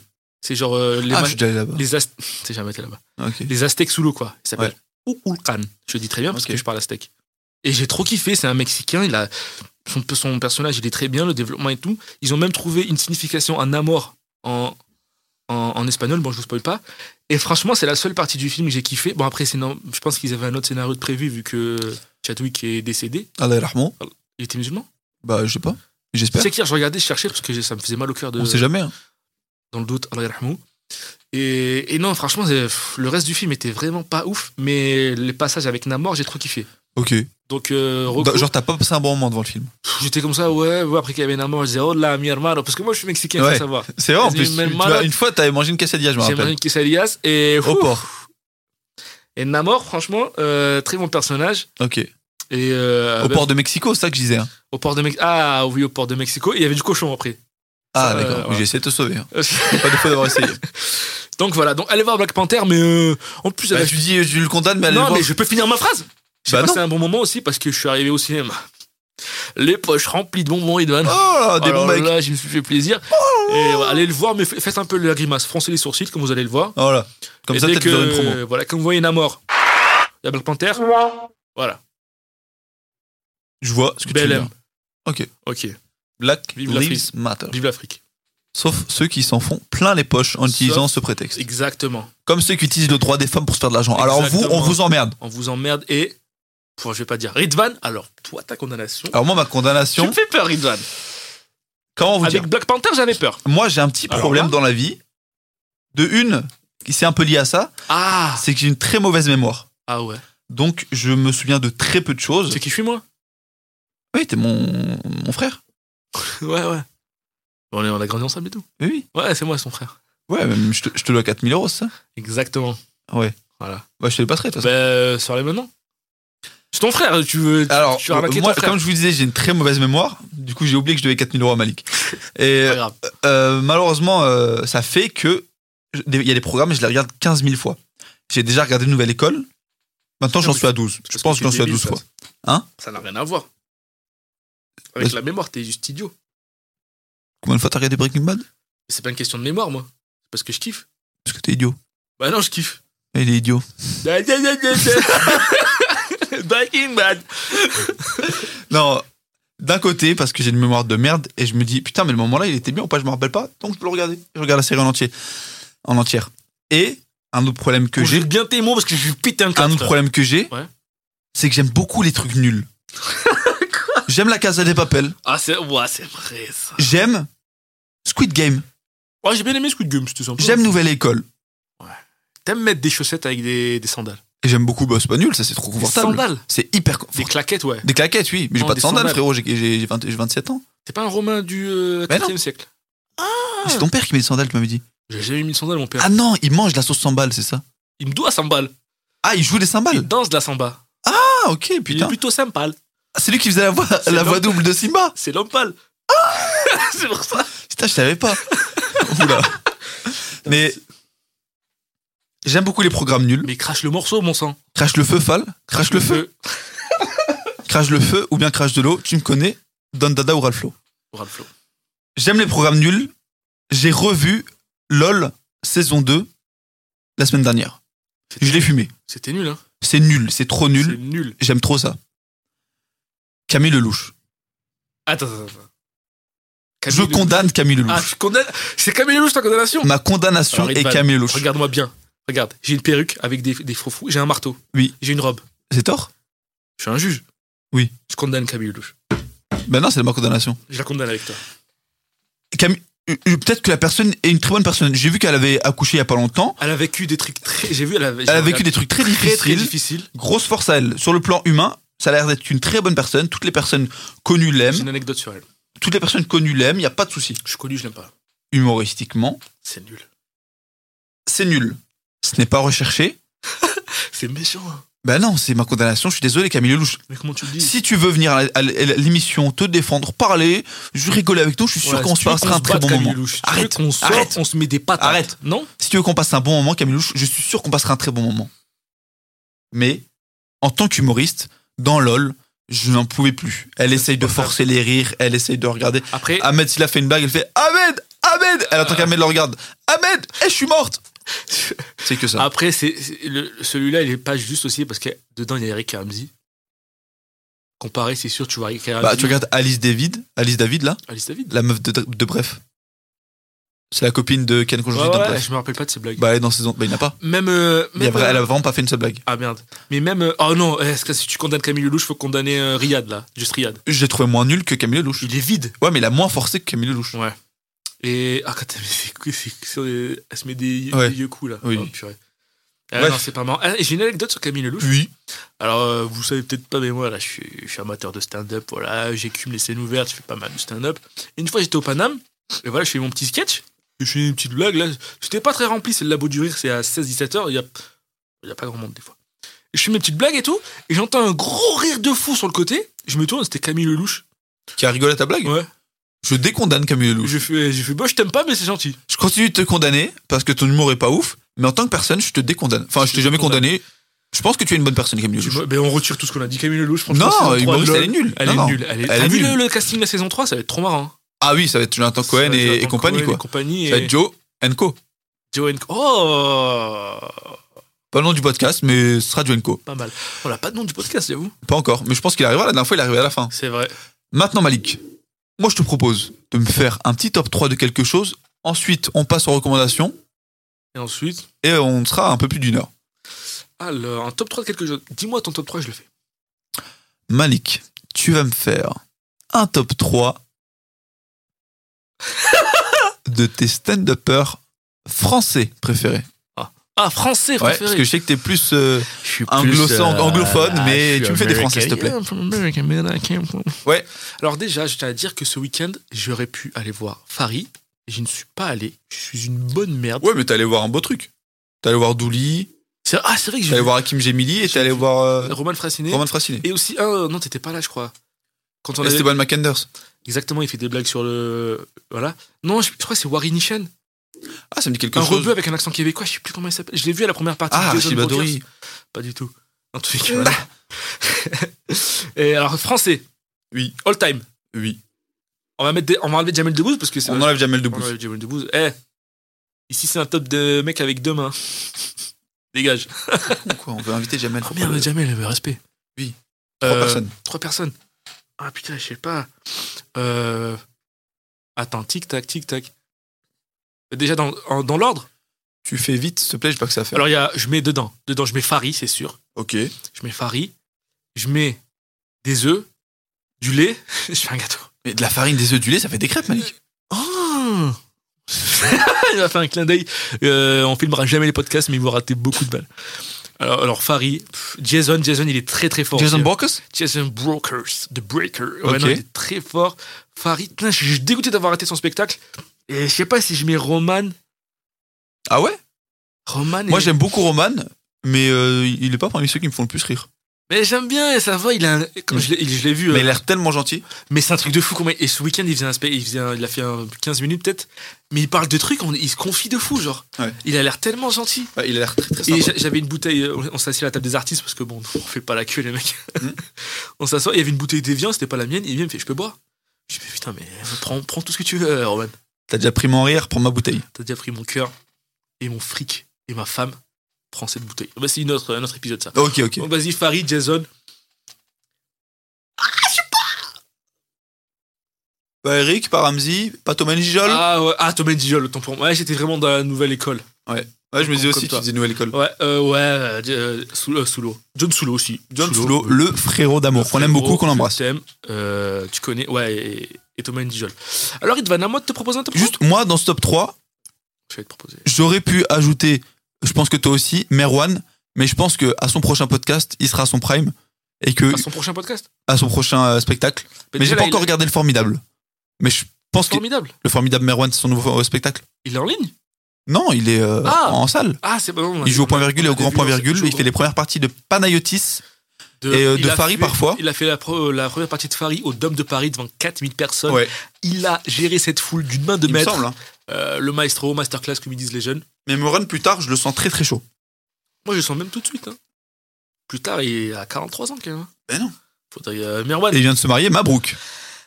[SPEAKER 2] C'est genre euh, les,
[SPEAKER 3] ah,
[SPEAKER 2] ma-
[SPEAKER 3] je suis déjà allé là-bas.
[SPEAKER 2] les Ast- T'es jamais été là-bas.
[SPEAKER 3] Ok.
[SPEAKER 2] Les Aztèques sous l'eau quoi. Il s'appelle Uculcan. Je le dis très bien parce
[SPEAKER 3] Ok.
[SPEAKER 2] que je parle aztèque. Et j'ai trop kiffé. C'est un mexicain. Il a son, son personnage, il est très bien, le développement et tout. Ils ont même trouvé une signification, un amour en, en, en espagnol. Bon, je vous spoil pas. Et franchement, c'est la seule partie du film que j'ai kiffé. Bon, après, c'est non, je pense qu'ils avaient un autre scénario de prévu vu que Chadwick est décédé.
[SPEAKER 3] Allah Rahman.
[SPEAKER 2] Il était musulman.
[SPEAKER 3] Bah, je sais pas.
[SPEAKER 2] C'est
[SPEAKER 3] J'espère.
[SPEAKER 2] sais qu'hier, je regardais, je cherchais parce que j'ai- ça me faisait mal au cœur de.
[SPEAKER 3] On sait jamais. hein.
[SPEAKER 2] Dans le doute, Allah yarhamou. Et, et non, franchement, c'est- pff, le reste du film était vraiment pas ouf, mais les passages avec Namor, j'ai trop kiffé.
[SPEAKER 3] Ok.
[SPEAKER 2] Donc, euh, reco-
[SPEAKER 3] Bah, Genre, t'as pas passé un bon moment devant le film.
[SPEAKER 2] Pff, j'étais comme ça, ouais, ouais, après qu'il y avait Namor, je disais, oh là, mi hermano, parce que moi je suis mexicain, faut
[SPEAKER 3] Ouais.
[SPEAKER 2] savoir.
[SPEAKER 3] C'est vrai, en
[SPEAKER 2] Vas-y,
[SPEAKER 3] plus.
[SPEAKER 2] mais
[SPEAKER 3] tu-
[SPEAKER 2] le
[SPEAKER 3] tu
[SPEAKER 2] malade-
[SPEAKER 3] vois, une fois, t'avais mangé une quesadilla, je me
[SPEAKER 2] J'ai
[SPEAKER 3] rappelle.
[SPEAKER 2] mangé qui Elias et,
[SPEAKER 3] Au
[SPEAKER 2] ouf.
[SPEAKER 3] port.
[SPEAKER 2] et Namor, franchement, euh, très bon personnage.
[SPEAKER 3] Ok.
[SPEAKER 2] Et, euh,
[SPEAKER 3] Au
[SPEAKER 2] bah,
[SPEAKER 3] port de Mexico, c'est ça que je disais. hein.
[SPEAKER 2] au port de Mexico. Ah oui, au port de Mexico, et il y avait du cochon après.
[SPEAKER 3] Ah,
[SPEAKER 2] euh,
[SPEAKER 3] d'accord.
[SPEAKER 2] voilà.
[SPEAKER 3] J'ai essayé de te sauver. hein. Pas de fois d'avoir essayé.
[SPEAKER 2] Donc voilà, donc allez voir Black Panther, mais euh, en plus,
[SPEAKER 3] Bah,
[SPEAKER 2] avec-
[SPEAKER 3] tu dis, euh, tu le condamnes, mais allez
[SPEAKER 2] non,
[SPEAKER 3] le voir.
[SPEAKER 2] mais je peux finir ma phrase. J'ai
[SPEAKER 3] Bah,
[SPEAKER 2] passé
[SPEAKER 3] non.
[SPEAKER 2] un bon moment aussi parce que je suis arrivé au cinéma. Les poches remplies de bonbons, Edouane.
[SPEAKER 3] Oh là, des
[SPEAKER 2] Alors
[SPEAKER 3] bons mecs. Oh.
[SPEAKER 2] là, je me suis fait plaisir. Et voilà, allez le voir, mais fa- faites un peu la grimace. Froncez les sourcils, comme vous allez le voir.
[SPEAKER 3] Voilà. Oh Comme
[SPEAKER 2] Et
[SPEAKER 3] ça,
[SPEAKER 2] dès
[SPEAKER 3] peut-être
[SPEAKER 2] que, euh,
[SPEAKER 3] vous aurez une promo.
[SPEAKER 2] Voilà, quand vous voyez Namor, la Black Panther, voilà.
[SPEAKER 3] Je vois ce que tu veux
[SPEAKER 2] BLM.
[SPEAKER 3] dire. Ok.
[SPEAKER 2] Ok,
[SPEAKER 3] Black
[SPEAKER 2] Vive la
[SPEAKER 3] Lives Matter.
[SPEAKER 2] vive l'Afrique.
[SPEAKER 3] Sauf ceux qui s'en font plein les poches en
[SPEAKER 2] Sauf-
[SPEAKER 3] utilisant ce prétexte.
[SPEAKER 2] Exactement.
[SPEAKER 3] Comme ceux qui utilisent le droit des femmes pour se faire de l'argent. Alors vous, on
[SPEAKER 2] Exactement.
[SPEAKER 3] vous emmerde.
[SPEAKER 2] On vous emmerde et. Pour, je vais pas dire Ridvan, alors toi, ta condamnation.
[SPEAKER 3] Alors moi, ma
[SPEAKER 2] tu
[SPEAKER 3] condamnation,
[SPEAKER 2] me fais peur, Ridvan.
[SPEAKER 3] comment vous
[SPEAKER 2] Avec
[SPEAKER 3] dire
[SPEAKER 2] Black Panther, j'avais peur.
[SPEAKER 3] Moi, j'ai un petit
[SPEAKER 2] Alors
[SPEAKER 3] problème
[SPEAKER 2] là
[SPEAKER 3] dans la vie. De une, qui c'est un peu lié à ça,
[SPEAKER 2] Ah
[SPEAKER 3] c'est que j'ai une très mauvaise mémoire.
[SPEAKER 2] Ah ouais.
[SPEAKER 3] Donc, je me souviens de très peu de choses.
[SPEAKER 2] C'est qui je suis, moi
[SPEAKER 3] Oui, t'es mon, mon frère.
[SPEAKER 2] Ouais, ouais. On, est, on a grandi ensemble et tout.
[SPEAKER 3] Oui, oui.
[SPEAKER 2] Ouais, c'est moi, son frère.
[SPEAKER 3] Ouais, même, je te, je te dois 4000 euros, ça.
[SPEAKER 2] Exactement.
[SPEAKER 3] Ouais.
[SPEAKER 2] Voilà.
[SPEAKER 3] Ouais, je te le passerai, de toute façon.
[SPEAKER 2] Bah, euh, sors-les maintenant. C'est ton frère, tu veux. tu-
[SPEAKER 3] Alors, euh,
[SPEAKER 2] tu veux arnaquer
[SPEAKER 3] moi,
[SPEAKER 2] ton frère.
[SPEAKER 3] comme je vous disais, j'ai une très mauvaise mémoire. Du coup, j'ai oublié que je devais 4000 euros à Malik. Et
[SPEAKER 2] Pas grave.
[SPEAKER 3] euh, malheureusement, euh, ça fait que je- des- il y a des programmes, je les regarde 15 000 fois. J'ai déjà regardé Nouvelle École. Maintenant,
[SPEAKER 2] Ah
[SPEAKER 3] j'en
[SPEAKER 2] oui.
[SPEAKER 3] suis à 12. Je pense que j'en suis à 12 fois. Hein
[SPEAKER 2] Ça n'a rien à voir. Avec
[SPEAKER 3] Parce-
[SPEAKER 2] la mémoire, t'es juste idiot.
[SPEAKER 3] Combien de fois t'as regardé Breaking Bad
[SPEAKER 2] C'est pas une question de mémoire, moi. C'est parce que je kiffe.
[SPEAKER 3] Parce que t'es idiot.
[SPEAKER 2] Bah non, je kiffe.
[SPEAKER 3] Ah, Il est idiot.
[SPEAKER 2] Breaking Bad.
[SPEAKER 3] Non, d'un côté, parce que j'ai une mémoire de merde et je me dis, putain, mais le moment-là, il était bien ou pas, je me rappelle pas, donc je peux le regarder. Je regarde la série en entier. En entière. Et un autre problème que
[SPEAKER 2] Que
[SPEAKER 3] j'ai,
[SPEAKER 2] j'ai bien tes mots parce que je suis putain de
[SPEAKER 3] un
[SPEAKER 2] carte.
[SPEAKER 3] autre problème que j'ai,
[SPEAKER 2] Ouais.
[SPEAKER 3] c'est que j'aime beaucoup les trucs nuls. j'aime la Casa des Papel.
[SPEAKER 2] Ah, c'est ouais, c'est vrai ça.
[SPEAKER 3] J'aime Squid Game.
[SPEAKER 2] Ouais, Oh, j'ai bien aimé Squid Game, c'était sympa.
[SPEAKER 3] J'aime Nouvelle École.
[SPEAKER 2] T'aimes mettre des chaussettes avec des, des sandales.
[SPEAKER 3] Et j'aime beaucoup, bah, c'est pas nul, ça, c'est trop
[SPEAKER 2] Des
[SPEAKER 3] confortable.
[SPEAKER 2] sandales
[SPEAKER 3] C'est hyper
[SPEAKER 2] Des
[SPEAKER 3] confortable.
[SPEAKER 2] claquettes, ouais.
[SPEAKER 3] Des claquettes, oui, mais j'ai
[SPEAKER 2] Non,
[SPEAKER 3] pas de
[SPEAKER 2] des
[SPEAKER 3] sandales,
[SPEAKER 2] sandales.
[SPEAKER 3] frérot, j'ai- j'ai j'ai 20 j'ai 27 ans.
[SPEAKER 2] C'est pas un Romain du euh,
[SPEAKER 3] Mais non.
[SPEAKER 2] 13e siècle.
[SPEAKER 3] Mais C'est ton père qui met des sandales, tu m'avais dit.
[SPEAKER 2] J'ai jamais mis de sandales, mon père.
[SPEAKER 3] Ah non, il mange de la sauce sambal, c'est ça
[SPEAKER 2] Il me doit sambal.
[SPEAKER 3] Ah, il joue des
[SPEAKER 2] Il
[SPEAKER 3] sambales
[SPEAKER 2] danse de la samba.
[SPEAKER 3] Ah, ok,
[SPEAKER 2] Il est
[SPEAKER 3] putain.
[SPEAKER 2] plutôt sympa.
[SPEAKER 3] Ah, C'est lui qui faisait la voix,
[SPEAKER 2] C'est
[SPEAKER 3] la
[SPEAKER 2] l'homme.
[SPEAKER 3] voix double de Simba
[SPEAKER 2] C'est l'homme pâle. Ah c'est pour ça.
[SPEAKER 3] Putain, je savais pas. Oula. Mais j'aime beaucoup les programmes nuls.
[SPEAKER 2] Mais crache le morceau, mon sang.
[SPEAKER 3] Crache le feu, Fall. Crache le feu. Crache le feu ou bien crache de l'eau. Tu me connais Don Dada ou Ralflo.
[SPEAKER 2] Aura le flow.
[SPEAKER 3] J'aime les programmes nuls. J'ai revu LOL saison 2 la semaine dernière. Je l'ai fumé.
[SPEAKER 2] C'était nul, hein.
[SPEAKER 3] C'est nul, c'est trop
[SPEAKER 2] C'est
[SPEAKER 3] nul.
[SPEAKER 2] nul.
[SPEAKER 3] J'aime trop ça. Camille Lelouch.
[SPEAKER 2] Attends, attends, attends. Camille
[SPEAKER 3] Je
[SPEAKER 2] Lelouch.
[SPEAKER 3] condamne Camille
[SPEAKER 2] Ah,
[SPEAKER 3] Lelouch.
[SPEAKER 2] tu condamnes. C'est Camille Lelouch ta condamnation.
[SPEAKER 3] Ma condamnation
[SPEAKER 2] Alors,
[SPEAKER 3] est
[SPEAKER 2] Ridvan,
[SPEAKER 3] Camille Lelouch.
[SPEAKER 2] Regarde-moi bien. Regarde, j'ai une perruque avec des, des froufrous. J'ai un marteau.
[SPEAKER 3] Oui.
[SPEAKER 2] J'ai une robe.
[SPEAKER 3] C'est tort
[SPEAKER 2] Je suis un juge.
[SPEAKER 3] Oui.
[SPEAKER 2] Je condamne Camille Lelouch.
[SPEAKER 3] Ben non, c'est ma condamnation.
[SPEAKER 2] Je la condamne avec toi.
[SPEAKER 3] Camille, euh, euh, peut-être que la personne est une très bonne personne. J'ai vu qu'elle avait accouché il y a pas longtemps.
[SPEAKER 2] Elle a vécu des trucs très. J'ai vu, elle a,
[SPEAKER 3] Elle a vécu des trucs très
[SPEAKER 2] très,
[SPEAKER 3] difficiles.
[SPEAKER 2] très difficiles.
[SPEAKER 3] Grosse force à elle. Sur le plan humain, ça a l'air d'être une très bonne personne. Toutes les personnes connues
[SPEAKER 2] J'ai
[SPEAKER 3] l'aiment.
[SPEAKER 2] une anecdote sur elle.
[SPEAKER 3] Toutes les personnes connues l'aiment. Il n'y a pas de souci.
[SPEAKER 2] Je suis connu, je l'aime pas.
[SPEAKER 3] Humoristiquement,
[SPEAKER 2] C'est nul.
[SPEAKER 3] c'est nul. Ce n'est pas recherché.
[SPEAKER 2] C'est méchant. hein.
[SPEAKER 3] Ben non, c'est ma condamnation. Je suis désolé, Camille Lelouch.
[SPEAKER 2] Mais comment tu le dis
[SPEAKER 3] Si tu veux venir à la- à l'émission, te défendre, parler, je rigoler avec toi, je suis sûr
[SPEAKER 2] Ouais,
[SPEAKER 3] qu'on
[SPEAKER 2] si tu
[SPEAKER 3] se
[SPEAKER 2] veux
[SPEAKER 3] passera
[SPEAKER 2] qu'on
[SPEAKER 3] un très
[SPEAKER 2] batte,
[SPEAKER 3] bon
[SPEAKER 2] Camille
[SPEAKER 3] moment.
[SPEAKER 2] Lelouch, si tu veux
[SPEAKER 3] Arrête,
[SPEAKER 2] qu'on sorte,
[SPEAKER 3] arrête.
[SPEAKER 2] on se met des patates.
[SPEAKER 3] Arrête.
[SPEAKER 2] Non
[SPEAKER 3] Si tu veux qu'on passe un bon moment, Camille Lelouch, je suis sûr qu'on passera un très bon moment. Mais, en tant qu'humoriste, dans LOL, je n'en pouvais plus. Elle essaye de forcer les rires, elle essaye de regarder.
[SPEAKER 2] Après,
[SPEAKER 3] Ahmed, s'il a fait une blague, elle fait Ahmed Ahmed Elle attend qu'Ahmed le regarde. Ahmed Eh, je suis morte C'est que ça.
[SPEAKER 2] après c'est c'est- le- celui-là, il est pas juste aussi parce que dedans, il y a Eric Ramsey. Comparé, c'est sûr, tu vois Eric Ramsey.
[SPEAKER 3] Bah, tu regardes Alice David, Alice David, là,
[SPEAKER 2] Alice David.
[SPEAKER 3] la meuf de, de Bref. C'est la copine de Ken
[SPEAKER 2] Ouais,
[SPEAKER 3] Conjonctif dans
[SPEAKER 2] ouais,
[SPEAKER 3] Bref.
[SPEAKER 2] je me rappelle pas de ces blagues.
[SPEAKER 3] Bah, elle est dans saison. Bah, il n'y en a pas.
[SPEAKER 2] même. euh,
[SPEAKER 3] Il y a
[SPEAKER 2] même,
[SPEAKER 3] vrai-
[SPEAKER 2] euh,
[SPEAKER 3] elle a vraiment pas fait une seule blague.
[SPEAKER 2] Ah merde. Mais même. euh, Oh non, est-ce que si tu condamnes Camille Lelouch, faut condamner euh, Riyad là. Juste Riyad.
[SPEAKER 3] J'ai trouvé moins nul que Camille Lelouch.
[SPEAKER 2] Il est vide.
[SPEAKER 3] Ouais, mais il a moins forcé que Camille Lelouch.
[SPEAKER 2] Et. Ah, quand elle, c'est- c'est- c'est- elle se met des,
[SPEAKER 3] Ouais.
[SPEAKER 2] des yeux coups là.
[SPEAKER 3] Oui.
[SPEAKER 2] Oh, purée. Ah,
[SPEAKER 3] Bref.
[SPEAKER 2] non, c'est pas marrant. Ah, et J'ai une anecdote sur Camille Lelouch.
[SPEAKER 3] Oui.
[SPEAKER 2] Alors, euh, vous savez peut-être pas, mais moi, là, je suis, je suis amateur de stand-up. Voilà, j'écume les scènes ouvertes, je fais pas mal de stand-up. Et une fois, j'étais au Paname, et voilà, je fais mon petit sketch. Et je fais une petite blague, là. C'était pas très rempli, c'est le labo du rire, c'est à 16-17 heures, il y a, il y a pas grand monde, des fois. Et je fais mes petites blagues et tout, et j'entends un gros rire de fou sur le côté. Je me tourne, c'était Camille Lelouch.
[SPEAKER 3] Qui a rigolé à ta blague
[SPEAKER 2] Ouais.
[SPEAKER 3] Je décondamne Camille Lelouch.
[SPEAKER 2] J'ai fait, j'ai fait, bah, je t'aime pas, mais c'est gentil.
[SPEAKER 3] Je continue de te condamner parce que ton humour est pas ouf, mais en tant que personne, je te décondamne. Enfin, je t'ai jamais condamné. Je pense que tu es une bonne personne, Camille
[SPEAKER 2] Tu
[SPEAKER 3] Lelouch.
[SPEAKER 2] vois, ben, on retire tout ce qu'on a dit, Camille Lelouch, franchement.
[SPEAKER 3] Non,
[SPEAKER 2] saison
[SPEAKER 3] humoriste,
[SPEAKER 2] 3 de LOL,
[SPEAKER 3] elle est nulle.
[SPEAKER 2] Elle
[SPEAKER 3] Non,
[SPEAKER 2] est
[SPEAKER 3] non.
[SPEAKER 2] nulle. Elle est,
[SPEAKER 3] Elle
[SPEAKER 2] T'as
[SPEAKER 3] est
[SPEAKER 2] vu
[SPEAKER 3] nulle.
[SPEAKER 2] le, le casting de la saison 3, ça va être trop marrant. hein.
[SPEAKER 3] Ah oui, ça va être Jonathan Cohen
[SPEAKER 2] Ça va être
[SPEAKER 3] et, et
[SPEAKER 2] Jonathan
[SPEAKER 3] compagnie,
[SPEAKER 2] Cohen
[SPEAKER 3] quoi.
[SPEAKER 2] et compagnie,
[SPEAKER 3] Ça va
[SPEAKER 2] et-
[SPEAKER 3] être Joe and Co.
[SPEAKER 2] Joe and- Oh
[SPEAKER 3] Pas le nom du podcast, mais ce sera Joe and Co.
[SPEAKER 2] Pas mal. On n'a pas de nom du podcast, j'avoue.
[SPEAKER 3] Pas encore, mais je pense qu'il arrivera. La dernière fois, il est arrivé à la fin.
[SPEAKER 2] C'est vrai.
[SPEAKER 3] Maintenant, Malik, moi, je te propose de me faire un petit top 3 de quelque chose. Ensuite, on passe aux recommandations
[SPEAKER 2] Et ensuite,
[SPEAKER 3] et on sera un peu plus d'une heure.
[SPEAKER 2] alors, un top 3 de quelque chose. Dis-moi ton top 3, je le fais.
[SPEAKER 3] Malik, tu vas me faire un top 3 de tes stand-uppers français préférés.
[SPEAKER 2] Ah, français,
[SPEAKER 3] Ouais, parce
[SPEAKER 2] préféré.
[SPEAKER 3] que je sais que t'es plus ah, euh,
[SPEAKER 2] je suis
[SPEAKER 3] anglo- anglophone, mais tu me fais des français, s'il te plaît. Ouais.
[SPEAKER 2] Ouais. Alors, déjà, je tiens à dire que ce week-end, j'aurais pu aller voir Farid. Je ne suis pas allé. Je suis une bonne merde.
[SPEAKER 3] Ouais, mais t'es allé voir un beau truc. T'es allé voir Douli,
[SPEAKER 2] C'est- Ah, c'est vrai que
[SPEAKER 3] t'es
[SPEAKER 2] j'ai
[SPEAKER 3] allé
[SPEAKER 2] vu
[SPEAKER 3] voir Hakim Gemili et t'es allé voir euh,
[SPEAKER 2] Roman Frassiné.
[SPEAKER 3] Roman Frassiné.
[SPEAKER 2] Et aussi, ah, non, t'étais pas là, je crois. Quand on avait...
[SPEAKER 3] Esteban McAnders.
[SPEAKER 2] Exactement, il fait des blagues sur le. Voilà. Non, je, je crois que c'est Warren Nishan.
[SPEAKER 3] Ah, ça me dit quelque
[SPEAKER 2] un
[SPEAKER 3] chose.
[SPEAKER 2] rebeu avec un accent québécois, je sais plus comment il s'appelle. Je l'ai vu à la première partie.
[SPEAKER 3] Ah,
[SPEAKER 2] de Jason
[SPEAKER 3] Archibald
[SPEAKER 2] Brokers.
[SPEAKER 3] Dory.
[SPEAKER 2] Pas du tout. En tout cas. voilà. Et alors, français.
[SPEAKER 3] Oui.
[SPEAKER 2] All time.
[SPEAKER 3] Oui.
[SPEAKER 2] On va mettre des- on va enlever Jamel Debbouze parce que c'est.
[SPEAKER 3] On enlève Jamel
[SPEAKER 2] On
[SPEAKER 3] Debbouze.
[SPEAKER 2] enlève Jamel Debbouze. Eh. Ici, c'est un top de mec avec deux mains. Dégage.
[SPEAKER 4] Ou quoi, on veut inviter Jamel.
[SPEAKER 2] Combien de Jamel avait respect
[SPEAKER 4] Oui.
[SPEAKER 3] Trois
[SPEAKER 2] Euh,
[SPEAKER 3] personnes.
[SPEAKER 2] Trois personnes. Ah putain, je sais pas. Euh... Attends, tic tac, tic tac. Déjà dans, en- dans l'ordre.
[SPEAKER 3] Tu fais vite, s'il te plaît, j'ai pas que ça à faire.
[SPEAKER 2] Alors il y a, je mets dedans, dedans je mets Farid, c'est sûr.
[SPEAKER 3] ok.
[SPEAKER 2] je mets Farid, je mets des œufs, du lait, je fais un gâteau.
[SPEAKER 4] Mais de la farine, des œufs, du lait, ça fait des crêpes, Malik.
[SPEAKER 2] Oh il va faire un clin d'œil. Euh, on filmera jamais les podcasts, mais il vous ratez beaucoup de balles. Alors, alors Farid, pff, Jason, Jason, il est très très fort.
[SPEAKER 3] Jason
[SPEAKER 2] aussi.
[SPEAKER 3] Borkus
[SPEAKER 2] Jason Brokers, The Breaker. Ouais,
[SPEAKER 3] Ok.
[SPEAKER 2] non, il est très fort. Farid, putain, je suis dégoûté d'avoir raté son spectacle. Et je sais pas si je mets Roman.
[SPEAKER 3] Ah ouais
[SPEAKER 2] Roman,
[SPEAKER 3] Moi,
[SPEAKER 2] est-
[SPEAKER 3] j'aime beaucoup Roman, mais euh, il est pas parmi ceux qui me font le plus rire. mais
[SPEAKER 2] mais j'aime bien, ça va. Il a, un- comme je l'ai- je l'ai vu.
[SPEAKER 4] Mais
[SPEAKER 2] euh,
[SPEAKER 4] il a l'air tellement gentil.
[SPEAKER 2] Mais c'est un truc de fou. comment- Et ce week-end, il faisait un spé- il, faisait un- il a fait un 15 minutes peut-être. Mais il parle de trucs, on- il se confie de fou, genre.
[SPEAKER 3] Ouais.
[SPEAKER 2] Il a l'air tellement gentil.
[SPEAKER 3] Ouais, Il a l'air très très
[SPEAKER 2] Et
[SPEAKER 3] sympa.
[SPEAKER 2] j'a- j'avais une bouteille, euh, on s'est assis à la table des artistes parce que bon, on fait pas la queue, les mecs.
[SPEAKER 3] Mhm.
[SPEAKER 2] on s'assoit, il y avait une bouteille d'évian, c'était pas la mienne. Il vient, il me fait, je peux boire. Je dis, putain, mais euh, prends, prends tout ce que tu veux, Roman.
[SPEAKER 3] T'as déjà pris mon rire, prends ma bouteille.
[SPEAKER 2] T'as déjà pris mon cœur et mon fric et ma femme. Prends cette bouteille. Bah, c'est une autre, un autre épisode, ça.
[SPEAKER 3] Ok, ok.
[SPEAKER 2] Bon, vas-y, Farid, Jason.
[SPEAKER 3] Bah, Eric, pas Ramsey, pas Thomas Nijol.
[SPEAKER 2] Ah, ouais, ah, Tom and Gijol, autant pour moi. Ouais, j'étais vraiment dans la nouvelle école.
[SPEAKER 3] ouais, je me disais
[SPEAKER 2] comme
[SPEAKER 3] aussi, tu
[SPEAKER 2] toi.
[SPEAKER 3] disais Nouvelle École.
[SPEAKER 2] Ouais, euh, ouais, euh, euh, Soulo, euh, Soulo. John Soulo aussi.
[SPEAKER 3] John Soulo, le frérot d'amour, qu'on aime
[SPEAKER 2] Frérot,
[SPEAKER 3] beaucoup, qu'on embrasse.
[SPEAKER 2] je t'aime. Euh, tu connais, ouais, et, et Thomas Ndijol. Alors, Idvan, à moi de te proposer un top
[SPEAKER 3] Juste, moi, dans ce top 3,
[SPEAKER 2] Je vais te proposer.
[SPEAKER 3] j'aurais pu ajouter, je pense que toi aussi, Merwan, mais je pense que à son prochain podcast, il sera à son prime et que
[SPEAKER 2] À son prochain podcast.
[SPEAKER 3] à son prochain euh, spectacle. Mais
[SPEAKER 2] déjà,
[SPEAKER 3] j'ai
[SPEAKER 2] là,
[SPEAKER 3] pas
[SPEAKER 2] il-
[SPEAKER 3] encore regardé le formidable. Mais je pense que
[SPEAKER 2] Formidable.
[SPEAKER 3] le formidable Merwan, c'est son nouveau euh, spectacle.
[SPEAKER 2] Il est en ligne
[SPEAKER 3] Non, il est euh,
[SPEAKER 2] Ah.
[SPEAKER 3] en salle.
[SPEAKER 2] Ah, c'est pas bon.
[SPEAKER 3] Il joue au point virgule et au
[SPEAKER 2] on a
[SPEAKER 3] grand
[SPEAKER 2] vu,
[SPEAKER 3] point
[SPEAKER 2] on s'est-
[SPEAKER 3] virgule.
[SPEAKER 2] joue au
[SPEAKER 3] Il
[SPEAKER 2] grand-
[SPEAKER 3] fait les premières parties de Panayotis. et, euh,
[SPEAKER 2] il
[SPEAKER 3] de
[SPEAKER 2] a
[SPEAKER 3] Farid,
[SPEAKER 2] fait-
[SPEAKER 3] parfois.
[SPEAKER 2] Il a fait la, pro- la première partie de Farid au Dôme de Paris devant 4000 personnes.
[SPEAKER 3] Ouais.
[SPEAKER 2] Il a géré cette foule d'une main de
[SPEAKER 3] il me
[SPEAKER 2] maître.
[SPEAKER 3] semble. hein.
[SPEAKER 2] Euh, le maestro, masterclass, comme ils disent les jeunes.
[SPEAKER 3] Mais Merwan, plus tard, je le sens très très chaud.
[SPEAKER 2] Moi, je le sens même tout de suite. hein. Plus tard, il a 43 ans quand même.
[SPEAKER 3] Ben non.
[SPEAKER 2] Faudrait. euh, Merwan,
[SPEAKER 3] Et il vient de se marier, Mabrouk.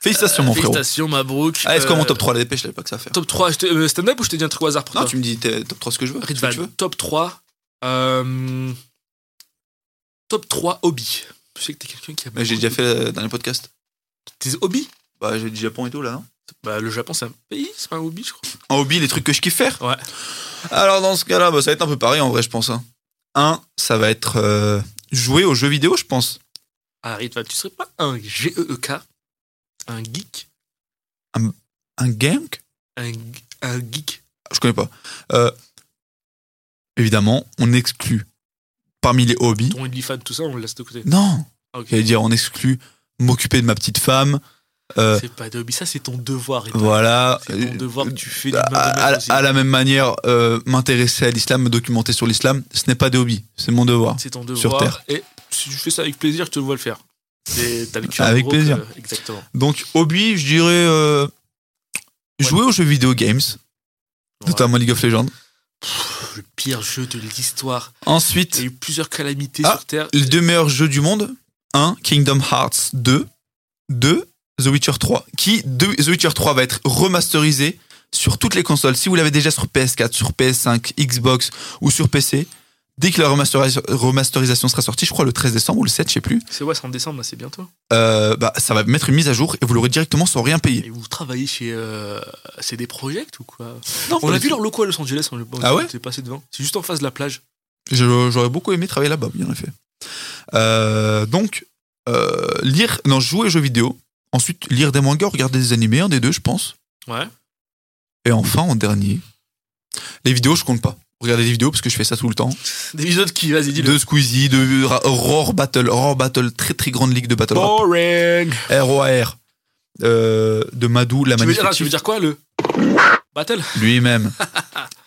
[SPEAKER 3] Félicitations, mon frérot.
[SPEAKER 2] Félicitations, Mabrouk.
[SPEAKER 3] Ah, est-ce qu'on
[SPEAKER 2] Euh,
[SPEAKER 3] mon top 3 La dépêche, j'avais pas que ça à faire.
[SPEAKER 2] Top 3 je te- euh, stand-up ou je t'ai dit un truc au hasard pour
[SPEAKER 3] Non,
[SPEAKER 2] toi
[SPEAKER 3] tu me dis t'es- top 3 ce que je veux. ce que
[SPEAKER 2] Ridvan,
[SPEAKER 3] tu veux.
[SPEAKER 2] top 3. euh, top 3 hobby. Je sais que t'es quelqu'un qui a.
[SPEAKER 3] Mais j'ai
[SPEAKER 2] beaucoup
[SPEAKER 3] déjà fait euh, dans les podcasts.
[SPEAKER 2] de- Tes hobbies
[SPEAKER 3] Bah, j'ai du Japon et tout, là, non
[SPEAKER 2] Bah, le Japon, c'est un pays, c'est pas un hobby, je crois.
[SPEAKER 3] En hobby, les trucs que je kiffe faire.
[SPEAKER 2] Ouais.
[SPEAKER 3] Alors, dans ce cas-là, bah, ça va être un peu pareil, en vrai, je pense. hein. Un, ça va être euh, jouer aux jeux vidéo, je pense.
[SPEAKER 2] Ah, Ridvan, tu serais pas un GEEK Un geek
[SPEAKER 3] Un gang
[SPEAKER 2] Un, ge- un geek
[SPEAKER 3] Je connais pas. Euh, évidemment, on exclut parmi les hobbies.
[SPEAKER 2] Ton OnlyFans, tout ça, on le laisse de côté.
[SPEAKER 3] Non
[SPEAKER 2] Ah, ok.
[SPEAKER 3] J'allais dire, on exclut m'occuper de ma petite femme. euh,
[SPEAKER 2] C'est pas de hobby, ça, c'est ton devoir. Ridvan.
[SPEAKER 3] voilà. Euh,
[SPEAKER 2] C'est ton devoir que tu fais d'une main de
[SPEAKER 3] à,
[SPEAKER 2] maître
[SPEAKER 3] à-
[SPEAKER 2] aussi.
[SPEAKER 3] à la même manière, euh, m'intéresser à l'islam, me documenter sur l'islam, ce n'est pas des hobbies, c'est mon devoir.
[SPEAKER 2] C'est ton
[SPEAKER 3] Sur
[SPEAKER 2] devoir.
[SPEAKER 3] Terre.
[SPEAKER 2] Et si tu fais ça avec plaisir, je te le vois le faire. Et t'as le cul
[SPEAKER 3] Avec
[SPEAKER 2] gros que-
[SPEAKER 3] plaisir.
[SPEAKER 2] exactement.
[SPEAKER 3] Donc, hobby, je dirais euh, jouer aux jeux vidéo games, notamment League of Legends.
[SPEAKER 2] Le pire jeu de l'histoire. Il y
[SPEAKER 3] Ensuite,
[SPEAKER 2] a eu plusieurs calamités
[SPEAKER 3] Ah,
[SPEAKER 2] sur Terre.
[SPEAKER 3] les deux meilleurs jeux du monde 1, Kingdom Hearts 2, 2, The Witcher 3, qui, de- The Witcher 3 va être remasterisé sur toutes les consoles. Si vous l'avez déjà sur PS4, sur PS5, Xbox ou sur PC, dès que la remasteris- remasterisation sera sortie, je crois le 13 décembre ou le 7, je sais plus,
[SPEAKER 2] C'est ouais, c'est en décembre, là, c'est bientôt.
[SPEAKER 3] euh, bah, ça va mettre une mise à jour et vous l'aurez directement sans rien payer.
[SPEAKER 2] Et vous travaillez chez euh, CD Projekt ou quoi
[SPEAKER 3] pas
[SPEAKER 2] On a vu
[SPEAKER 3] du tout.
[SPEAKER 2] leur locaux à Los Angeles. On le- on
[SPEAKER 3] Ah ouais
[SPEAKER 2] s'est passé devant. C'est juste en face de la plage.
[SPEAKER 3] Je- J'aurais beaucoup aimé travailler là-bas, bien en effet. Euh, donc, euh, lire, non, jouer aux jeux vidéo. Ensuite, lire des mangas, regarder des animés, un des deux, je pense.
[SPEAKER 2] Ouais.
[SPEAKER 3] Et enfin, en dernier, les vidéos, je compte pas. Regarder des vidéos parce que je fais ça tout le temps.
[SPEAKER 2] Des vidéos de qui Vas-y, dis-le.
[SPEAKER 3] De Squeezie, de Ra- Roar Battle, Roar Battle, très très grande ligue de battle
[SPEAKER 2] Oh.
[SPEAKER 3] rap.
[SPEAKER 2] Boring
[SPEAKER 3] ROAR. Euh, de Madou, la
[SPEAKER 2] tu veux, dire, ah, tu
[SPEAKER 3] magnifique
[SPEAKER 2] veux dire quoi, le Battle
[SPEAKER 3] lui-même.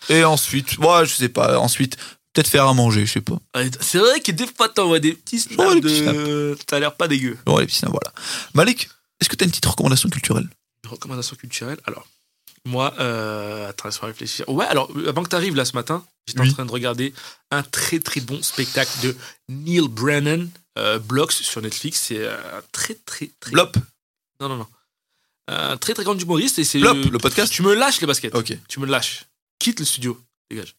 [SPEAKER 3] Et ensuite, moi, je sais pas, ensuite, peut-être faire à manger, je sais pas.
[SPEAKER 2] Ouais, C'est vrai que des fois, t'envoies des petits snaps
[SPEAKER 3] Ouais, Oh, les petits
[SPEAKER 2] de... T'as l'air pas dégueu.
[SPEAKER 3] Bon, les petits, voilà. Malik, est-ce que t'as une petite recommandation culturelle
[SPEAKER 2] Une recommandation culturelle. Alors, Moi, euh, attends, laisse-moi réfléchir. Ouais, alors, euh, avant que tu arrives là ce matin, j'étais
[SPEAKER 5] Oui.
[SPEAKER 2] en train de regarder un très très bon spectacle de Neil Brennan, euh, Blocks, sur Netflix. C'est euh, un très très très.
[SPEAKER 5] Blop,
[SPEAKER 2] Non, non, non. Un très très grand humoriste et c'est.
[SPEAKER 5] blop, le podcast.
[SPEAKER 2] Euh, Tu me lâches les baskets.
[SPEAKER 5] Ok.
[SPEAKER 2] Tu me lâches. Quitte le studio. Dégage.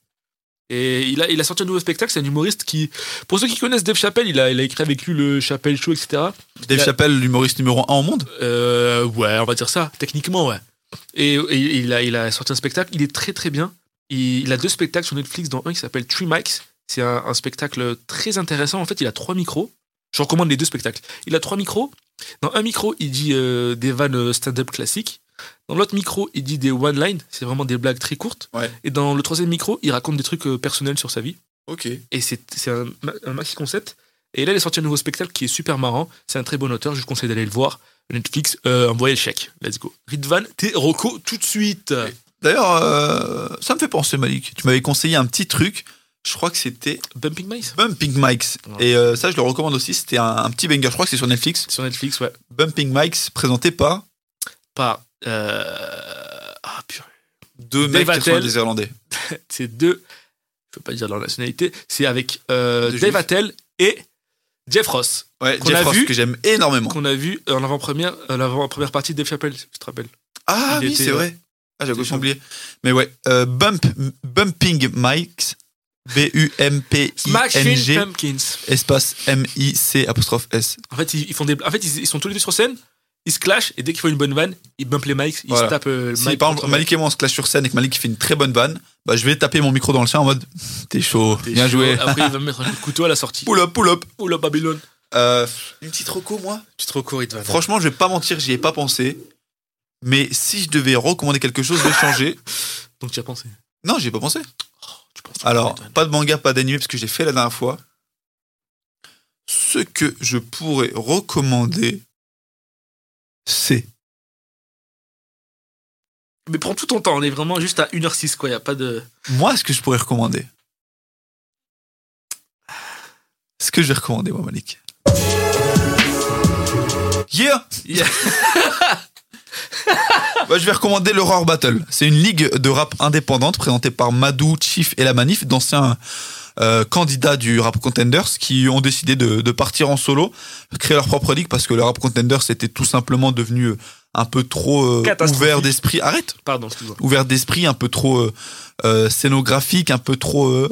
[SPEAKER 2] Et il a, il a sorti un nouveau spectacle. C'est un humoriste qui. Pour ceux qui connaissent Dave Chappelle, il a, il a écrit avec lui le Chappelle Show, etc.
[SPEAKER 5] Dave
[SPEAKER 2] La-
[SPEAKER 5] Chappelle, l'humoriste numéro 1 au monde.
[SPEAKER 2] Euh, ouais, on va dire ça, techniquement, ouais. Et, et il, a, il a sorti un spectacle, il est très très bien. Il, il a deux spectacles sur Netflix, dont un qui s'appelle Three Mics. C'est un, un spectacle très intéressant. En fait, il a trois micros. Je recommande les deux spectacles. Il a trois micros. Dans un micro, il dit euh, des vannes stand-up classiques. Dans l'autre micro, il dit des one-line. C'est vraiment des blagues très courtes.
[SPEAKER 5] Ouais.
[SPEAKER 2] Et dans le troisième micro, il raconte des trucs euh, personnels sur sa vie
[SPEAKER 5] Ok.
[SPEAKER 2] et c'est c'est un, ma- un maxi concept. Et là, il est sorti un nouveau spectacle qui est super marrant. C'est un très bon auteur, je vous conseille d'aller le voir. Netflix, euh, envoyez le chèque. Let's go. Ridvan, t'es Rocco tout de suite.
[SPEAKER 3] D'ailleurs, euh, ça me fait penser, Malik. Tu m'avais conseillé un petit truc. Je crois que c'était
[SPEAKER 2] Bumping Mice
[SPEAKER 3] Bumping Mikes.
[SPEAKER 2] Ouais.
[SPEAKER 3] Et euh, ça, je le recommande aussi. C'était un, un petit banger. Je crois que c'est sur Netflix.
[SPEAKER 2] Sur Netflix, ouais.
[SPEAKER 3] Bumping Mikes, présenté par
[SPEAKER 2] Par. euh, Ah, purée.
[SPEAKER 3] deux
[SPEAKER 2] Dave
[SPEAKER 3] mecs qui sont
[SPEAKER 2] Attell.
[SPEAKER 3] des Irlandais.
[SPEAKER 2] C'est deux. Je peux pas dire leur nationalité. C'est avec euh,
[SPEAKER 3] Deux
[SPEAKER 2] Dave
[SPEAKER 3] juifs.
[SPEAKER 2] Attell et Jeff Ross.
[SPEAKER 3] Ouais,
[SPEAKER 2] Qu'on a
[SPEAKER 3] Jeff Ross,
[SPEAKER 2] vu.
[SPEAKER 3] que j'aime énormément.
[SPEAKER 2] Qu'on a vu en avant-première euh, l'avant-première partie de Dave Chappelle, je te rappelle.
[SPEAKER 3] Ah
[SPEAKER 2] Il
[SPEAKER 3] oui,
[SPEAKER 2] était-
[SPEAKER 3] c'est vrai. Ah, j'avais
[SPEAKER 2] était
[SPEAKER 3] aussi
[SPEAKER 2] chaud.
[SPEAKER 3] oublié. Mais ouais, euh, Bump, Bumping Mikes,
[SPEAKER 2] Smashing
[SPEAKER 3] B-U-M-P-I-N-G,
[SPEAKER 2] Pumpkins.
[SPEAKER 3] espace M-I-C, apostrophe S.
[SPEAKER 2] En fait, ils, ils font des... en fait, ils, ils sont tous les deux sur scène, ils se clashent, et dès qu'ils font une bonne vanne, ils bumpent les mics, ils
[SPEAKER 3] Voilà.
[SPEAKER 2] se tapent euh, le
[SPEAKER 3] Si
[SPEAKER 2] mic
[SPEAKER 3] par exemple
[SPEAKER 2] contre-
[SPEAKER 3] Malik et moi on se clash sur scène et que Malik fait une très bonne vanne, bah, je vais taper mon micro dans le sien en mode T'es chaud,
[SPEAKER 2] T'es
[SPEAKER 3] bien
[SPEAKER 2] chaud.
[SPEAKER 3] joué.
[SPEAKER 2] Après, il va me mettre un coup de couteau à la sortie.
[SPEAKER 3] Pull up, pull up.
[SPEAKER 2] Oula, Babylone.
[SPEAKER 3] Euh, une petite reco, moi
[SPEAKER 2] Tu te recours, il te va.
[SPEAKER 3] Franchement, je vais pas mentir, j'y ai pas pensé. Mais si je devais recommander quelque chose, de changer.
[SPEAKER 2] Donc, tu as pensé.
[SPEAKER 3] Non, j'y ai pas pensé.
[SPEAKER 2] Tu penses
[SPEAKER 3] Alors,
[SPEAKER 2] Edwin.
[SPEAKER 3] pas de manga, pas d'anime, parce que j'ai fait la dernière fois. Ce que je pourrais recommander, c'est.
[SPEAKER 2] Mais prends tout ton temps, on est vraiment juste à 1h06, quoi. Il a pas de.
[SPEAKER 3] Moi, ce que je pourrais recommander. Ce que je vais recommander, moi, Malik. Yeah!
[SPEAKER 2] Yeah.
[SPEAKER 3] Bah, je vais recommander l'Horror Battle. C'est une ligue de rap indépendante présentée par Madou, Chief et La Manif, d'anciens euh, candidats du Rap Contenders qui ont décidé de, de partir en solo, créer leur propre ligue parce que le Rap Contenders était tout simplement devenu un peu trop euh,
[SPEAKER 2] Catastrophique.
[SPEAKER 3] ouvert d'esprit. Arrête!
[SPEAKER 2] Pardon, excuse-moi.
[SPEAKER 3] ouvert d'esprit, un peu trop euh, euh, scénographique, un peu trop euh,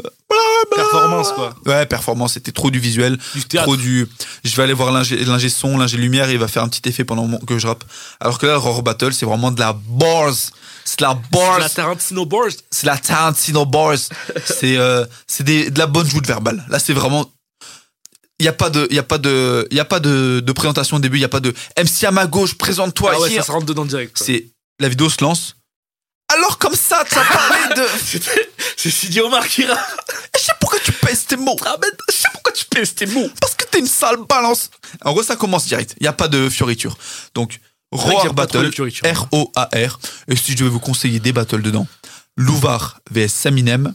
[SPEAKER 2] Performance, quoi.
[SPEAKER 3] ouais performance. C'était trop du visuel,
[SPEAKER 2] Du théâtre.
[SPEAKER 3] trop du. Je vais aller voir l'ingé l'ingé son, l'ingé lumière, et il va faire un petit effet pendant mon- que je rappe. Alors que là, le Roar Battle, c'est vraiment de la bars, c'est de la bars,
[SPEAKER 2] La Tarantino Boards.
[SPEAKER 3] c'est de la Tarantino bars. c'est euh, c'est des- de la bonne joute verbale. Là, c'est vraiment. Il n'y a pas de, il y a pas de, il y a pas de, de présentation au début. Il y a pas de MC à ma gauche, présente-toi.
[SPEAKER 2] Ah ouais,
[SPEAKER 3] here.
[SPEAKER 2] ça se rentre dedans direct. quoi.
[SPEAKER 3] C'est la vidéo se lance. Alors comme ça, t'as parlé de.
[SPEAKER 2] C'est Sidi Omar qui rappe. Ah,
[SPEAKER 3] Je sais pourquoi tu pèses tes mots. Je sais pourquoi tu pèses tes mots. Parce que t'es une sale balance. En gros, ça commence direct. Il n'y a pas de fioriture. Donc,
[SPEAKER 2] vrai que
[SPEAKER 3] Roar
[SPEAKER 2] j'aime pas trop
[SPEAKER 3] Battle,
[SPEAKER 2] les fioritures.
[SPEAKER 3] hein. R-O-A-R. Et si je vais vous conseiller des battles dedans, Louvar vs Saminem.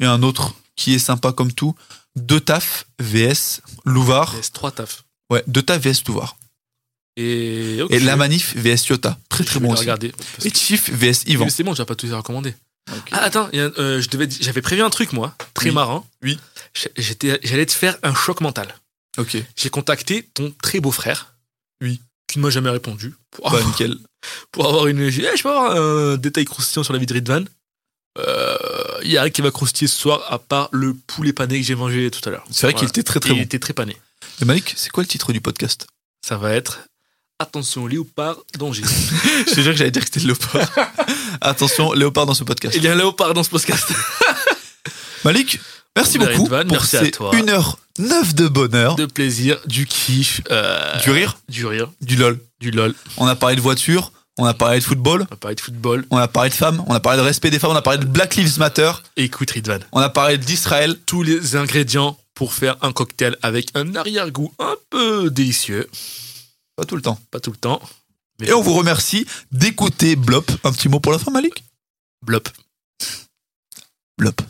[SPEAKER 3] Et un autre qui est sympa comme tout. Deux taf vs Louvar.
[SPEAKER 2] Yes, Trois tafs.
[SPEAKER 3] Ouais, deux taf vs Louvar.
[SPEAKER 2] Et. ok.
[SPEAKER 3] Et La Manif vs Yota. Très
[SPEAKER 2] Je
[SPEAKER 3] très
[SPEAKER 2] vais
[SPEAKER 3] bon
[SPEAKER 2] le
[SPEAKER 3] aussi.
[SPEAKER 2] regarder.
[SPEAKER 3] Et Chief vs Yvan.
[SPEAKER 2] Mais c'est bon, tu vas pas tous les recommander. Ah, attends, il y a un- euh, je devais, di- j'avais prévu un truc, moi, très
[SPEAKER 3] Oui.
[SPEAKER 2] marrant.
[SPEAKER 3] Oui.
[SPEAKER 2] J'- J'étais, j'allais te faire un choc mental.
[SPEAKER 3] Ok.
[SPEAKER 2] J'ai contacté ton très beau frère.
[SPEAKER 3] Oui.
[SPEAKER 2] Qui ne m'a jamais répondu. Pour,
[SPEAKER 3] Bah, nickel.
[SPEAKER 2] pour avoir une. j'ai dit, Eh, je peux avoir un détail croustillant sur la vie de Ridvan. Euh, Il y a rien qui va croustiller ce soir, à part le poulet pané que j'ai mangé tout à l'heure.
[SPEAKER 3] C'est vrai qu'il
[SPEAKER 2] Voilà.
[SPEAKER 3] était très très
[SPEAKER 2] Et Il
[SPEAKER 3] bon.
[SPEAKER 2] était très pané.
[SPEAKER 3] Et Malik, c'est quoi le titre du podcast
[SPEAKER 2] Ça va être. Attention, léopard, danger.
[SPEAKER 3] Je te jure que j'allais dire que c'était le léopard. Attention, léopard dans ce podcast.
[SPEAKER 2] Il y a un Eh léopard dans ce podcast.
[SPEAKER 3] Malik, merci
[SPEAKER 2] Bon,
[SPEAKER 3] beaucoup
[SPEAKER 2] Ridvan,
[SPEAKER 3] pour
[SPEAKER 2] merci à
[SPEAKER 3] ces
[SPEAKER 2] toi.
[SPEAKER 3] 1h09 de bonheur,
[SPEAKER 2] De plaisir, du kiff, euh,
[SPEAKER 3] du rire,
[SPEAKER 2] du rire,
[SPEAKER 3] du lol.
[SPEAKER 2] du lol.
[SPEAKER 3] On a parlé de voiture, on a parlé de football,
[SPEAKER 2] On va parler de football.
[SPEAKER 3] on a parlé de femmes, on a parlé de respect des femmes, on a parlé de Black Lives Matter,
[SPEAKER 2] Écoute, Ridvan.
[SPEAKER 3] on a parlé d'Israël.
[SPEAKER 2] tous les ingrédients pour faire un cocktail avec un arrière-goût un peu délicieux,
[SPEAKER 3] Pas tout le temps.
[SPEAKER 2] pas tout le temps. Mais
[SPEAKER 3] Et on vous remercie d'écouter Blop. Un petit mot pour la fin, Malik
[SPEAKER 2] blop.
[SPEAKER 3] Blop.